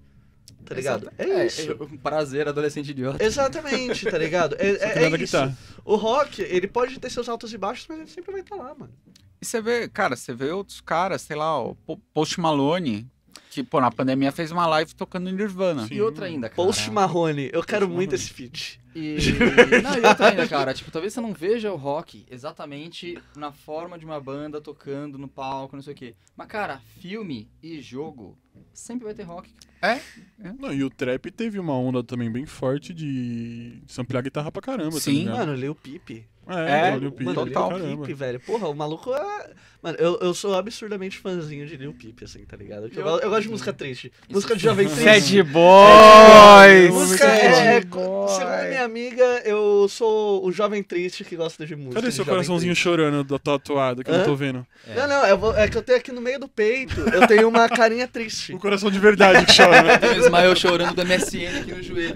Speaker 1: Tá ligado?
Speaker 3: Exato.
Speaker 1: É isso.
Speaker 3: um prazer, adolescente idiota.
Speaker 1: Exatamente, tá ligado? É,
Speaker 2: Só que
Speaker 1: é-
Speaker 2: nada
Speaker 1: é isso.
Speaker 2: guitarra.
Speaker 1: O rock, ele pode ter seus altos e baixos, mas ele sempre vai estar lá, mano.
Speaker 4: E você vê, cara, você vê outros caras, sei lá, o Po- Post Malone, que, pô, na pandemia fez uma live tocando Nirvana.
Speaker 2: Sim.
Speaker 3: E outra ainda, cara.
Speaker 1: Post Marrone, eu quero
Speaker 2: Post
Speaker 1: muito
Speaker 2: Malone.
Speaker 1: esse feat.
Speaker 3: E... Não, e outra ainda, cara. Tipo, talvez você não veja o rock exatamente na forma de uma banda tocando no palco, não sei o quê. Mas, cara, filme e jogo sempre vai ter rock.
Speaker 2: Não, e o trap teve uma onda também bem forte de samplear guitarra pra caramba,
Speaker 4: Sim.
Speaker 2: tá ligado?
Speaker 1: Mano, Lil Peep.
Speaker 2: É,
Speaker 4: É,
Speaker 2: o Lil Peep,
Speaker 1: mano,
Speaker 4: total.
Speaker 1: Lil
Speaker 2: caramba.
Speaker 1: Peep, velho. Porra, o maluco é... Mano, eu, eu sou absurdamente fãzinho de Lil Peep, assim, tá ligado? Eu,
Speaker 3: Eu-
Speaker 1: eu gosto de música triste. música é de jovem
Speaker 3: Sad
Speaker 1: triste.
Speaker 4: boys!
Speaker 1: música
Speaker 3: sad
Speaker 1: é... Segundo minha amiga, eu sou o jovem triste que gosta de música.
Speaker 2: Cadê
Speaker 1: de
Speaker 2: seu
Speaker 1: jovem
Speaker 2: coraçãozinho chorando da tatuado que eu
Speaker 1: Hã?
Speaker 2: não tô vendo?
Speaker 1: triste. Não, não, eu vou- é que eu tenho aqui no meio do peito, eu tenho uma carinha triste.
Speaker 2: O coração de verdade que chora, né?
Speaker 3: Tem o Ismael chorando do MSN aqui no joelho.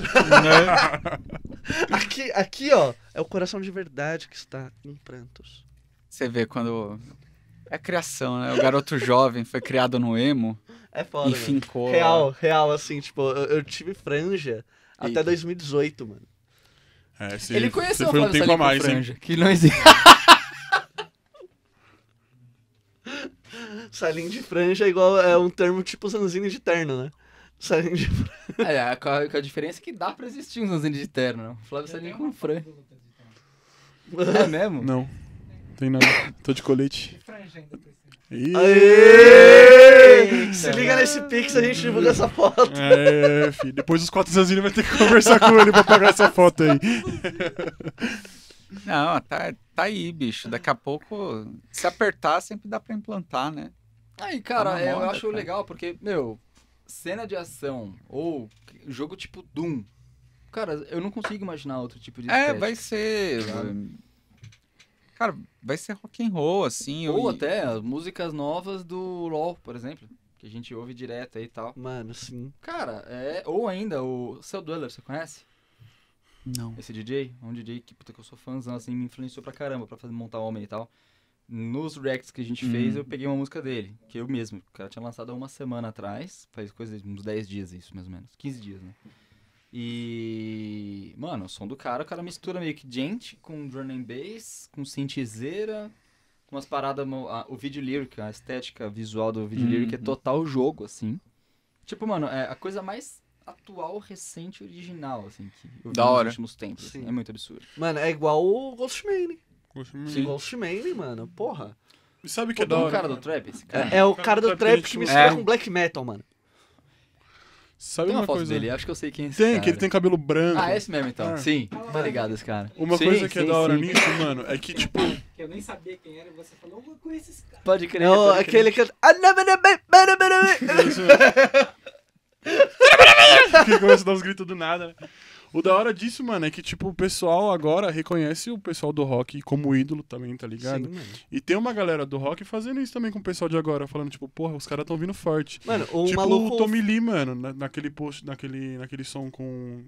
Speaker 1: Aqui, aqui, ó, é o coração de verdade que está em prantos.
Speaker 4: Você vê quando. É criação, né? O garoto jovem foi criado no emo
Speaker 1: É foda,
Speaker 4: e fincou. lá.
Speaker 1: mano. Real, real, assim, tipo, eu, eu tive franja até
Speaker 3: Eita.
Speaker 1: 2018, mano.
Speaker 2: É, se-
Speaker 3: Ele conheceu
Speaker 2: se
Speaker 3: o
Speaker 2: foi um
Speaker 3: Flávio
Speaker 2: tempo
Speaker 3: Salim
Speaker 2: a
Speaker 3: com
Speaker 2: mais, hein?
Speaker 3: franja, que não existe.
Speaker 1: Salim de franja é igual é um termo tipo zanzine de terno, né? Salim de
Speaker 3: É, a, com a- com a diferença é que dá pra existir um Zanzini de terno, não. Flávio
Speaker 5: Eu
Speaker 3: Salim
Speaker 5: tenho
Speaker 3: com
Speaker 5: uma foto
Speaker 3: Fran.
Speaker 5: do Lucas de terno.
Speaker 3: É mesmo?
Speaker 2: Não. Tem nada. Tô de colete.
Speaker 5: De franja ainda por cima.
Speaker 2: Ih.
Speaker 1: Aê! Se liga nesse pix, a gente divulga essa foto.
Speaker 2: É, filho. Depois dos 400 anos ele vai ter que conversar com ele pra pagar essa foto aí.
Speaker 4: Não, tá, tá aí, bicho. Daqui a pouco, se apertar, sempre dá pra implantar, né?
Speaker 3: Aí, cara,
Speaker 4: Tá na
Speaker 3: eu
Speaker 4: moda,
Speaker 3: acho
Speaker 4: cara.
Speaker 3: legal porque, meu, cena de ação ou jogo tipo Doom. Cara, eu não consigo imaginar outro tipo de
Speaker 4: É,
Speaker 3: estética.
Speaker 4: vai ser.
Speaker 3: Claro.
Speaker 4: Cara, vai ser rock and roll, assim.
Speaker 3: Ou
Speaker 4: e-
Speaker 3: até as músicas novas do LoL, por exemplo, que a gente ouve direto aí e tal.
Speaker 1: Mano, sim.
Speaker 3: Cara, é... Ou ainda o Cell Dweller, você conhece?
Speaker 4: Não.
Speaker 3: Esse DJ, é um DJ que, puta, que eu sou fãzão, assim, me influenciou pra caramba pra fazer, montar homem e tal. Nos reacts que a gente
Speaker 4: Hum.
Speaker 3: fez, eu peguei uma música dele, que eu mesmo, o cara tinha lançado há uma semana atrás, faz coisa de uns 10 dias isso, mais ou menos, 15 dias, né? E, mano, o som do cara, o cara mistura meio que gente com drum and bass, com cintizeira, com umas paradas, mo- a- o vídeo lírico, a estética visual do vídeo lírico é
Speaker 4: Uhum.
Speaker 3: total jogo, assim. Tipo, mano, é a coisa mais atual, recente, original, assim, que eu vi
Speaker 4: Da
Speaker 3: nos
Speaker 4: hora.
Speaker 3: últimos tempos. assim,
Speaker 1: Sim.
Speaker 3: É muito absurdo.
Speaker 1: Mano, é igual o Ghostmane.
Speaker 2: Sim.
Speaker 1: Ghostmane, mano, porra.
Speaker 2: E sabe o que
Speaker 3: Pô,
Speaker 2: é da
Speaker 3: dá um
Speaker 2: hora?
Speaker 3: cara do trap, esse cara.
Speaker 1: É, é o cara do
Speaker 2: Sabe que a
Speaker 1: trap
Speaker 2: gente
Speaker 1: que
Speaker 2: não-
Speaker 1: mistura
Speaker 4: É.
Speaker 1: com black metal, mano.
Speaker 2: Sabe
Speaker 3: Tem uma
Speaker 2: uma,
Speaker 3: foto
Speaker 2: coisa?
Speaker 3: dele, acho que eu sei quem é esse
Speaker 2: Tem,
Speaker 3: cara.
Speaker 2: que ele tem cabelo branco.
Speaker 3: Ah, esse mesmo então.
Speaker 2: Ah.
Speaker 3: Sim, tá ligado esse cara.
Speaker 2: Uma
Speaker 3: Sim,
Speaker 2: coisa que é
Speaker 3: sim,
Speaker 2: da hora
Speaker 3: sim.
Speaker 2: nisso, mano, é que, tipo,
Speaker 5: Que eu nem sabia quem era, e você falou, eu conheço esse cara.
Speaker 3: Pode crer.
Speaker 1: É o-
Speaker 3: pode crer.
Speaker 1: aquele que. Ah, não, não, não, não, não, não, não.
Speaker 2: que começa a dar uns gritos do nada, né? O da hora disso, mano, é que, tipo, o pessoal agora reconhece o pessoal do rock como ídolo também, tá ligado?
Speaker 1: Sim, mano.
Speaker 2: E tem uma galera do rock fazendo isso também com o pessoal de agora, falando, tipo, porra, os caras tão vindo forte.
Speaker 1: Mano, o
Speaker 2: tipo
Speaker 1: maluco.
Speaker 2: o Tommy Lee, mano, na- naquele post, naquele, naquele som com.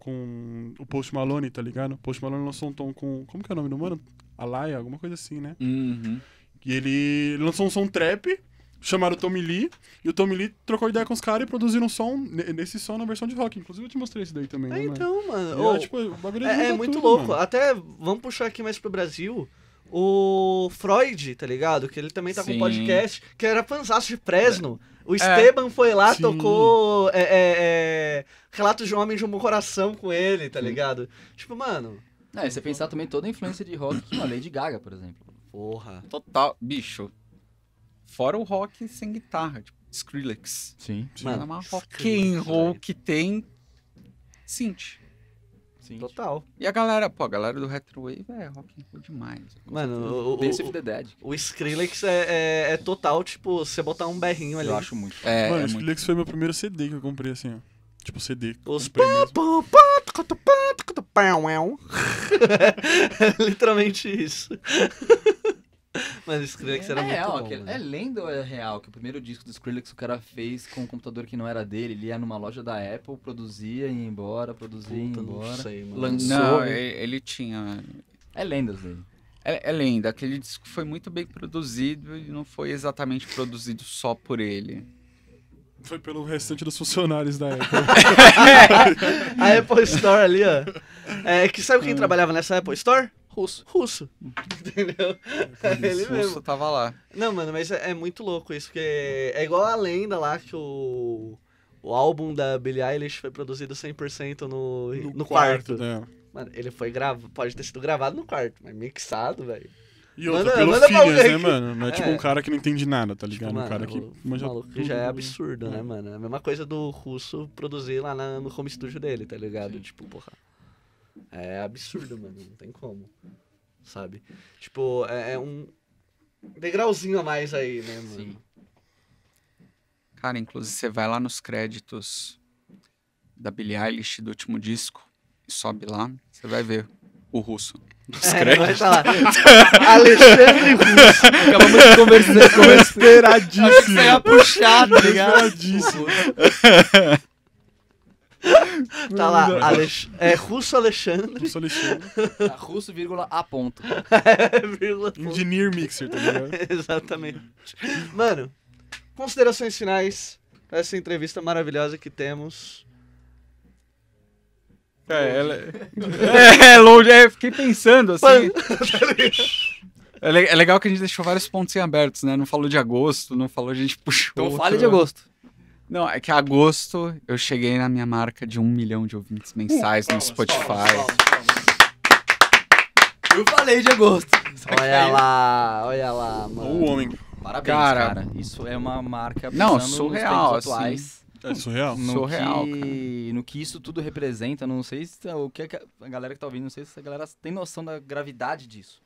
Speaker 2: Com o Post Malone, tá ligado? O Post Malone lançou um tom com. Como que é o nome do mano? Alaya, alguma coisa assim, né?
Speaker 4: Uhum.
Speaker 2: E ele lançou um som trap, chamaram o Tommy Lee, e o Tommy Lee trocou ideia com os caras e produziram um som ne- nesse som na versão de rock. Inclusive eu te mostrei isso daí também,
Speaker 1: É,
Speaker 2: né, mano?
Speaker 1: então, mano.
Speaker 2: E
Speaker 1: ô,
Speaker 2: eu, tipo, o bagulho
Speaker 1: é, é
Speaker 2: muda
Speaker 1: muito
Speaker 2: tudo,
Speaker 1: louco.
Speaker 2: mano.
Speaker 1: Até vamos puxar aqui mais pro Brasil. O Freud, tá ligado? Que ele também tá com um
Speaker 4: Sim.
Speaker 1: podcast, que era fanzaço de Fresno. O
Speaker 3: É.
Speaker 1: Esteban foi lá,
Speaker 2: Sim.
Speaker 1: tocou é, é, é, Relatos de um Homem de um Coração com ele, tá ligado? Tipo, mano,
Speaker 3: Não, e você pensar também toda a influência de rock, que, mano, Lady Gaga, por exemplo.
Speaker 1: porra.
Speaker 4: Total. Bicho. Fora o rock sem guitarra, tipo, Skrillex.
Speaker 3: Sim,
Speaker 2: Ah,
Speaker 1: Mano,
Speaker 4: é uma rock
Speaker 1: Skrillex,
Speaker 4: and roll
Speaker 1: velho.
Speaker 4: que tem synth.
Speaker 3: sim.
Speaker 1: Total.
Speaker 4: E a galera, pô, a galera do Retro Wave é rock and roll demais.
Speaker 1: Mano, o, o,
Speaker 3: Dance of the Dead.
Speaker 1: o Skrillex é, é- é total, tipo, você botar um berrinho ali.
Speaker 3: Eu acho muito.
Speaker 4: É,
Speaker 2: Mano,
Speaker 4: é
Speaker 2: o
Speaker 4: muito...
Speaker 2: Skrillex foi meu primeiro CD que eu comprei, assim, ó. Tipo, CD.
Speaker 1: Os
Speaker 2: comprei mesmo.
Speaker 1: Pum, pá, tucu, tu, pá, tucu, tu, pá, uéu. É Literalmente isso. Mas o Skrillex era
Speaker 3: é
Speaker 1: muito
Speaker 3: real,
Speaker 1: bom,
Speaker 3: aquele-
Speaker 1: mano.
Speaker 3: é lenda ou é real que o primeiro disco do Skrillex o cara fez com um computador que não era dele, ele ia numa loja da Apple, produzia e ia embora, produzia e ia
Speaker 1: Puta, não
Speaker 3: embora.
Speaker 1: sei, mano.
Speaker 3: Lançou. né?
Speaker 4: Não, é- ele, ele tinha.
Speaker 3: É lenda isso daí.
Speaker 4: É, é lenda, aquele disco foi muito bem produzido e não foi exatamente produzido só por ele.
Speaker 2: Foi pelo restante dos funcionários da época.
Speaker 3: é.
Speaker 1: A Apple Store ali, ó. É, que sabe quem
Speaker 3: Hum.
Speaker 1: trabalhava nessa Apple Store? Russo. Russo. Entendeu? É ele
Speaker 4: O
Speaker 1: mesmo.
Speaker 4: Russo tava lá.
Speaker 1: Não, mano, mas é, é muito louco isso, porque é igual a lenda lá que o, o álbum da Billie Eilish foi produzido 100% no, no, quarto. né?
Speaker 2: dela.
Speaker 1: Mano, ele foi gravado, pode ter sido gravado no quarto, mas mixado, velho.
Speaker 2: E outra,
Speaker 1: Manda-
Speaker 2: pelo
Speaker 1: manda pra
Speaker 2: filhas, né,
Speaker 1: alguém que-
Speaker 2: mano? Não é, tipo
Speaker 1: É.
Speaker 2: um cara que não entende nada, tá ligado?
Speaker 1: Tipo, mano,
Speaker 2: um cara que
Speaker 1: o
Speaker 2: manja
Speaker 1: maluco que
Speaker 2: tudo,
Speaker 1: já é
Speaker 2: né?
Speaker 1: absurdo, né,
Speaker 2: É.
Speaker 1: mano? É a mesma coisa do russo produzir lá na- no home studio dele, tá ligado? Tipo, porra. É absurdo, mano. Não tem como. Sabe? Tipo, é, é um degrauzinho a mais aí, né, mano?
Speaker 3: Sim.
Speaker 4: Cara, inclusive você vai lá nos créditos da Billie Eilish do último disco e sobe lá, você vai ver o Russo. Nos
Speaker 1: É, vai
Speaker 4: créditos.
Speaker 1: tá lá. Alexandre Russo.
Speaker 3: Acabamos de conversar, conversar
Speaker 1: É
Speaker 2: Esperadíssimo.
Speaker 3: puxado, tá ligado?
Speaker 2: Esperadíssimo.
Speaker 1: Tá lá. Alex... É russo Alexandre,
Speaker 2: Russo Alexandre.
Speaker 3: Tá, Russo, vírgula, a ponto.
Speaker 1: vírgula. ponto.
Speaker 2: Engineer Mixer, tá ligado?
Speaker 1: Exatamente. Mano, considerações finais pra essa entrevista maravilhosa que temos.
Speaker 4: É, ela é. É, longe. É, eu fiquei pensando assim. É, le- é legal que a gente deixou vários pontos em abertos, né? Não falou de agosto, não falou, a gente puxou.
Speaker 3: Então
Speaker 4: outro-
Speaker 3: fale de agosto.
Speaker 4: Não, é que agosto eu cheguei na minha marca de um milhão de ouvintes mensais no Spotify.
Speaker 3: Eu falei de agosto.
Speaker 1: Olha lá, olha lá,
Speaker 2: O
Speaker 1: mano.
Speaker 2: homem.
Speaker 3: Parabéns,
Speaker 4: Cara.
Speaker 3: cara. Isso é uma marca
Speaker 4: Não,
Speaker 3: pensando
Speaker 4: surreal,
Speaker 3: nos tempos atuais.
Speaker 2: É surreal.
Speaker 4: Hum.
Speaker 3: no
Speaker 4: Surreal,
Speaker 3: que, no que isso tudo representa, não sei se tá- o que é que a a galera que tá ouvindo, não sei se a galera tem noção da gravidade disso.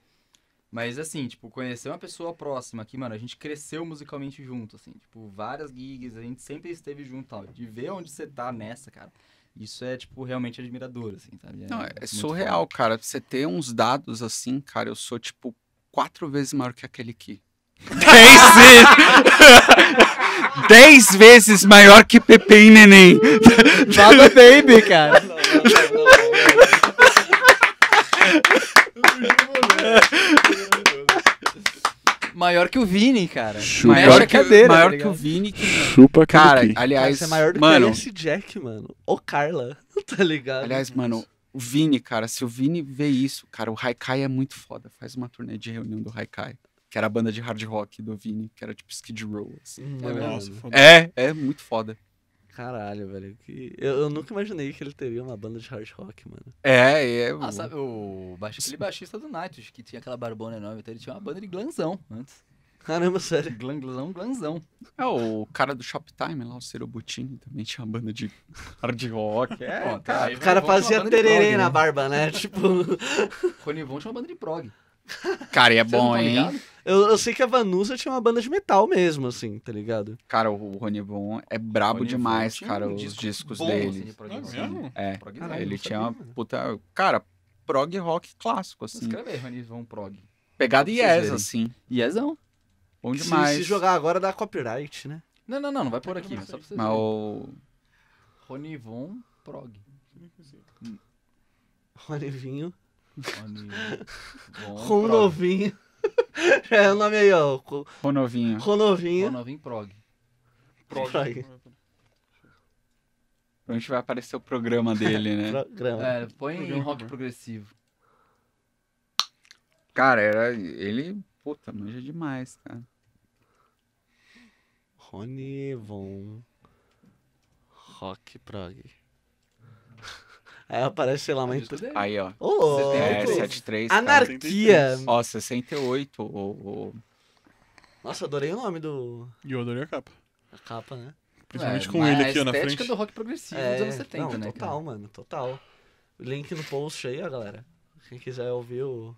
Speaker 3: Mas assim, tipo, conhecer uma pessoa próxima que, mano, a gente cresceu musicalmente junto, assim, tipo, várias gigs, a gente sempre esteve junto, e tal, de ver onde você tá nessa, cara. Isso é tipo realmente admirador, assim, sabe?
Speaker 4: Não, é, é
Speaker 3: muito
Speaker 4: surreal, cara. Pra você ter uns dados assim, cara, eu sou tipo quatro vezes maior que aquele que. Dez vezes! Dez vezes maior que Pepe e Neném.
Speaker 3: foda. Baba Baby, cara. Maior que o Vini, cara.
Speaker 2: Chupa.
Speaker 3: Mexe a cadeira,
Speaker 4: maior
Speaker 3: tá
Speaker 4: que o
Speaker 3: ligado?
Speaker 4: Vini. que-
Speaker 2: Chupa
Speaker 4: Cara,
Speaker 2: aquele que.
Speaker 4: aliás,
Speaker 1: Você é maior do
Speaker 4: mano,
Speaker 1: que esse Jack, mano. Ô Carla, tá ligado?
Speaker 4: aliás, mano, o Vini, cara, se o Vini vê isso, cara, o Haikai é muito foda. Faz uma turnê de reunião do Haikai, que era a banda de hard rock do Vini, que era tipo Skid Row. assim.
Speaker 1: Hum, Mano,
Speaker 2: Nossa, foda.
Speaker 4: É, é muito foda.
Speaker 1: Caralho, velho. que- Eu, eu nunca imaginei que ele teria uma banda de hard rock, mano.
Speaker 4: É, é.
Speaker 3: Ah, sabe o baixista, aquele baixista do Nightwish, que tinha aquela barbona enorme, então ele tinha uma banda de glanzão antes.
Speaker 1: Caramba, sério.
Speaker 3: Glanzão, glanzão.
Speaker 4: É, o cara do Shoptime lá, o Ciro Butini, também tinha uma banda de hard rock. É,
Speaker 3: Ó,
Speaker 4: cara.
Speaker 3: aí
Speaker 1: O cara
Speaker 3: vamos pra uma
Speaker 1: fazia
Speaker 3: banda de prog,
Speaker 1: tererê
Speaker 3: né?
Speaker 1: na barba, né? Tipo.
Speaker 3: Ronivon tinha uma banda de prog.
Speaker 4: Cara, e é
Speaker 3: Você não
Speaker 4: bom,
Speaker 3: tá
Speaker 4: hein?
Speaker 3: ligado?
Speaker 1: Eu, eu sei que a Vanusa tinha uma banda de metal mesmo, assim, tá ligado?
Speaker 4: Cara, o Rony Von é brabo
Speaker 3: Ronivon
Speaker 4: demais,
Speaker 3: tinha
Speaker 4: cara,
Speaker 3: um
Speaker 4: os
Speaker 3: disco
Speaker 4: discos
Speaker 3: bom,
Speaker 4: dele.
Speaker 3: assim, de prog
Speaker 2: É
Speaker 3: rock.
Speaker 2: mesmo?
Speaker 4: É,
Speaker 3: Prog
Speaker 1: Caralho,
Speaker 3: rock.
Speaker 4: ele
Speaker 1: não
Speaker 4: tinha
Speaker 1: sabia,
Speaker 4: uma
Speaker 1: mano.
Speaker 4: puta. Cara, prog rock clássico, assim.
Speaker 3: Escreve aí, Ronivon prog.
Speaker 4: Pegada
Speaker 3: pra vocês
Speaker 4: Yes,
Speaker 3: verem.
Speaker 4: assim.
Speaker 3: Iezão.
Speaker 4: Bom
Speaker 1: Se-
Speaker 4: demais.
Speaker 1: Se, jogar agora dá copyright, né?
Speaker 3: Não, não, não, não vai por aqui, só pra vocês
Speaker 4: Mas
Speaker 3: verem.
Speaker 4: o.
Speaker 3: Ronivon prog.
Speaker 1: Ronivinho.
Speaker 3: Ronivon
Speaker 1: um
Speaker 3: prog.
Speaker 1: Ronovinho. é o nome aí, ó. Co-
Speaker 3: Hum?
Speaker 4: Ronovinho.
Speaker 1: Ronovinho.
Speaker 3: Ronovin um prog.
Speaker 2: Prog.
Speaker 1: Prog.
Speaker 4: Provavelmente vai aparecer o programa dele, né?
Speaker 1: Programa.
Speaker 3: É, põe em
Speaker 2: Programa,
Speaker 3: rock
Speaker 2: né?
Speaker 3: progressivo.
Speaker 4: Cara, era. Ele. Puta, manja demais, cara.
Speaker 1: Ronivon. Rock Prog. Aí aparece, sei lá, uma...
Speaker 3: É o
Speaker 1: Inter...
Speaker 3: disco dele.
Speaker 4: Aí, ó.
Speaker 1: Ô, louco!
Speaker 4: É,
Speaker 2: É,
Speaker 4: 73. cara.
Speaker 1: Anarquia!
Speaker 4: Ó, 68. O, o...
Speaker 1: Nossa, adorei o nome do...
Speaker 2: E eu adorei a capa.
Speaker 1: A capa, né?
Speaker 2: Principalmente
Speaker 3: É,
Speaker 2: com
Speaker 3: mas
Speaker 2: ele aqui ó,
Speaker 3: a
Speaker 2: na
Speaker 3: estética
Speaker 2: frente.
Speaker 3: do rock progressivo
Speaker 1: É,
Speaker 3: dos anos 70,
Speaker 1: não,
Speaker 3: né,
Speaker 1: total,
Speaker 3: cara?
Speaker 1: mano, total. Link no post aí, ó, galera. Quem quiser ouvir o...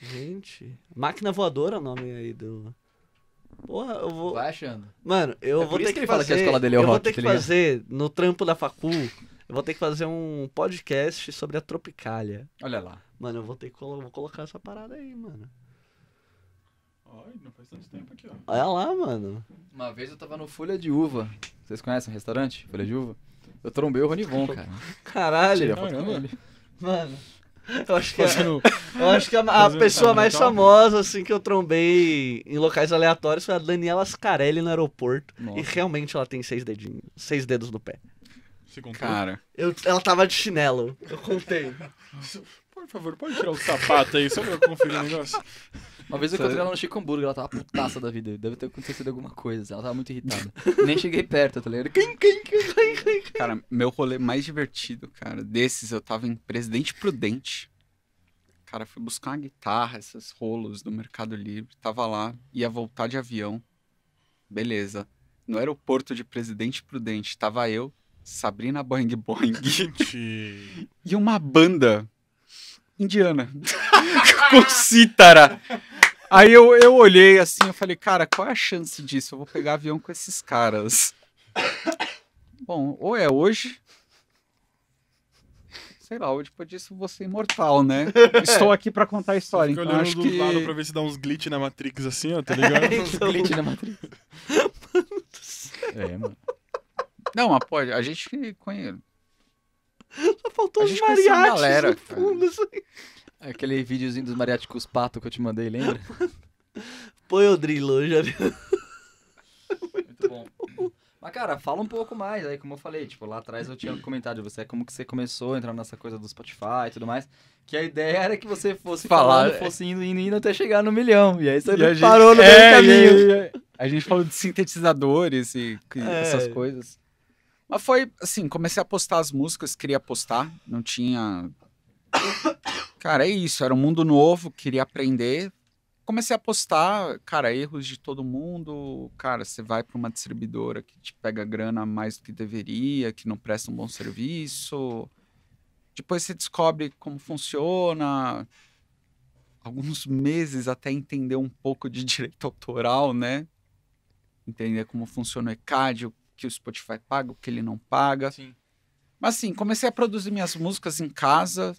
Speaker 1: Gente... Máquina Voadora é o nome aí do... Porra, eu vou...
Speaker 3: Vai achando.
Speaker 1: Mano, eu
Speaker 3: É por
Speaker 1: vou
Speaker 3: isso
Speaker 1: ter
Speaker 3: que
Speaker 1: que,
Speaker 3: ele fala
Speaker 1: fazer...
Speaker 3: que a escola dele é o
Speaker 1: eu vou
Speaker 3: rock,
Speaker 1: ter
Speaker 3: tá
Speaker 1: que
Speaker 3: ligado?
Speaker 1: fazer, no trampo da facul, eu vou ter que fazer um podcast sobre a Tropicália.
Speaker 4: Olha lá.
Speaker 1: Mano, eu vou ter que colo- vou colocar essa parada aí, mano.
Speaker 2: Ai, não faz tanto tempo aqui, ó.
Speaker 1: Olha lá, mano.
Speaker 3: Uma vez eu tava no Folha de Uva. Vocês conhecem o restaurante? Folha de Uva? Eu trombei o Ronivon, cara. Tirei
Speaker 1: Caralho.
Speaker 3: a foto com
Speaker 2: Caramba.
Speaker 3: ele.
Speaker 1: Mano. Eu acho que, a,
Speaker 2: Fazendo...
Speaker 1: eu acho que a, a
Speaker 2: Fazendo
Speaker 1: pessoa mais
Speaker 3: então.
Speaker 2: fundamental.
Speaker 1: famosa, assim, que eu trombei em locais aleatórios foi a Daniela Scarelli no aeroporto.
Speaker 3: Nossa.
Speaker 1: E realmente ela tem seis dedinhos, seis dedos no pé.
Speaker 2: Se contou?
Speaker 4: Cara.
Speaker 1: Eu, ela tava de chinelo. Eu contei.
Speaker 2: Por favor, pode tirar o sapato aí, só pra eu conferir o negócio.
Speaker 3: Uma vez eu
Speaker 4: Sério?
Speaker 3: encontrei ela no Chico Hamburgo, ela tava putaça da vida. Deve ter acontecido alguma coisa. Ela tava muito irritada. Nem cheguei perto, tá ligado? Quem, quem, quem?
Speaker 4: Cara, meu rolê mais divertido, cara, desses, eu tava em Presidente Prudente. Cara, fui buscar uma guitarra, esses rolos do Mercado Livre. Tava lá, ia voltar de avião. Beleza. No aeroporto de Presidente Prudente, tava eu, Sabrina Boing Boing
Speaker 2: Gente.
Speaker 4: e uma banda indiana com cítara. Aí eu, eu olhei assim, eu falei, cara, qual é a chance disso? Eu vou pegar avião com esses caras. Bom, ou é hoje. Sei lá, hoje pode isso você imortal, né? Estou aqui pra contar a história,
Speaker 2: Fica
Speaker 4: então
Speaker 2: olhando
Speaker 4: acho
Speaker 2: do
Speaker 4: que
Speaker 2: lado pra ver se dá uns glitch na Matrix assim, ó, tá ligado?
Speaker 1: Então,
Speaker 3: Glitch na matriz. É, mano.
Speaker 4: não, mas pode, a gente conhece.
Speaker 1: só faltou
Speaker 4: A
Speaker 1: os
Speaker 4: gente conheceu uma
Speaker 1: mariachis
Speaker 4: galera,
Speaker 1: no fundo, assim.
Speaker 3: Aquele videozinho dos mariachi com os patos que eu te mandei, lembra?
Speaker 1: Pô, eu drilo, já vi.
Speaker 3: Muito bom. Mas, cara, fala um pouco mais. Aí, como eu falei, tipo, lá atrás eu tinha comentado de você como que você começou a entrar nessa coisa do Spotify e tudo mais. Que a ideia era que você fosse
Speaker 4: Falar,
Speaker 3: falando,
Speaker 4: é.
Speaker 3: fosse indo, indo, indo até chegar no milhão. E aí você
Speaker 4: E a gente-
Speaker 3: parou no meio
Speaker 4: É,
Speaker 3: do caminho.
Speaker 4: e- e- a gente falou de sintetizadores e que-
Speaker 1: É.
Speaker 4: essas coisas. Mas foi assim, comecei a postar as músicas, queria postar, não tinha. Cara, é isso, era um mundo novo, queria aprender. Comecei a postar, cara, erros de todo mundo. Cara, você vai para uma distribuidora que te pega grana mais do que deveria, que não presta um bom serviço. Depois você descobre como funciona, alguns meses até entender um pouco de direito autoral, né? Entender como funciona o ECAD, o que o Spotify paga, o que ele não paga.
Speaker 3: Sim.
Speaker 4: Mas assim, comecei a produzir minhas músicas em casa.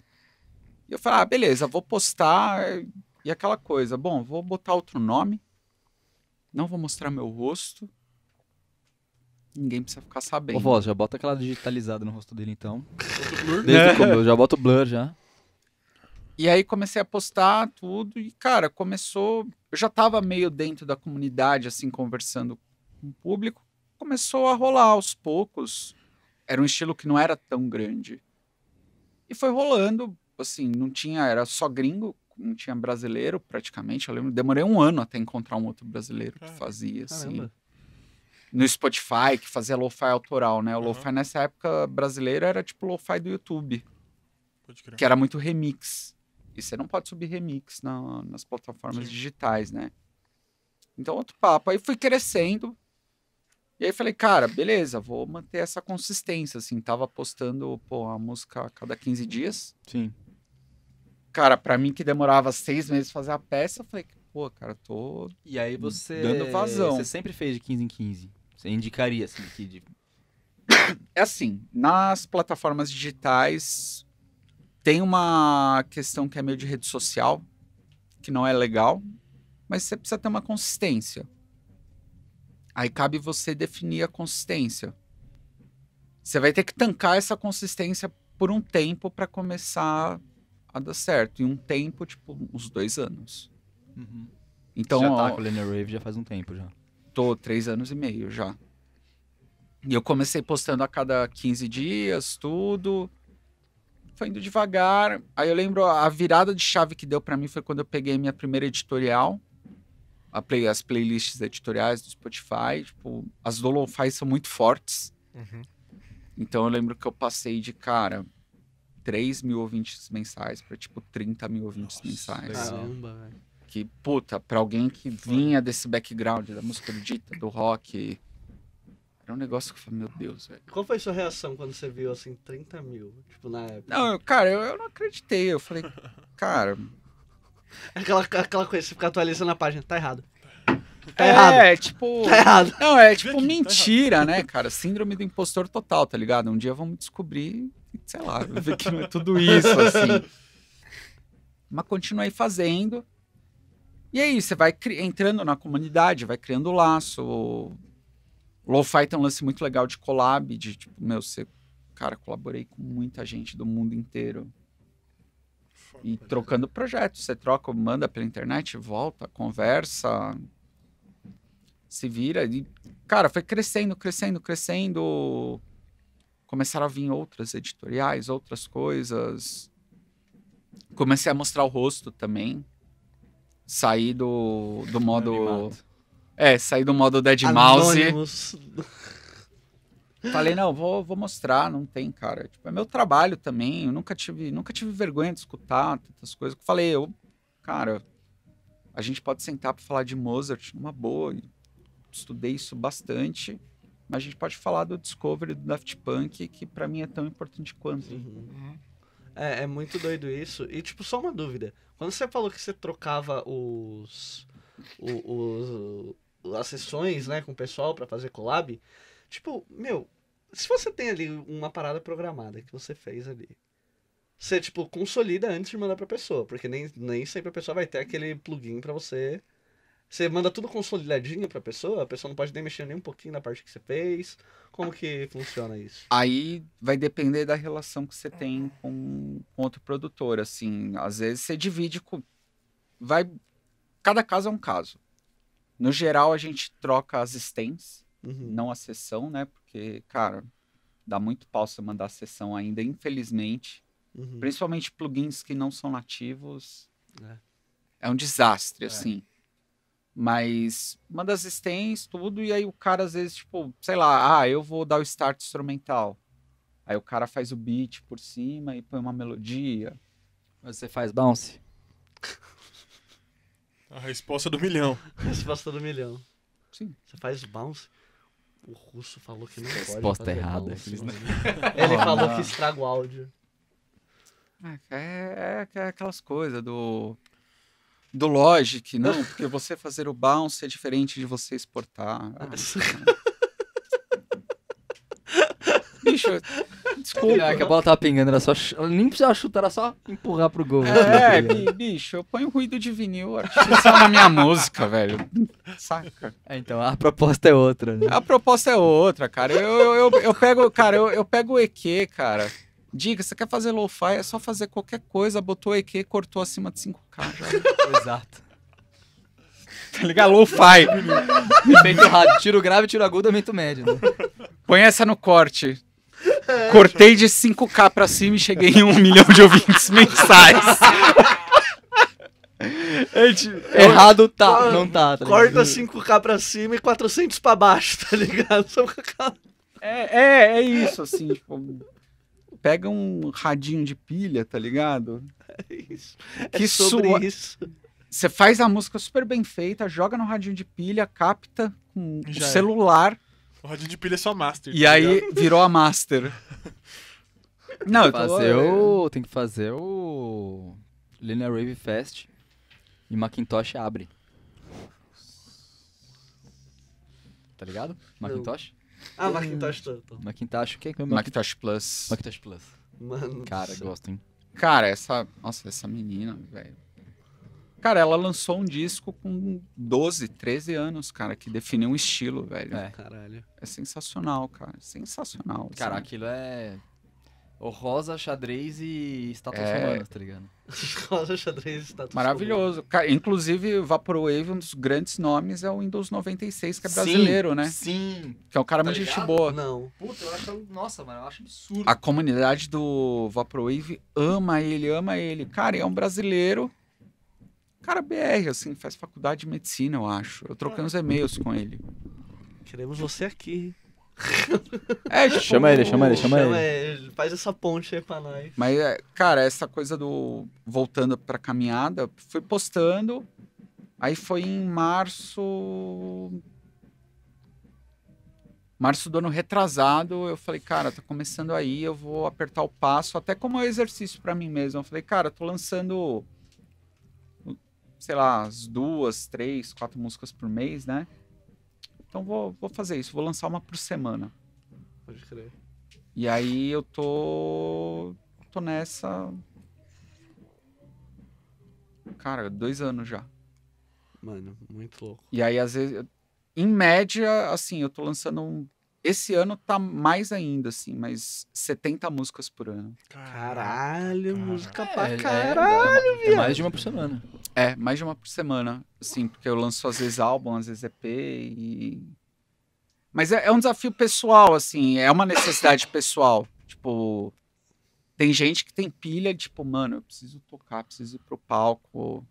Speaker 4: E eu falei, ah, beleza, vou postar. E aquela coisa, bom, vou botar outro nome. Não vou mostrar meu rosto. Ninguém precisa ficar
Speaker 3: Ô,
Speaker 4: sabendo.
Speaker 3: voz, já bota aquela digitalizada no rosto dele, então.
Speaker 2: blur.
Speaker 4: Né? É.
Speaker 3: Desde o começo, já bota o blur, já.
Speaker 4: E aí comecei a postar tudo e, cara, começou. Eu já tava meio dentro da comunidade, assim, conversando com o público. Começou a rolar aos poucos. Era um estilo que não era tão grande. E foi rolando, assim, não tinha, era só gringo, não tinha brasileiro praticamente. Eu lembro, demorei um ano até encontrar um outro brasileiro que
Speaker 2: Cara,
Speaker 4: fazia, assim
Speaker 1: Caramba.
Speaker 4: no Spotify, que fazia lo-fi autoral, né? O
Speaker 2: Aham.
Speaker 4: lo-fi nessa época brasileira era tipo lo-fi do YouTube,
Speaker 2: Pode crer.
Speaker 4: que era muito remix. E você não pode subir remix na- nas plataformas
Speaker 2: Sim.
Speaker 4: digitais, né? Então, outro papo. Aí fui crescendo. E aí falei, cara, beleza, vou manter essa consistência, assim. Tava postando, pô, a música a cada 15 dias.
Speaker 3: Sim.
Speaker 4: Cara, pra mim que demorava seis meses fazer a peça, eu falei, pô, cara, tô...
Speaker 3: E aí você.
Speaker 4: Dando vazão.
Speaker 3: Você sempre fez de 15 em 15. Você indicaria, assim, que de.
Speaker 4: É assim, nas plataformas digitais tem uma questão que é meio de rede social, que não é legal, mas você precisa ter uma consistência. Aí cabe você definir a consistência. Você vai ter que tancar essa consistência por um tempo para começar a dar certo. E um tempo, tipo, uns dois anos.
Speaker 3: Então,
Speaker 4: Então,
Speaker 3: já
Speaker 4: ó,
Speaker 3: tá com o Lena Rave já faz um tempo já.
Speaker 4: Tô três anos e meio já. E eu comecei postando a cada 15 dias, tudo. Foi indo devagar. Aí eu lembro, a virada de chave que deu pra mim foi quando eu peguei minha primeira editorial. a play- as playlists editoriais do Spotify. Tipo, as do Lo-Fi são muito fortes.
Speaker 1: Uhum.
Speaker 4: Então eu lembro que eu passei de, cara, 3 mil ouvintes mensais pra, tipo, 30 mil ouvintes
Speaker 2: Nossa,
Speaker 4: mensais
Speaker 2: legal.
Speaker 1: Caramba, velho.
Speaker 4: que, puta, pra alguém que vinha desse background da música erudita, do rock, era um negócio que eu falei, meu Deus, velho.
Speaker 1: Qual foi sua reação quando você viu, assim, 30 mil? Tipo, na época.
Speaker 4: Não, eu- cara, eu, eu não acreditei. Eu falei, cara.
Speaker 1: Aquela, aquela coisa, você fica atualizando a página. Tá errado. Tá
Speaker 4: é,
Speaker 1: errado.
Speaker 4: tipo.
Speaker 1: Tá errado.
Speaker 4: Não, é tipo
Speaker 2: aqui, tá
Speaker 4: mentira, né, cara? Síndrome do impostor total, tá ligado? Um dia vamos descobrir, sei lá, ver que não é tudo isso, assim. Mas continuei fazendo. E aí, você vai cri- entrando na comunidade, vai criando laço. Lo-Fi tem um lance muito legal de collab, de tipo, meu, você. Cara, colaborei com muita gente do mundo inteiro e trocando projetos. Você troca, manda pela internet, volta, conversa, se vira. E, cara, foi crescendo, crescendo, crescendo. Começaram a vir outras editoriais, outras coisas. Comecei a mostrar o rosto também. Saí do, do modo.
Speaker 3: Anonimato.
Speaker 4: É, saí do modo Dead Mouse.
Speaker 1: Anonymous.
Speaker 4: Falei, não, vou, vou mostrar, não tem, cara. Tipo, é meu trabalho também, eu nunca tive, nunca tive vergonha de escutar tantas coisas. Falei, eu, cara, a gente pode sentar pra falar de Mozart numa boa. e Estudei isso bastante, mas a gente pode falar do Discovery do Daft Punk, que pra mim é tão importante quanto.
Speaker 1: Uhum. É, é muito doido isso. E, tipo, só uma dúvida. Quando você falou que você trocava os. o- os as sessões, né, com o pessoal pra fazer collab, tipo, meu, se você tem ali uma parada programada que você fez ali, você, tipo, consolida antes de mandar pra pessoa, porque nem, nem sempre a pessoa vai ter aquele plugin pra você. Você manda tudo consolidadinho pra pessoa, a pessoa não pode nem mexer nem um pouquinho na parte que você fez. Como que funciona isso?
Speaker 4: Aí vai depender da relação que você tem com, com outro produtor, assim. Às vezes você divide com. Vai. Cada caso é um caso. No geral, a gente troca as stems,
Speaker 1: Uhum.
Speaker 4: não a sessão, né? Porque, cara, dá muito pau você mandar a sessão ainda, infelizmente.
Speaker 1: Uhum.
Speaker 4: Principalmente plugins que não são nativos.
Speaker 1: É.
Speaker 4: É, um desastre,
Speaker 3: É.
Speaker 4: assim. Mas manda as stems, tudo, e aí o cara às vezes, tipo, sei lá, ah, eu vou dar o start instrumental. Aí o cara faz o beat por cima e põe uma melodia.
Speaker 3: Mas você faz bounce?
Speaker 2: A resposta do milhão.
Speaker 1: Resposta do milhão.
Speaker 4: Sim.
Speaker 1: Você faz bounce? O russo falou que não pode.
Speaker 3: Resposta é
Speaker 1: fazer
Speaker 3: errada, né?
Speaker 1: bounce,
Speaker 3: eles-
Speaker 1: mano. Ele
Speaker 4: Ah,
Speaker 1: falou
Speaker 4: não.
Speaker 1: que estraga o áudio.
Speaker 4: É, é, é aquelas coisas do. Do Logic, não, porque você fazer o bounce é diferente de você exportar. Ah, bicho, desculpa.
Speaker 3: Pior É, que a bola tava pingando, era só. ch- Ela nem precisava chutar, era só empurrar pro gol.
Speaker 4: É,
Speaker 3: Tá ligado?
Speaker 4: bi- bicho, eu ponho ruído de vinil artificial na minha música, velho. Saca?
Speaker 3: É, então, a proposta é outra, né?
Speaker 4: A proposta é outra, cara. Eu, eu, eu, eu pego, cara, eu, eu pego o EQ, cara. Diga, você quer fazer lo-fi, é só fazer qualquer coisa, botou o EQ, cortou acima de 5K, já.
Speaker 3: Exato.
Speaker 4: Tá ligado? Lo-fi.
Speaker 3: Efeito rádio, tiro grave, tiro agudo, aumento médio, né?
Speaker 4: Põe essa no corte. Cortei de 5K pra cima e cheguei em 1 milhão de ouvintes mensais. É
Speaker 3: Errado tá, não tá. tá ligado?
Speaker 1: Corta 5K pra cima e 400 pra baixo, tá ligado? Só com aquela-
Speaker 4: É, é, é isso, assim, tipo. Pega um radinho de pilha, tá ligado?
Speaker 1: É isso.
Speaker 4: Que
Speaker 1: é sobre
Speaker 4: sua-
Speaker 1: isso.
Speaker 4: Você faz a música super bem feita, joga no radinho de pilha, capta com o
Speaker 2: Já é.
Speaker 4: celular
Speaker 2: O radinho de pilha é só master.
Speaker 4: e
Speaker 2: tá
Speaker 4: aí
Speaker 2: ligado?
Speaker 4: virou a master. Não, eu tô-
Speaker 3: fazer o. Tem que fazer o. Lena Rave Fest e Macintosh abre. Tá ligado? Macintosh?
Speaker 1: Ah, Macintosh Turtle.
Speaker 3: Macintosh, o que é que é? Mac-
Speaker 4: Macintosh Plus.
Speaker 3: Macintosh Plus.
Speaker 1: Mano. do
Speaker 3: Cara,
Speaker 1: céu.
Speaker 3: gosto, hein?
Speaker 4: Cara, essa. Nossa, essa menina, velho. Cara, ela lançou um disco com 12, 13 anos, cara, que definiu um estilo, velho. É,
Speaker 3: É.
Speaker 1: Caralho.
Speaker 4: sensacional, cara. Sensacional.
Speaker 3: Cara,
Speaker 4: sabe?
Speaker 3: aquilo é. O rosa, xadrez e estátuas
Speaker 4: É.
Speaker 3: humanas, tá ligado?
Speaker 1: Rosa xadrez tá status quo.
Speaker 4: Maravilhoso. Cara, inclusive, Vaporwave, um dos grandes nomes é o Windows 96, que é brasileiro,
Speaker 3: Sim,
Speaker 4: né?
Speaker 3: Sim.
Speaker 4: Que é um cara
Speaker 3: Tá
Speaker 4: muito gente
Speaker 3: ligado?
Speaker 4: boa.
Speaker 1: Não.
Speaker 3: Puta, eu acho. Nossa, mano, eu acho absurdo.
Speaker 4: A comunidade do Vaporwave ama ele, ama ele. Cara, e é um brasileiro. Cara, BR, assim, faz faculdade de medicina, eu acho. Eu
Speaker 3: É.
Speaker 4: troquei uns e-mails com ele.
Speaker 1: Queremos você aqui.
Speaker 4: É, tipo,
Speaker 3: Chama ele, chama ele, chama ele.
Speaker 1: ele. Faz essa ponte aí pra nós.
Speaker 4: Mas, é, cara, essa coisa do. Voltando pra caminhada, fui postando. Aí foi em março. Março do ano retrasado, eu falei, cara, tá começando aí, eu vou apertar o passo, até como um exercício pra mim mesmo. Eu falei, cara, eu tô lançando, sei lá, as duas, três, quatro músicas por mês, né? Então vou, vou fazer isso, vou lançar uma por semana.
Speaker 1: Pode crer.
Speaker 4: E aí eu tô. tô nessa. Cara, dois anos já.
Speaker 1: Mano, muito louco.
Speaker 4: E aí, às vezes. eu- Em média, assim, eu tô lançando um. Esse ano tá mais ainda, assim, mas 70 músicas por ano.
Speaker 1: Caralho,
Speaker 2: Caraca.
Speaker 1: música
Speaker 3: É,
Speaker 1: pra
Speaker 3: é-
Speaker 1: caralho.
Speaker 3: é, é mais de uma por semana.
Speaker 4: É, mais de uma por semana, assim, porque eu lanço às vezes álbum, às vezes EP e. Mas é, é um desafio pessoal, assim, é uma necessidade pessoal. Tipo, tem gente que tem pilha, tipo, mano, eu preciso tocar, preciso ir pro palco.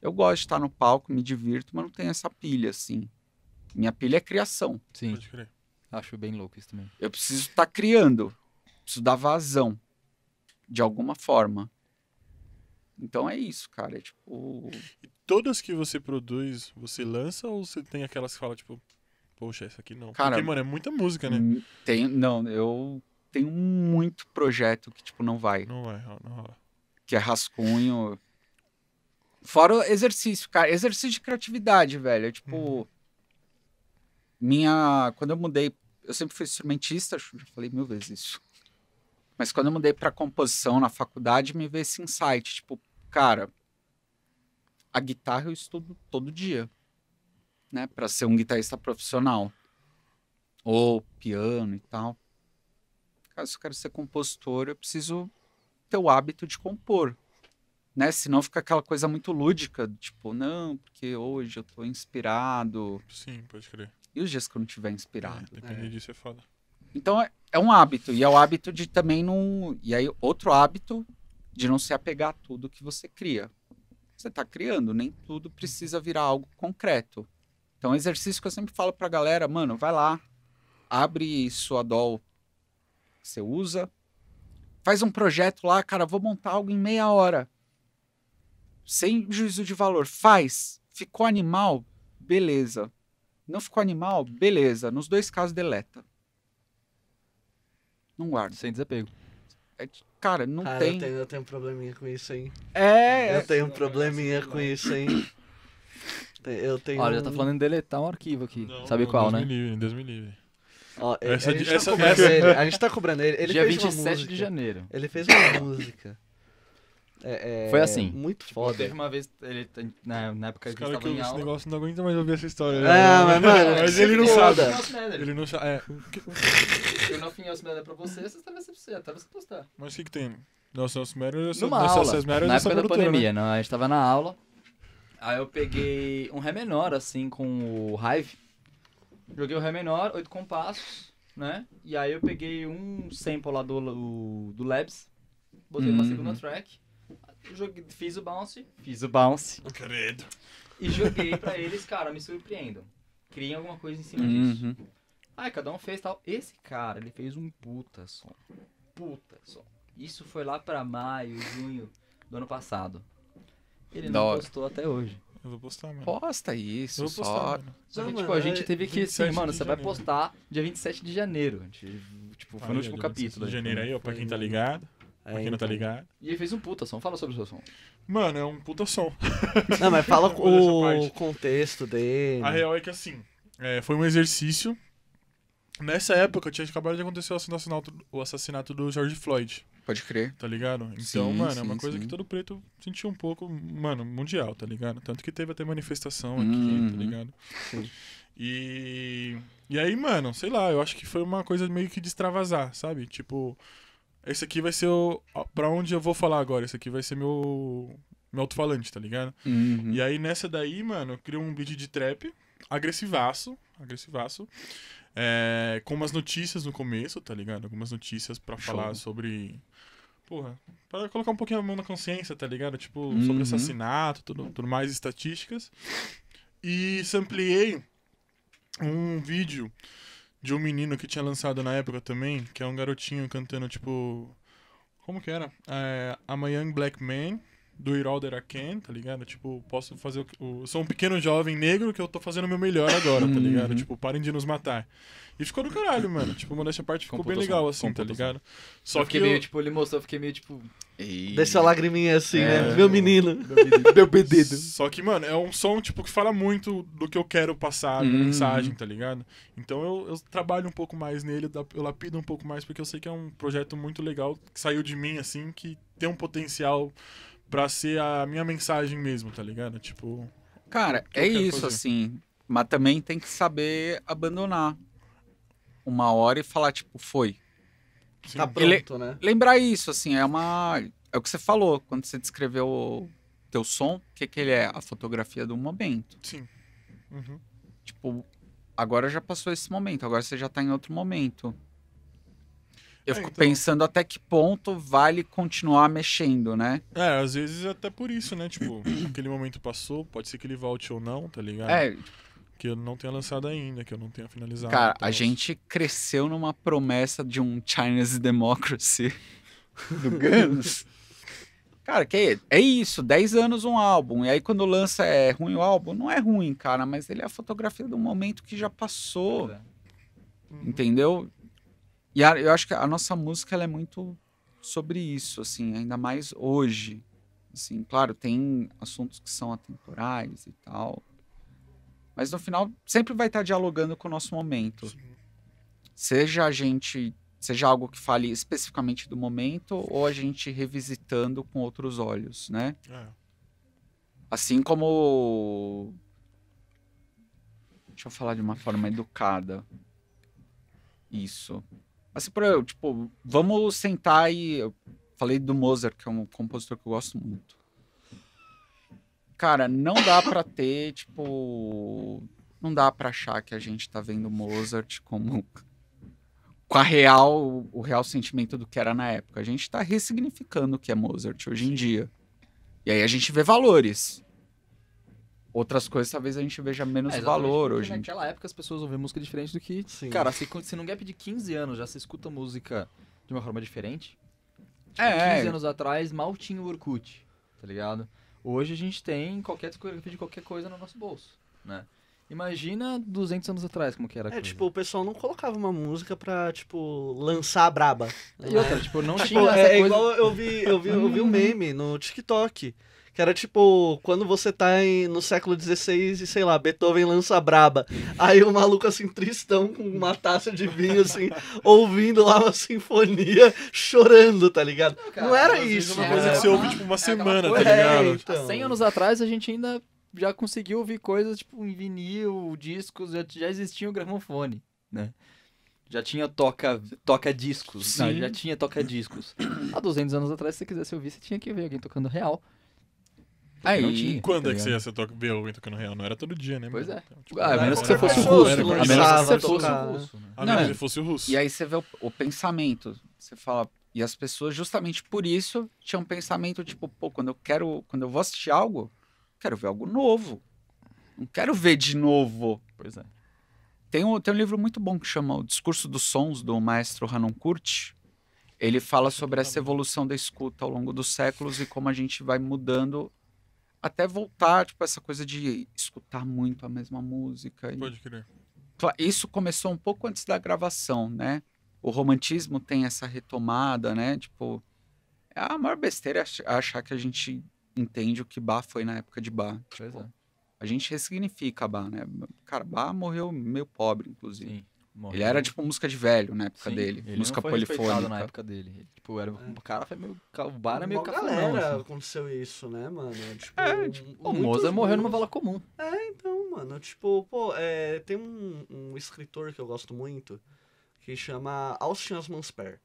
Speaker 4: Eu gosto de estar no palco, me divirto, mas não tenho essa pilha, assim. Minha pilha é criação.
Speaker 3: Sim,
Speaker 2: Pode crer.
Speaker 3: acho bem louco isso também.
Speaker 4: Eu preciso estar criando. Preciso dar vazão. De alguma forma. Então é isso, cara. É tipo.
Speaker 2: E todas que você produz, você lança ou você tem aquelas que fala, tipo, poxa, isso aqui não?
Speaker 4: Cara-
Speaker 2: Porque, mano, é muita música, né?
Speaker 4: Hum, Tenho, não, eu tenho muito projeto que, tipo, não vai.
Speaker 2: Não vai, não rola.
Speaker 4: Que é rascunho. Fora o exercício, cara. Exercício de criatividade, velho. É tipo. Minha. Quando eu mudei. Eu sempre fui instrumentista, acho que já falei mil vezes isso. Mas quando eu mudei pra composição na faculdade, me veio esse insight. Tipo, cara. A guitarra eu estudo todo dia. Né? Pra ser um guitarrista profissional. Ou piano e tal. Cara, se eu quero ser compositor, eu preciso ter o hábito de compor. Né? Senão fica aquela coisa muito lúdica, tipo, não, porque hoje eu tô inspirado.
Speaker 2: Sim, pode crer.
Speaker 4: E os dias que eu não tiver
Speaker 2: É,
Speaker 3: Tá.
Speaker 4: inspirado?
Speaker 2: depender disso é foda.
Speaker 4: Então é, é um hábito, e é o hábito de também não. E aí, outro hábito de não se apegar a tudo que você cria. Você está criando, nem tudo precisa virar algo concreto. Então, é um exercício que eu sempre falo pra galera, mano, vai lá, abre sua doll que você usa, faz um projeto lá, cara, vou montar algo em meia hora. Sem juízo de valor. Faz. Ficou animal? Beleza. Não ficou animal? Beleza. Nos dois casos, deleta. Não guarda.
Speaker 3: Sem desapego.
Speaker 4: É que, cara, não
Speaker 1: Cara,
Speaker 4: tem.
Speaker 1: Eu, tenho, eu tenho um probleminha com isso, hein?
Speaker 4: É, assim,
Speaker 1: Eu tenho um probleminha com isso, hein? Eu tenho.
Speaker 3: Olha, já tá
Speaker 1: um-
Speaker 3: falando em deletar um arquivo aqui. Sabe qual,
Speaker 2: Deus
Speaker 3: né?
Speaker 2: Me livre, Deus me livre.
Speaker 1: Ó, a-
Speaker 2: Essa
Speaker 1: a, gente
Speaker 2: de-
Speaker 1: tá
Speaker 2: essa-
Speaker 1: cobrando
Speaker 2: essa-
Speaker 1: ele, a gente tá cobrando ele. Ele
Speaker 3: Dia
Speaker 1: fez
Speaker 3: 27
Speaker 1: uma música.
Speaker 3: de janeiro.
Speaker 1: Ele fez uma música. É- é
Speaker 3: Foi assim.
Speaker 1: Muito
Speaker 2: Tipo,
Speaker 3: Foda.
Speaker 1: foda.
Speaker 3: Teve uma vez, ele, na, na época
Speaker 2: Os
Speaker 3: que
Speaker 2: caras
Speaker 3: ele
Speaker 2: que
Speaker 3: tava em
Speaker 2: esse
Speaker 3: aula.
Speaker 2: negócio não aguenta mais ouvir essa história. né?
Speaker 1: Ah, mas,
Speaker 3: é
Speaker 1: mano,
Speaker 2: mas ele não
Speaker 1: foda.
Speaker 2: sabe.
Speaker 3: sabe.
Speaker 2: Ele não sabe. É,
Speaker 3: Eu não fiz essa merda pra você, você tava sem você, tá tava sem postar.
Speaker 2: mas o que, que tem? Nossa, nossa, Mero é só-
Speaker 3: Numa
Speaker 2: nossa,
Speaker 3: aula,
Speaker 2: essas Mero é
Speaker 3: na
Speaker 2: dessa
Speaker 3: época da
Speaker 2: produtora, né?
Speaker 3: pandemia, não, a gente tava na aula, aí eu peguei um ré menor, assim, com o Hive, joguei o ré menor, oito compassos, né, e aí eu peguei um sample lá do, o- do Labs, botei numa
Speaker 4: Uhum.
Speaker 3: segunda track, joguei, fiz o bounce, fiz o bounce,
Speaker 2: Credo.
Speaker 3: e joguei pra eles, cara, me surpreendam, criem alguma coisa em cima disso.
Speaker 4: Uhum.
Speaker 3: Aí cada um fez tal. Esse cara, ele fez um puta som. Puta som. Isso foi lá pra maio, junho do ano passado. Ele
Speaker 4: Da
Speaker 3: não
Speaker 4: hora.
Speaker 3: postou até hoje.
Speaker 2: Eu vou postar, mano.
Speaker 4: Posta
Speaker 2: eu
Speaker 4: isso,
Speaker 2: vou postar, né?
Speaker 4: só.
Speaker 2: mano.
Speaker 3: Só
Speaker 1: Não,
Speaker 3: que, tipo,
Speaker 1: mano,
Speaker 3: a gente
Speaker 1: é
Speaker 3: teve que, assim,
Speaker 2: 27
Speaker 3: mano,
Speaker 2: de
Speaker 3: você vai
Speaker 2: janeiro.
Speaker 3: postar dia 27 de janeiro. A gente, tipo, foi
Speaker 2: Aí,
Speaker 3: no último
Speaker 2: ó, dia 27
Speaker 3: capítulo. então. né? um
Speaker 2: De janeiro aí, ó, pra quem tá ligado.
Speaker 1: É,
Speaker 2: Pra quem não
Speaker 1: então.
Speaker 2: tá ligado.
Speaker 3: E ele fez um puta som. Fala sobre o seu som.
Speaker 2: Mano, é um puta som.
Speaker 1: Não, mas fala
Speaker 2: Vou deixar
Speaker 1: o
Speaker 2: parte.
Speaker 1: contexto dele.
Speaker 2: A real é que assim, é, foi um exercício. Nessa época tinha acabado de acontecer o assassinato, o assassinato do George Floyd,
Speaker 4: Pode crer.
Speaker 2: tá ligado? Então,
Speaker 4: Sim,
Speaker 2: mano,
Speaker 4: sim,
Speaker 2: é uma coisa
Speaker 4: sim.
Speaker 2: que todo preto sentiu um pouco, mano, mundial, tá ligado? Tanto que teve até manifestação
Speaker 4: Uhum.
Speaker 2: aqui, tá ligado? E. E aí, mano, sei lá, eu acho que foi uma coisa meio que de extravasar, sabe? Tipo, esse aqui vai ser o. Pra onde eu vou falar agora? Esse aqui vai ser meu. Meu alto-falante, tá ligado?
Speaker 4: Uhum.
Speaker 2: E aí nessa daí, mano, eu criei um beat de trap, agressivaço, agressivaço, é, com umas notícias no começo, tá ligado? Algumas notícias pra
Speaker 4: Show.
Speaker 2: falar sobre, porra, pra colocar um pouquinho a mão na consciência, tá ligado? Tipo,
Speaker 4: Uhum.
Speaker 2: sobre assassinato, tudo, tudo mais, estatísticas. E sampliei um vídeo de um menino que tinha lançado na época também, que é um garotinho cantando, tipo, como que era? É, I'm a Young Black Man, do It All That I Can, tá ligado? Tipo, posso fazer o, que- o- Sou um pequeno jovem negro que eu tô fazendo o meu melhor agora, tá ligado?
Speaker 4: Uhum.
Speaker 2: Tipo, parem de nos matar. E ficou do caralho, mano. Tipo, modéstia à parte ficou bem
Speaker 3: Computação,
Speaker 2: legal, assim, tá
Speaker 3: computação.
Speaker 2: ligado? Só
Speaker 3: eu
Speaker 2: que
Speaker 3: fiquei
Speaker 2: eu...
Speaker 3: meio, tipo, ele mostrou, eu fiquei meio, tipo...
Speaker 4: E-
Speaker 1: Desceu a lagriminha assim, né?
Speaker 2: É.
Speaker 1: Meu menino.
Speaker 3: Meu bededo.
Speaker 2: Só que, mano, é um som, tipo, que fala muito do que eu quero passar, da
Speaker 4: Uhum.
Speaker 2: mensagem, tá ligado? Então eu, eu trabalho um pouco mais nele, da- eu lapido um pouco mais, porque eu sei que é um projeto muito legal, que saiu de mim, assim, que tem um potencial pra ser a minha mensagem mesmo, tá ligado? Tipo,
Speaker 4: Cara,
Speaker 2: que eu
Speaker 4: é
Speaker 2: quero
Speaker 4: isso,
Speaker 2: fazer.
Speaker 4: assim. Mas também tem que saber abandonar uma hora e falar, tipo, foi.
Speaker 2: sim. é-
Speaker 1: Tá pronto,
Speaker 4: Ele-
Speaker 1: né?
Speaker 4: Lembrar isso, assim, é uma. É o que você falou quando você descreveu o teu som, o que, que ele é? A fotografia do momento.
Speaker 2: Sim. Uhum.
Speaker 4: Tipo, agora já passou esse momento, agora você já tá em outro momento. Eu
Speaker 2: É,
Speaker 4: fico
Speaker 2: então.
Speaker 4: pensando até que ponto vale continuar mexendo, né?
Speaker 2: É, às vezes até por isso, né? Tipo, aquele momento passou, pode ser que ele volte ou não, tá ligado?
Speaker 4: É,
Speaker 2: Que eu não tenha lançado ainda, que eu não tenha finalizado. tá
Speaker 4: cara,
Speaker 2: tal.
Speaker 4: a gente cresceu numa promessa de um Chinese Democracy do Guns. Cara, que é isso, 10 anos um álbum. E aí quando lança é ruim o álbum, não é ruim, cara, mas ele é a fotografia do momento que já passou.
Speaker 3: né?
Speaker 2: Uhum.
Speaker 4: Entendeu? E a- eu acho que a nossa música ela é muito sobre isso, assim, ainda mais hoje. Assim, claro, tem assuntos que são atemporais e tal. Mas no final sempre vai estar dialogando com o nosso momento.
Speaker 2: Sim.
Speaker 4: Seja a gente, seja algo que fale especificamente do momento ou a gente revisitando com outros olhos, né?
Speaker 2: É.
Speaker 4: Assim como. Deixa eu falar de uma forma educada. Isso. Assim, por eu, tipo, vamos sentar e. Eu falei do Mozart, que é um compositor que eu gosto muito. Cara, não dá pra ter, tipo. Não dá pra achar que a gente tá vendo Mozart como. Com a real, o real sentimento do que era na época. A gente tá ressignificando o que é Mozart hoje em dia. E aí a gente vê valores. Outras coisas talvez a gente veja menos
Speaker 3: É, exatamente,
Speaker 4: valor
Speaker 3: porque
Speaker 4: hoje em dia.
Speaker 3: Naquela época as pessoas ouvem música diferente do que.
Speaker 1: Sim.
Speaker 3: Cara, se, quando- se num gap de 15 anos já se escuta música de uma forma diferente. Tipo,
Speaker 4: É,
Speaker 3: 15
Speaker 4: é.
Speaker 3: anos atrás mal tinha o Orkut, tá ligado? Hoje a gente tem qualquer discografia de qualquer coisa no nosso bolso, né? Imagina 200 anos atrás como que era a
Speaker 1: É,
Speaker 3: coisa.
Speaker 1: tipo, o pessoal não colocava uma música pra, tipo, lançar a braba.
Speaker 3: E outra, tipo, não
Speaker 1: Tipo,
Speaker 3: tinha essa
Speaker 1: é, é
Speaker 3: coisa...
Speaker 1: igual eu vi, eu vi, eu vi um meme no TikTok. Que era tipo, quando você tá em- no século XVI e sei lá, Beethoven lança a braba. Aí o maluco assim, tristão, com uma taça de vinho, assim, ouvindo lá uma sinfonia, chorando, tá ligado?
Speaker 3: cara,
Speaker 1: não era
Speaker 2: Às vezes
Speaker 1: isso,
Speaker 2: É uma
Speaker 1: né?
Speaker 2: coisa que você
Speaker 3: É,
Speaker 2: ouve, tipo, uma
Speaker 3: aquela
Speaker 2: semana, tá
Speaker 3: coisa-
Speaker 2: ligado?
Speaker 1: É, então.
Speaker 3: Há 100 anos atrás a gente ainda já conseguiu ouvir coisas tipo em vinil, discos, já, já existia o gramofone, né? Já tinha toca, toca discos, né?
Speaker 4: Sim.
Speaker 3: já tinha toca discos. Há 200 anos atrás, se você quisesse ouvir, você tinha que ver alguém tocando real.
Speaker 4: Aí,
Speaker 3: não tinha.
Speaker 2: Quando é que
Speaker 3: Tá
Speaker 2: você ia ser toca, ver alguém tocando real? Não era todo dia, né?
Speaker 3: Pois
Speaker 2: mano?
Speaker 3: é.
Speaker 2: Então, tipo,
Speaker 3: Ah, a
Speaker 2: era-
Speaker 3: menos que
Speaker 2: era
Speaker 3: você fosse
Speaker 2: com-
Speaker 3: o russo,
Speaker 2: era com
Speaker 3: a
Speaker 1: né?
Speaker 3: menos
Speaker 2: isso.
Speaker 3: que
Speaker 1: Começava
Speaker 3: você
Speaker 1: a
Speaker 3: fosse
Speaker 1: tocar,
Speaker 3: o
Speaker 1: né?
Speaker 3: russo. né?
Speaker 2: A
Speaker 4: Não,
Speaker 2: menos
Speaker 4: é.
Speaker 2: que fosse o russo.
Speaker 4: E aí você vê o, o pensamento. Você fala. E as pessoas, justamente por isso, tinham um pensamento tipo, pô, quando eu quero. Quando eu vou assistir algo, quero ver algo novo. Não quero ver de novo.
Speaker 3: Pois é.
Speaker 4: Tem um, tem um livro muito bom que chama O Discurso dos Sons, do maestro Hanon Kurt. Ele fala sobre essa evolução da escuta ao longo dos séculos e como a gente vai mudando até voltar, tipo, essa coisa de escutar muito a mesma música. e-
Speaker 2: Pode crer.
Speaker 4: Cla- Isso começou um pouco antes da gravação, né? O romantismo tem essa retomada, né? Tipo, a maior besteira é ach- achar que a gente entende o que Bach foi na época de Bach.
Speaker 3: Pois é.
Speaker 4: Tipo, A gente ressignifica Bach, né? Cara, Bach morreu meio pobre, inclusive.
Speaker 3: Sim. Morreu.
Speaker 4: Ele era tipo música de velho na época
Speaker 3: Sim,
Speaker 4: dele,
Speaker 3: ele
Speaker 4: música tá?
Speaker 3: não foi respeitado
Speaker 4: polifônica.
Speaker 3: na época dele. Ele, tipo, era um cara foi meio. ca- O bar
Speaker 1: Para
Speaker 3: é meio
Speaker 1: meio
Speaker 3: cafunão,
Speaker 1: galera
Speaker 3: assim.
Speaker 1: aconteceu isso, né, mano? Tipo,
Speaker 4: É,
Speaker 3: O
Speaker 1: muitos
Speaker 3: Mozart morreu numa
Speaker 1: músicos-
Speaker 3: bala comum.
Speaker 1: Então, mano, tipo, pô, é, tem um, um escritor que eu gosto muito que chama Austin Osmansper.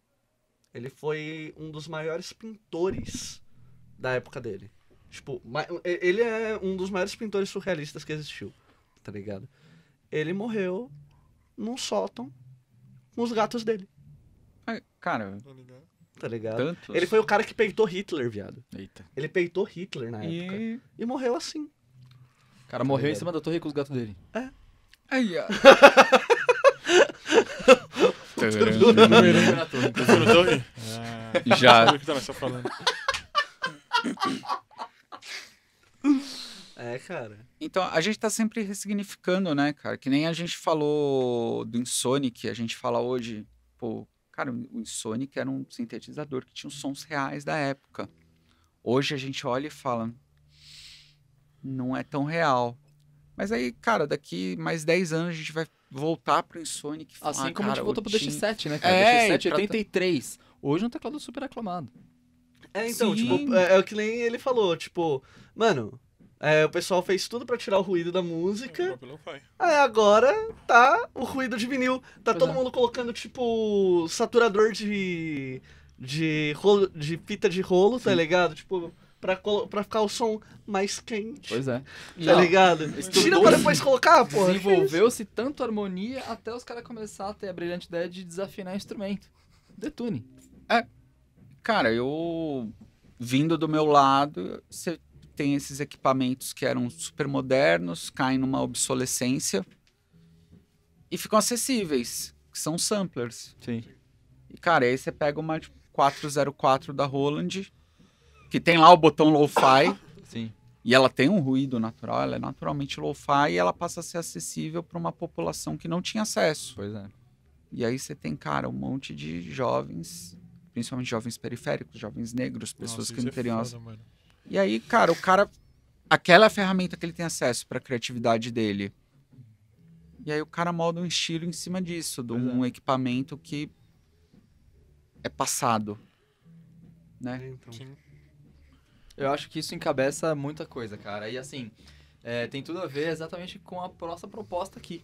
Speaker 1: Ele foi um dos maiores pintores da época dele. Tipo, ma- e- ele é um dos maiores pintores surrealistas que existiu, tá ligado? Ele morreu num sótão com os gatos dele,
Speaker 4: Ah, Cara,
Speaker 2: Tá ligado?
Speaker 1: tá ligado?
Speaker 4: tanto.
Speaker 1: Ele foi o cara que peitou Hitler, viado.
Speaker 3: Eita.
Speaker 1: Ele peitou Hitler na época.
Speaker 4: E...
Speaker 1: E morreu assim.
Speaker 3: O cara morreu em
Speaker 1: ligado?
Speaker 3: cima da torre com os gatos dele.
Speaker 4: Aí, ó.
Speaker 3: Na torre. então.
Speaker 2: Eu fui no Torre? tá
Speaker 4: Já.
Speaker 2: Sabe o que tá nessa falando?
Speaker 1: É, cara.
Speaker 4: Então, a gente tá sempre ressignificando, né, cara? Que nem a gente falou do Insonic, a gente fala hoje, pô, cara, o Insonic era um sintetizador que tinha os sons reais da época. Hoje a gente olha e fala, não é tão real. Mas aí, cara, daqui mais 10 anos a gente vai voltar pro Insonic e falar,
Speaker 3: Assim como a
Speaker 4: Ah, cara,
Speaker 3: gente voltou
Speaker 4: o
Speaker 3: pro
Speaker 4: Tim-
Speaker 3: DX7, né, cara?
Speaker 4: É,
Speaker 3: DX7
Speaker 4: e trata-
Speaker 3: 83. Hoje é um teclado super aclamado.
Speaker 1: É, então,
Speaker 4: Sim.
Speaker 1: tipo, é, é o que nem ele falou, tipo, mano, é, o pessoal fez tudo pra tirar o ruído da música,
Speaker 2: Pelo pai.
Speaker 1: aí agora tá o ruído de vinil, tá
Speaker 3: Pois
Speaker 1: todo
Speaker 3: é.
Speaker 1: mundo colocando, tipo, saturador de, de, rolo, de fita de rolo, tá ligado? Tipo, pra, colo- pra ficar o som mais quente,
Speaker 3: Pois é.
Speaker 1: tá
Speaker 3: Não,
Speaker 1: ligado?
Speaker 3: estudou-
Speaker 1: Tira pra depois colocar, porra. que isso?
Speaker 3: Desenvolveu-se tanto harmonia até os caras começaram a ter a brilhante ideia de desafinar instrumento. Detune.
Speaker 4: Cara, eu vindo do meu lado, você tem esses equipamentos que eram super modernos, caem numa obsolescência e ficam acessíveis, que são samplers.
Speaker 3: Sim.
Speaker 4: E cara, aí você pega uma tipo, 404 da Roland, que tem lá o botão lo-fi,
Speaker 3: Sim.
Speaker 4: e ela tem um ruído natural, ela é naturalmente lo-fi e ela passa a ser acessível para uma população que não tinha acesso.
Speaker 3: Pois é.
Speaker 4: E aí você tem, cara, um monte de jovens, principalmente jovens periféricos, jovens negros, pessoas
Speaker 2: Nossa,
Speaker 4: que
Speaker 2: isso
Speaker 4: não
Speaker 2: é
Speaker 4: teriam.
Speaker 2: foda, mano.
Speaker 4: E aí, cara, o cara. Aquela é ferramenta que ele tem acesso para a criatividade dele. E aí o cara molda um estilo em cima disso, de
Speaker 3: Pois é.
Speaker 4: um equipamento que é passado. Né?
Speaker 1: É, então.
Speaker 2: Sim.
Speaker 3: Eu acho que isso encabeça muita coisa, cara. E assim, é, tem tudo a ver exatamente com a próxima proposta aqui.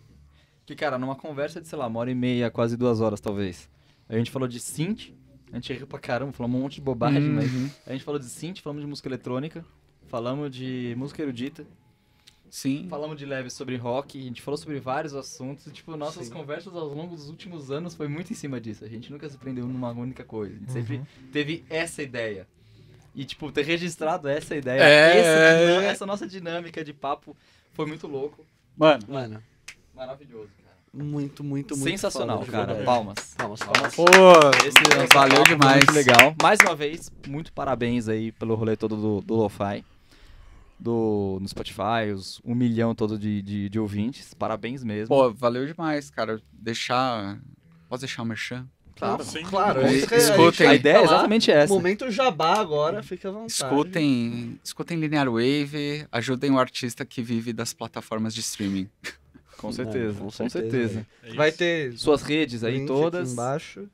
Speaker 3: Que, cara, numa conversa de, sei lá, uma hora e meia, quase duas horas, talvez. A gente falou de synth, a gente riu pra caramba, falamos um monte de bobagem, mas
Speaker 4: Uhum.
Speaker 3: a gente falou de synth, falamos de música eletrônica, falamos de música erudita,
Speaker 4: Sim.
Speaker 3: falamos de leve sobre rock, a gente falou sobre vários assuntos. E, tipo, nossas
Speaker 1: Sim.
Speaker 3: conversas ao longo dos últimos anos foi muito em cima disso. A gente nunca se prendeu numa única coisa. A gente sempre teve essa ideia. E, tipo, ter registrado essa ideia,
Speaker 4: É.
Speaker 3: esse dinam- essa nossa dinâmica de papo foi muito louco,
Speaker 4: Mano.
Speaker 1: Mano,
Speaker 3: maravilhoso, cara.
Speaker 1: muito, muito, muito
Speaker 3: Sensacional,
Speaker 1: foda, de
Speaker 3: cara.
Speaker 1: verdade.
Speaker 3: Palmas.
Speaker 1: Palmas, palmas.
Speaker 4: Pô,
Speaker 3: Esse nosso
Speaker 4: é um valeu
Speaker 3: papo foi
Speaker 4: demais.
Speaker 3: Muito legal. Mais uma vez, muito parabéns aí pelo rolê todo do, do Lo-Fi. Do, no Spotify, os um milhão todo de, de, de ouvintes. Parabéns mesmo.
Speaker 4: Pô, valeu demais, cara. Deixar. Posso deixar o merchan?
Speaker 1: Claro,
Speaker 2: Sim.
Speaker 1: claro. é isso que a gente
Speaker 4: Escutem.
Speaker 1: vai
Speaker 3: A ideia é
Speaker 1: falar.
Speaker 3: exatamente essa.
Speaker 1: Momento jabá agora, fica à vontade.
Speaker 4: Escutem, escutem Linear Wave, ajudem o artista que vive das plataformas de streaming.
Speaker 3: Com certeza,
Speaker 1: Não,
Speaker 3: com certeza.
Speaker 2: É isso.
Speaker 1: Vai ter
Speaker 3: Suas redes aí
Speaker 1: link
Speaker 3: todas.
Speaker 1: aqui embaixo.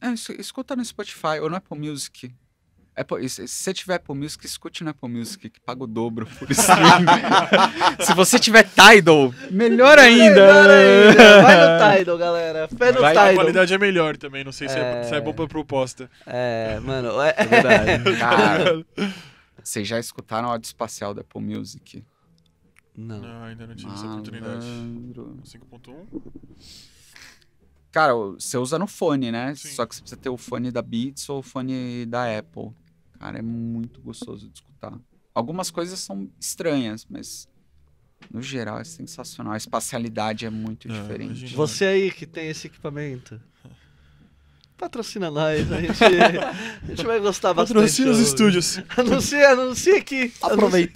Speaker 4: É, es- escuta no Spotify ou no Apple Music. Apple, e se se você tiver Apple Music, escute no Apple Music, que paga o dobro por streaming. se você tiver Tidal, melhor
Speaker 1: Melhor
Speaker 4: ainda.
Speaker 1: ainda. Vai no Tidal, galera. Fé no
Speaker 2: Vai, a
Speaker 1: Tidal.
Speaker 2: qualidade é melhor também, não sei se é,
Speaker 1: É.
Speaker 2: se é bom pra proposta. Tá
Speaker 1: É, mano. é-
Speaker 3: É verdade.
Speaker 4: Cara, vocês já escutaram a áudio espacial da Apple Music?
Speaker 1: Não.
Speaker 2: Não, ainda não tive
Speaker 4: Ah,
Speaker 2: essa oportunidade.
Speaker 4: Malandro.
Speaker 2: 5.1?
Speaker 4: Cara, o- você usa no fone, né?
Speaker 2: Sim.
Speaker 4: Só que você precisa ter o fone da Beats ou o fone da Apple. Cara, é muito gostoso de escutar. Algumas coisas são estranhas, mas no geral é sensacional. A espacialidade é muito
Speaker 2: Não,
Speaker 4: diferente.
Speaker 2: imagina.
Speaker 1: Você aí que tem esse equipamento. Patrocina nós, a gente, a gente vai gostar bastante.
Speaker 2: Patrocina os
Speaker 1: hoje.
Speaker 2: estúdios.
Speaker 1: Anuncia, anuncia aqui. Aproveita.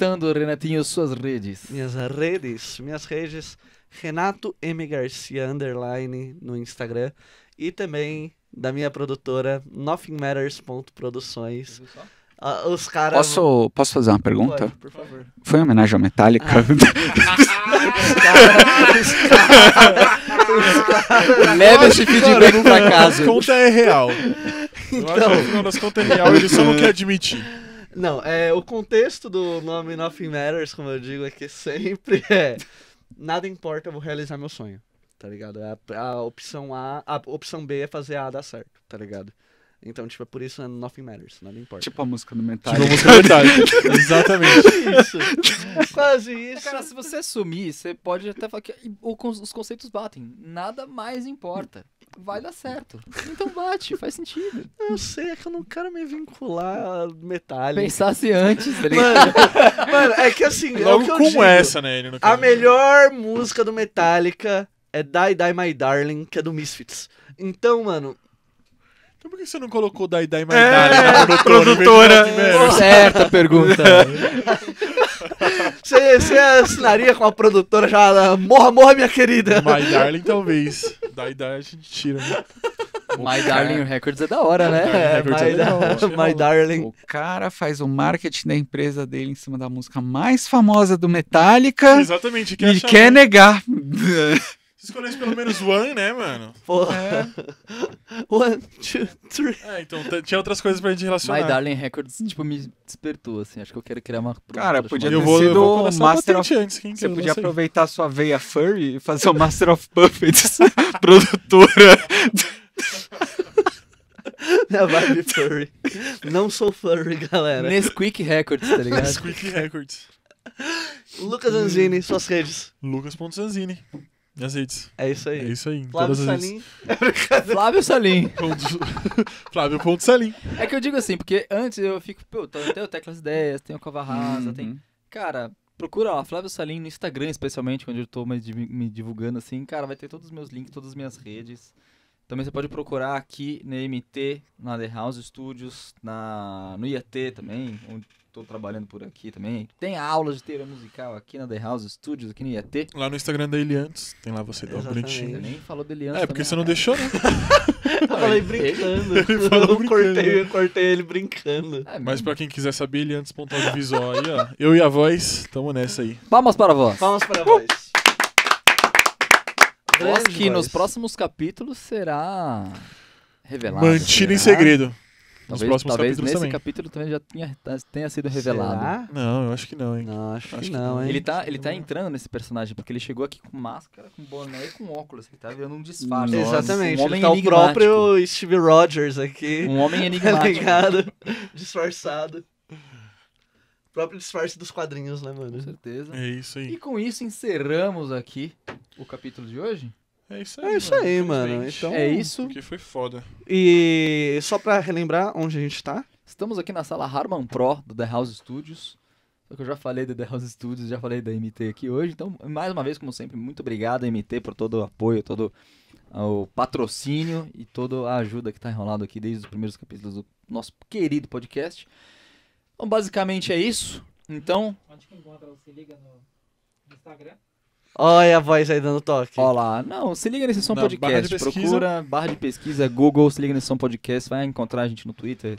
Speaker 3: Aproveitando, Renatinho, suas redes.
Speaker 1: Minhas redes, minhas redes, Renato M. Garcia, underline, no Instagram. E também da minha produtora, nothingmatters.produções.
Speaker 5: Viu só?
Speaker 1: Ah, os caras...
Speaker 4: Posso, posso fazer uma pergunta?
Speaker 1: Pode, por favor.
Speaker 4: Foi em homenagem ao Metallica?
Speaker 3: Leve esse feedback pra casa.
Speaker 2: Conta é real. Eu acho que
Speaker 1: Então.
Speaker 2: no final das contas é real, ele só não quer admitir.
Speaker 1: Não, é, o contexto do nome Nothing Matters, como eu digo aqui sempre, é nada importa, eu vou realizar meu sonho, tá ligado? É A, a opção A, a opção B é fazer a dar certo, tá ligado? Então, tipo, é por isso é Nothing Matters, nada importa.
Speaker 4: Tipo a música do
Speaker 2: Tipo,
Speaker 4: Metallica.
Speaker 2: vamos cantar. Exatamente.
Speaker 1: isso, quase isso.
Speaker 3: Cara, se você sumir, você pode até falar que o con- os conceitos batem. Nada mais importa. Vai dar certo. Então bate, faz sentido.
Speaker 1: Eu sei, é que eu não quero me vincular a Metallica.
Speaker 3: Pensasse antes, tá ligado?
Speaker 1: Mano, mano, é que assim, é o
Speaker 2: Logo
Speaker 1: que eu
Speaker 2: com
Speaker 1: digo.
Speaker 2: essa, né? Ele não
Speaker 1: A
Speaker 2: quer-
Speaker 1: melhor música do Metallica é Die Die My Darling, que é do Misfits. Então, mano,
Speaker 2: Então por que você não colocou Dai Dai mais
Speaker 1: É,
Speaker 2: Dai na produtora? em vez de
Speaker 4: produtora.
Speaker 2: Nothing Matters?
Speaker 3: Certa pergunta.
Speaker 1: Você você assinaria com a produtora já da Morra, morra, minha querida.
Speaker 2: My Darling, talvez. Dai Dai a gente tira. né?
Speaker 3: My Darling Records é da hora,
Speaker 1: É,
Speaker 3: né?
Speaker 2: Records é
Speaker 1: my,
Speaker 2: legal,
Speaker 1: da-
Speaker 2: achei
Speaker 1: my
Speaker 2: legal.
Speaker 1: darling.
Speaker 4: O cara faz o marketing da empresa dele em cima da música mais famosa do
Speaker 1: É.
Speaker 4: Metallica
Speaker 2: Exatamente. Quer
Speaker 4: e
Speaker 2: achar
Speaker 4: quer
Speaker 2: um-
Speaker 4: negar.
Speaker 2: Se escolhesse pelo menos One, né, mano?
Speaker 1: Porra. One, two, three.
Speaker 2: É, então t- tinha outras coisas pra gente
Speaker 3: My
Speaker 2: relacionar.
Speaker 3: Darling Records, tipo, me despertou, assim. Acho que eu quero criar uma...
Speaker 4: Cara,
Speaker 3: produtora
Speaker 4: podia
Speaker 2: eu
Speaker 3: chamada-
Speaker 2: vou, eu
Speaker 4: ter sido
Speaker 2: vou
Speaker 4: o
Speaker 2: começar a
Speaker 4: Master
Speaker 2: patente antes, quem
Speaker 4: Você
Speaker 2: quer,
Speaker 4: podia
Speaker 2: não sei.
Speaker 4: aproveitar a sua veia furry e fazer o Master of Puppets produtora.
Speaker 1: Minha vibe furry. Não sou furry, galera.
Speaker 3: Nesquik Records, tá ligado?
Speaker 2: Squeak Records.
Speaker 1: Lucas Anzini, suas redes.
Speaker 2: Lucas.Sanzini. Minhas redes.
Speaker 1: É isso
Speaker 2: É
Speaker 1: aí.
Speaker 2: isso aí. em
Speaker 1: Flávio
Speaker 2: todas as redes.
Speaker 1: Salim.
Speaker 3: Flávio Salim.
Speaker 2: Ponto- Flávio.Salim.
Speaker 3: É que eu digo assim, porque antes eu fico... Pô, tem o Teclas 10, tem o Cova
Speaker 1: Ah,
Speaker 3: Rasa, tem... Cara, procura lá, Flávio Salim no Instagram, especialmente, onde eu tô mais div- me divulgando, assim. Cara, vai ter todos os meus links, todas as minhas redes. Também você pode procurar aqui na MT, na The House Studios, na, no IAT também, onde tô trabalhando por aqui também. Tem aulas de teoria musical aqui na The House Studios, aqui no IAT.
Speaker 2: Lá no Instagram da Eliantes. Tem lá você, dá um
Speaker 1: Exatamente.
Speaker 2: bonitinho.
Speaker 3: Você nem falou dele antes
Speaker 2: É, porque
Speaker 3: também,
Speaker 2: você não
Speaker 3: cara.
Speaker 2: deixou, né?
Speaker 1: Eu falei brincando.
Speaker 2: Ele falou
Speaker 1: eu
Speaker 2: brincando.
Speaker 1: cortei, eu cortei ele brincando.
Speaker 3: É,
Speaker 2: Mas pra quem quiser saber, é Eliantes.audiovisual aí, ó. Eu e a voz, tamo nessa aí.
Speaker 3: Palmas para vós.
Speaker 1: Palmas para vós.
Speaker 3: Vós
Speaker 1: Uh! Grande
Speaker 3: que nos
Speaker 1: voz.
Speaker 3: próximos capítulos será revelado.
Speaker 2: Mantido em
Speaker 3: será?
Speaker 2: segredo. Nos
Speaker 3: Talvez,
Speaker 2: próximos
Speaker 3: talvez
Speaker 2: capítulos
Speaker 3: nesse
Speaker 2: também.
Speaker 3: capítulo também já tinha- tenha sido revelado.
Speaker 1: Será?
Speaker 2: Não, eu acho que não, hein?
Speaker 1: Não, acho, que
Speaker 2: Acho que
Speaker 1: não,
Speaker 2: não.
Speaker 1: hein?
Speaker 3: Ele tá, ele tá entrando nesse personagem, porque ele chegou aqui com máscara, com boné e com óculos. Ele tá virando um disfarce.
Speaker 4: Nossa,
Speaker 1: Exatamente, ele
Speaker 3: um homem
Speaker 1: tá o
Speaker 3: enigmático.
Speaker 1: próprio Steve Rogers aqui.
Speaker 3: Um homem
Speaker 1: Tá
Speaker 3: enigmático.
Speaker 1: ligado? Disfarçado. O próprio disfarce dos quadrinhos, né,
Speaker 3: com
Speaker 1: mano?
Speaker 3: certeza.
Speaker 2: É isso aí.
Speaker 3: E com isso encerramos aqui o capítulo de hoje.
Speaker 2: É isso aí.
Speaker 1: É isso aí, mano.
Speaker 2: infelizmente.
Speaker 1: Então,
Speaker 3: É isso.
Speaker 2: Porque foi foda.
Speaker 1: E só pra relembrar onde a gente tá.
Speaker 3: Estamos aqui na sala Harman Pro do The House Studios. Só que eu já falei do The House Studios, já falei da MT aqui hoje. Então, mais uma vez, como sempre, muito obrigado, MT, por todo o apoio, todo ah, o patrocínio e toda a ajuda que tá enrolado aqui desde os primeiros capítulos do nosso querido podcast. Então, basicamente é isso. Então,
Speaker 5: Onde que encontra o Se Liga no no Instagram?
Speaker 1: Olha a voz aí dando toque.
Speaker 3: ó lá. Não, se liga nesse som
Speaker 2: Na barra de
Speaker 3: podcast.
Speaker 2: pesquisa.
Speaker 3: procura barra de pesquisa, Google, se liga nesse som podcast. Vai encontrar a gente no Twitter,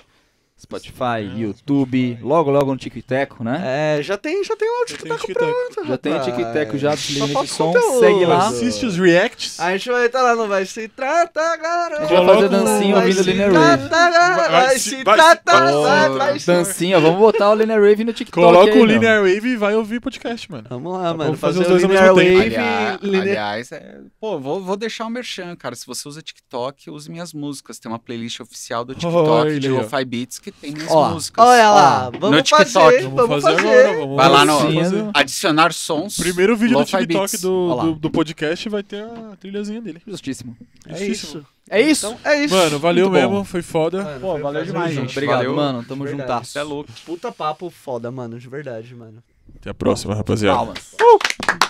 Speaker 3: Spotify,
Speaker 2: Instagram,
Speaker 3: YouTube,
Speaker 2: Ah, Spotify.
Speaker 3: logo, logo um Tico e Teco, né?
Speaker 1: É, já tem, já tem o áudio
Speaker 2: Você
Speaker 1: que
Speaker 2: tem
Speaker 1: tá
Speaker 2: que tá-
Speaker 1: comprando,
Speaker 3: Já tem o
Speaker 1: rapaz.
Speaker 3: tic-tac, já se liga
Speaker 1: Só
Speaker 3: nesse
Speaker 1: falta
Speaker 3: som,
Speaker 1: conteúdo.
Speaker 3: segue lá.
Speaker 2: Assiste os reacts.
Speaker 1: A gente vai estar lá, não vai se tratar,
Speaker 3: A
Speaker 1: garoto.
Speaker 3: gente vai
Speaker 2: Coloca
Speaker 3: fazer
Speaker 2: um-
Speaker 3: dancinha
Speaker 1: vai
Speaker 3: ouvindo
Speaker 1: se
Speaker 3: Lina Rave.
Speaker 1: tratar, garoto.
Speaker 2: Vai
Speaker 1: Vai
Speaker 2: se-
Speaker 1: se
Speaker 2: vai se-
Speaker 1: tratar,
Speaker 2: Oh,
Speaker 1: vai- vai se-
Speaker 3: Dancinha, vamos botar o Lina Rave no TikTok.
Speaker 2: Coloca
Speaker 3: aí,
Speaker 2: o
Speaker 3: meu.
Speaker 2: Linear Wave e vai ouvir podcast, mano.
Speaker 1: Vamos
Speaker 3: Tá
Speaker 1: lá, mano.
Speaker 2: vamos fazer
Speaker 1: Fazer,
Speaker 2: os
Speaker 1: o
Speaker 2: dois
Speaker 1: Linear
Speaker 2: ao mesmo
Speaker 1: Wave,
Speaker 2: tempo.
Speaker 4: Aliás,
Speaker 1: linear-
Speaker 4: aliás, é- pô, vou, vou deixar o merchan, cara. Se você usa TikTok, use minhas músicas. Tem uma playlist oficial do TikTok
Speaker 2: Olha
Speaker 4: de
Speaker 2: aí, ó.
Speaker 4: Lo-Fi Beats que tem minhas
Speaker 3: Ó,
Speaker 4: músicas.
Speaker 1: Olha lá,
Speaker 4: no
Speaker 1: vamos
Speaker 4: TikTok.
Speaker 1: fazer,
Speaker 2: Vamos,
Speaker 1: vamos
Speaker 2: fazer,
Speaker 1: fazer.
Speaker 2: agora. Vamos
Speaker 4: Vai lá no-
Speaker 2: vamos fazer.
Speaker 3: Sim.
Speaker 4: Adicionar sons.
Speaker 2: Primeiro vídeo do
Speaker 4: Lo-Fi
Speaker 2: Tiktok
Speaker 4: Beats.
Speaker 2: do,
Speaker 3: Olha lá.
Speaker 2: do, do podcast vai ter a trilhazinha dele.
Speaker 3: Justíssimo.
Speaker 1: É isso.
Speaker 3: É isso.
Speaker 1: Então, é isso.
Speaker 2: Mano, valeu
Speaker 3: Muito bom.
Speaker 2: mesmo. Foi foda.
Speaker 1: Mano,
Speaker 3: Pô,
Speaker 1: foi
Speaker 3: valeu
Speaker 1: um
Speaker 3: demais,
Speaker 1: prazer,
Speaker 3: gente. Obrigado,
Speaker 4: Valeu.
Speaker 3: mano. Tamo
Speaker 1: Verdade.
Speaker 3: juntasso.
Speaker 4: Isso é louco.
Speaker 1: Puta papo foda, mano, de verdade, mano.
Speaker 2: Até a próxima, rapaziada.
Speaker 3: Palmas.